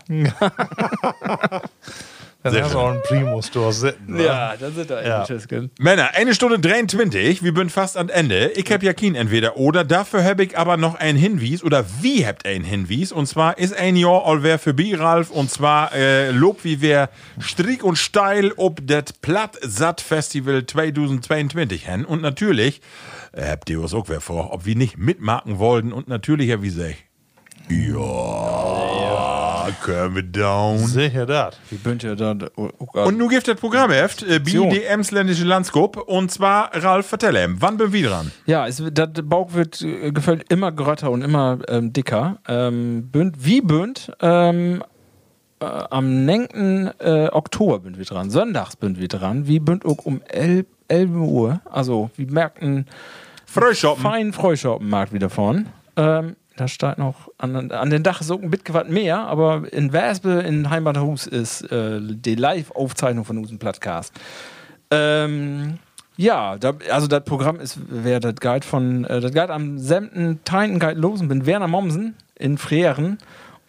B: Dann
D: Sehr
B: hast du
D: schön.
B: auch einen Primus, du hast Sitten, oder?
C: das sind da
B: Ja.
C: Tschüsschen.
D: Männer, eine Stunde 23, wir sind fast am Ende. Ich hab ja keinen entweder oder, dafür hab ich aber noch einen Hinweis oder wie habt einen Hinweis und zwar ist ein Jahr allwehr für Biralf und zwar äh, Lob wie wir strick und steil ob das Plattsatt Festival 2022 hen und natürlich äh, habt ihr uns auch wer vor, ob wir nicht mitmachen wollten und natürlich ja wie sag ich, ja, können wir down.
B: Sicher das.
C: Wie bünd ihr da? oh, oh Gott.
D: Und nun gibt das Programmheft, äh, BDMs ländische Landskop, und zwar Ralf Vertellem. Wann bin wir dran?
C: Ja, es, wird- das Bauch wird äh, gefällt immer grötter und immer ähm, dicker. Ähm, bünd, wie bünd? Ähm, äh, am 9. Äh, Oktober bünd wir dran. Sonntags bünd wir dran. Wie bünd auch um 11, 11 Uhr. Also, wir merken
D: Fröschoppen.
C: feinen Freuschaupenmarkt wieder vorn. Ähm, da steht noch an, an den Dach so ein bisschen was mehr, aber in Wespe in Heimathus ist äh, die Live-Aufzeichnung von unserem Podcast. Ähm, ja, da, also das Programm ist, wer das Guide von, äh, das Guide am Semten Teinten Guide losen bin, Werner Mommsen in Freeren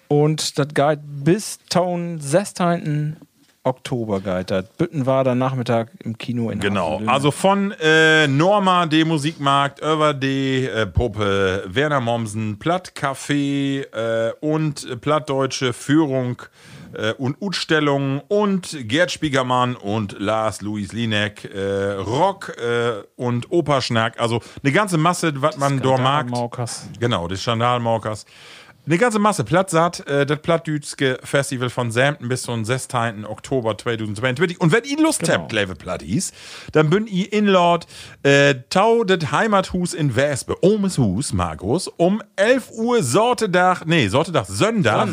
C: und das Guide bis Town 16. Oktober Guide. Das Bütten war dann Nachmittag im Kino in
D: Genau.
C: Haselünne.
D: Also von äh, Norma, D Musikmarkt, Över D, äh, Puppe, Werner Mommsen, Plattcafé äh, und äh, Plattdeutsche Führung äh, und Utstellung und Gerd Spiegermann und Lars Luis Linek, äh, Rock äh, und Operschnack. Also eine ganze Masse, was man dort mag.
C: Maukas.
D: Genau, des Schandalmorkers. Eine ganze Masse Plattsaat, äh, das Plattdütske Festival von Samten bis zum 6. Oktober 2022. Und wenn ihr Lust habt, liebe Platties, dann bin ihr in Lord äh, Tau det Heimathus in Wespe, Ohmes Hus, Markus, um 11 Uhr Sortedach, nee, Sortedach, Söndag,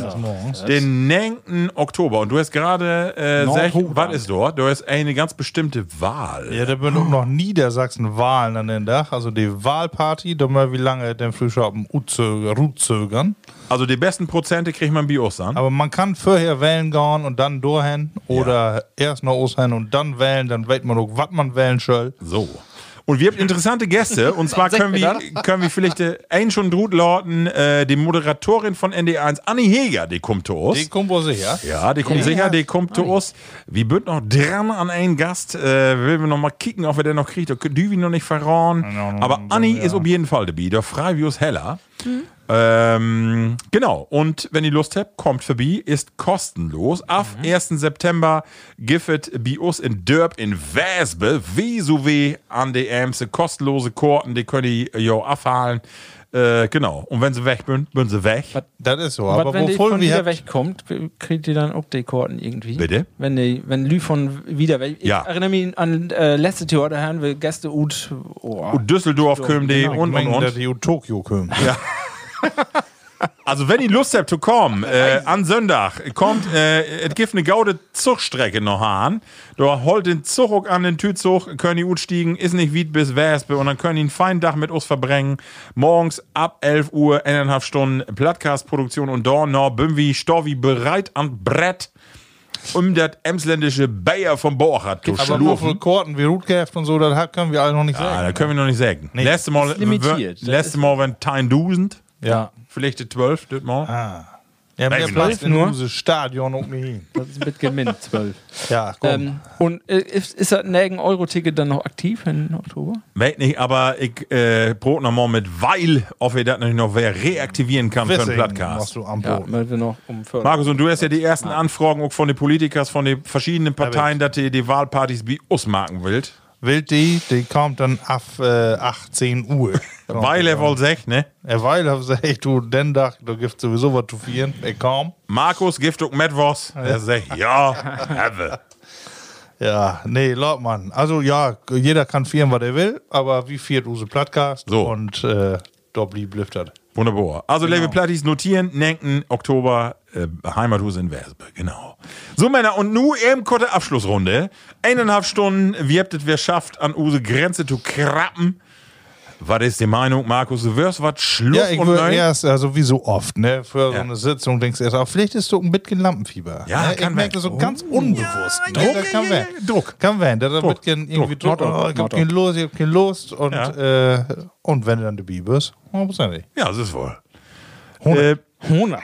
D: den 9. Oktober. Und du hast gerade äh, sech-
C: Nordhochdang.
D: was ist dort? Du hast eine ganz bestimmte Wahl.
B: Ja, da bin auch noch Niedersachsen Wahlen an den Dach. Also die Wahlparty, da mal wie lange den Frühschoppen zögern.
D: Also die besten Prozente kriegt man bei uns an.
B: Aber man kann vorher wählen gehen und dann durchhen. Oder erst noch aushen und dann wählen. Dann weiß man auch, was man wählen soll.
D: So. Und wir haben interessante Gäste. Und zwar können wir, können wir vielleicht äh, einen schon drut lauten, äh, die Moderatorin von NDR1, Anni Heger, die kommt zu
B: Die
D: uns.
B: kommt wohl sicher.
D: Ja, die kommt sicher, die kommt zu uns. Wir bünden noch dran an einen Gast. Äh, will wir noch mal kicken, ob wir den noch kriegt. Da können wir noch nicht verraten. Aber Anni ist auf jeden Fall dabei. Der Freivius Heller. Ähm, genau. Und wenn ihr Lust habt, kommt vorbei. Ist kostenlos. Ab 1. September Giffet Bios in Dörp in Wesbe. Vesuwe an die Ämse. Kostenlose Korten, die könnt ihr ja abhalen. Äh, genau. Und wenn sie weg sind, sind sie weg.
B: Das ist so.
C: Aber
B: Aber
C: wenn die
B: wovon
C: von
B: wir
C: wieder
B: habt-
C: wegkommt, kriegt die dann auch die Korten irgendwie.
D: Bitte?
C: Wenn die, wenn Lü von wieder weg.
D: Ja.
C: Ich erinnere mich an äh, letzte Tour, da haben wir Gäste Ut. Oh.
D: Und Düsseldorf, genau. Köln, die
B: Ich
D: und, und,
B: meine,
D: und.
B: dass die aus Tokio kommen.
D: Also wenn ihr Lust habt zu kommen, äh, an Sonntag, kommt, äh, es gibt eine gaude Zugstrecke noch an. Da holt den Zug auch an den Tüzug, könnt ihr utstiegen, ist nicht weit bis Wespe und dann könnt ihr einen feinen Tag mit uns verbringen. Morgens ab 11 Uhr, eineinhalb Stunden, Plattcast-Produktion und Dornor, Bümwi, Storvi bereit am Brett, um das emsländische Bayer vom Borchardt zu
B: Aber nur für
D: schlurfen.
B: Korten wie Rutgeft und so, das hat- können wir alle noch nicht
D: Ah, da
B: sagen.
D: können wir noch nicht sagen.
B: Nee.
D: Letztes Mal,
C: Ist limitiert. Das
D: letzte Mal waren 1000,
B: ja.
D: vielleicht die 12, das Mal.
C: Ah,
B: Ja,
D: Weiß
B: mehr
D: ich
B: passt
C: nicht.
B: in
C: Nur?
B: dieses Stadion
D: um
B: auch nicht hin.
C: Das ist mit Gemin 12.
B: Ja, komm.
C: ähm, und äh, ist, ist das nirgend Euro-Ticket dann noch aktiv in Oktober?
D: Weiß nicht, aber ich äh, brot noch mal mit, weil, ob wir das natürlich noch wer reaktivieren kann für
B: Wissing
D: den
B: machst
D: Podcast.
B: du am
C: Ja,
B: Boden.
C: weil wir noch um 14.
D: Markus, und du hast ja die ersten Anfragen auch von den Politikern, von den verschiedenen Parteien, dass ihr die Wahlpartys wie uns machen wollt.
B: Wild die, die kommt dann ab äh, 18 Uhr.
D: Weil er wohl sagt, ne?
B: Er weil, hab gesagt, ey, du, den Tag, da gibt's sowieso was zu vieren. Er kam.
D: Markus, Giftung Medvos. Er sagt, ja, habe.
B: Ja, nee, Lautmann. Also ja, jeder kann vieren, was er will, aber wie viert Use Plattcast
D: So.
B: und äh, da blieb Lüftert.
D: Wunderbar. Also, Level Plattis notieren, Nenken, Oktober, äh, Heimathus in Werbe, genau. So, Männer, und nun eben kurze Abschlussrunde. Eineinhalb Stunden, wie habt es wer schafft, an unsere Grenze zu krappen? Was ist die Meinung, Markus? Du wirst was Schluss
B: Ja, ich
D: und
B: würde
D: Nein?
B: erst, also wie so oft, ne, für so
D: um Ja.
B: eine Sitzung denkst du erst, ah, vielleicht ist du ein bisschen Lampenfieber.
D: Ja,
B: ne?
D: kann
B: Ich merke
D: werden. Oh.
B: das so ganz unbewusst.
D: ja,
B: ne?
D: ja,
B: das kann
D: ja,
B: werden.
D: ja, Druck.
B: Kann werden. Da wird bisschen irgendwie Druck,
C: Druck,
B: oh, ich hab
C: Druck.
B: keine Lust, ich hab keine Lust. Und,
D: Ja.
B: äh, und wenn du dann dabei bist, hundertprozentig.
D: Ja, das ist wohl.
B: Hundert.
C: Hona.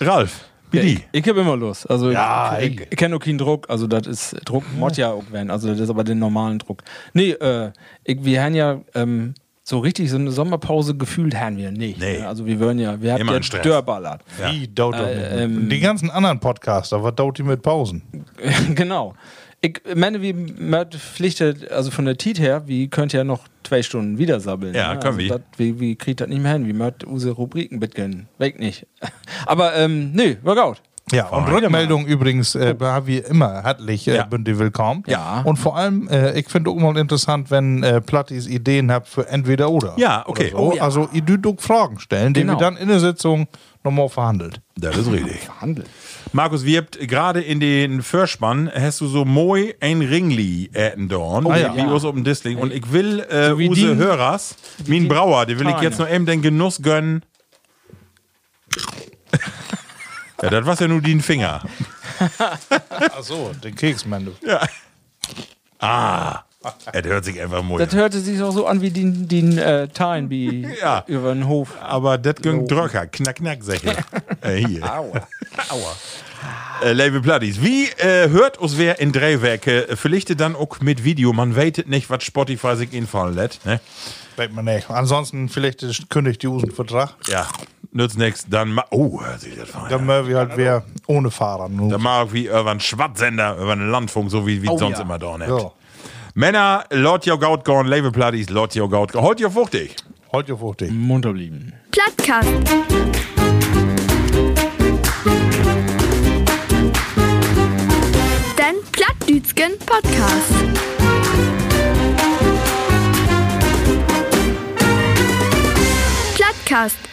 D: Äh, Ralf, wie
C: Ja,
D: die?
C: ich ich habe immer Lust. Also
B: Ja,
C: ich, ich, ich kenne auch keinen Druck. Also das ist Druck Mod ja auch werden. Also das ist aber den normalen Druck. Nee, äh, ich, wir haben ja ähm, so richtig so eine Sommerpause gefühlt haben wir nicht.
D: Nee.
C: ne? Also wir würden ja, wir haben
D: Immer
C: ja
D: ein Stress.
C: Dörrballert.
B: Wie dauert das mit?
C: Äh, ähm,
B: Die ganzen anderen Podcaster, was dauert die mit Pausen?
C: genau. Ich meine, wir möcht pflichtet, also von der Tiet her, wir könnt ja noch zwei Stunden wieder sabbeln.
D: Ja, können wir.
C: also dat- wir. Wir kriegt das nicht mehr hin. Wir möcht unsere Rubriken bitgen. Weg nicht. Aber ähm, nee, Workout.
B: Ja, und
D: Vorrang.
B: Rückmeldung übrigens äh, haben wir immer herzlich äh,
D: Ja.
B: bin die willkommen.
C: Ja.
B: Und vor allem, äh, ich finde auch mal interessant, wenn äh, Plattis Ideen habt für entweder oder.
D: Ja, okay.
B: Oder so.
C: Oh, ja.
B: Also ihr dürft auch Fragen stellen,
C: Genau.
B: die wir dann in der Sitzung nochmal verhandelt.
D: Das ist richtig. Verhandelt. Markus, wir habt gerade in den Vorspann, hast du so moi ein Ringli Dorn, oh,
B: ja.
D: wie uns auf dem Disling. Und ich will äh,
C: wie
D: Use
C: die-
D: Hörers, Min
C: die-
D: Brauer, den will ich
C: Ah,
D: jetzt
C: ja.
D: noch eben den Genuss gönnen. ja, das war ja nur den Finger.
B: Ach so, den Keks, meinst du.
D: Ah, das hört sich einfach moi
C: Das
D: an.
C: hörte sich auch so an wie den, den äh, Teilen wie
D: Ja.
C: über den Hof.
D: Aber das
C: Oh.
D: ging Dröcker, knack, knack, sag ich. äh, hier.
C: Aua.
D: Aua. Äh, Label Platties. Wie äh, hört uns wer in Drehwerke? Äh, Vielleicht dann auch mit Video. Man weitet nicht, was Spotify sich infallen lässt. Ne?
B: Denkt man nicht. Ansonsten, vielleicht ist- kündigt die Usen einen Vertrag.
D: Ja, nützt nichts. Dann ma oh, hört sich das fein.
B: Dann
D: an.
B: mögen wir halt wer ohne Fahrer. Nur.
D: Dann mag ich wie über einen Schwatzsender, über einen Landfunk, so wie, wie sonst immer da. Ne?
B: so,
D: Männer, Lord Your Gout gone, Label Platties, Lord Your Gout gone. Holt ihr fuchtig.
B: heute auf Hochdeck.
C: Munter blieben.
A: Plattkast. Den Plattdütschen Podcast. Plattkast.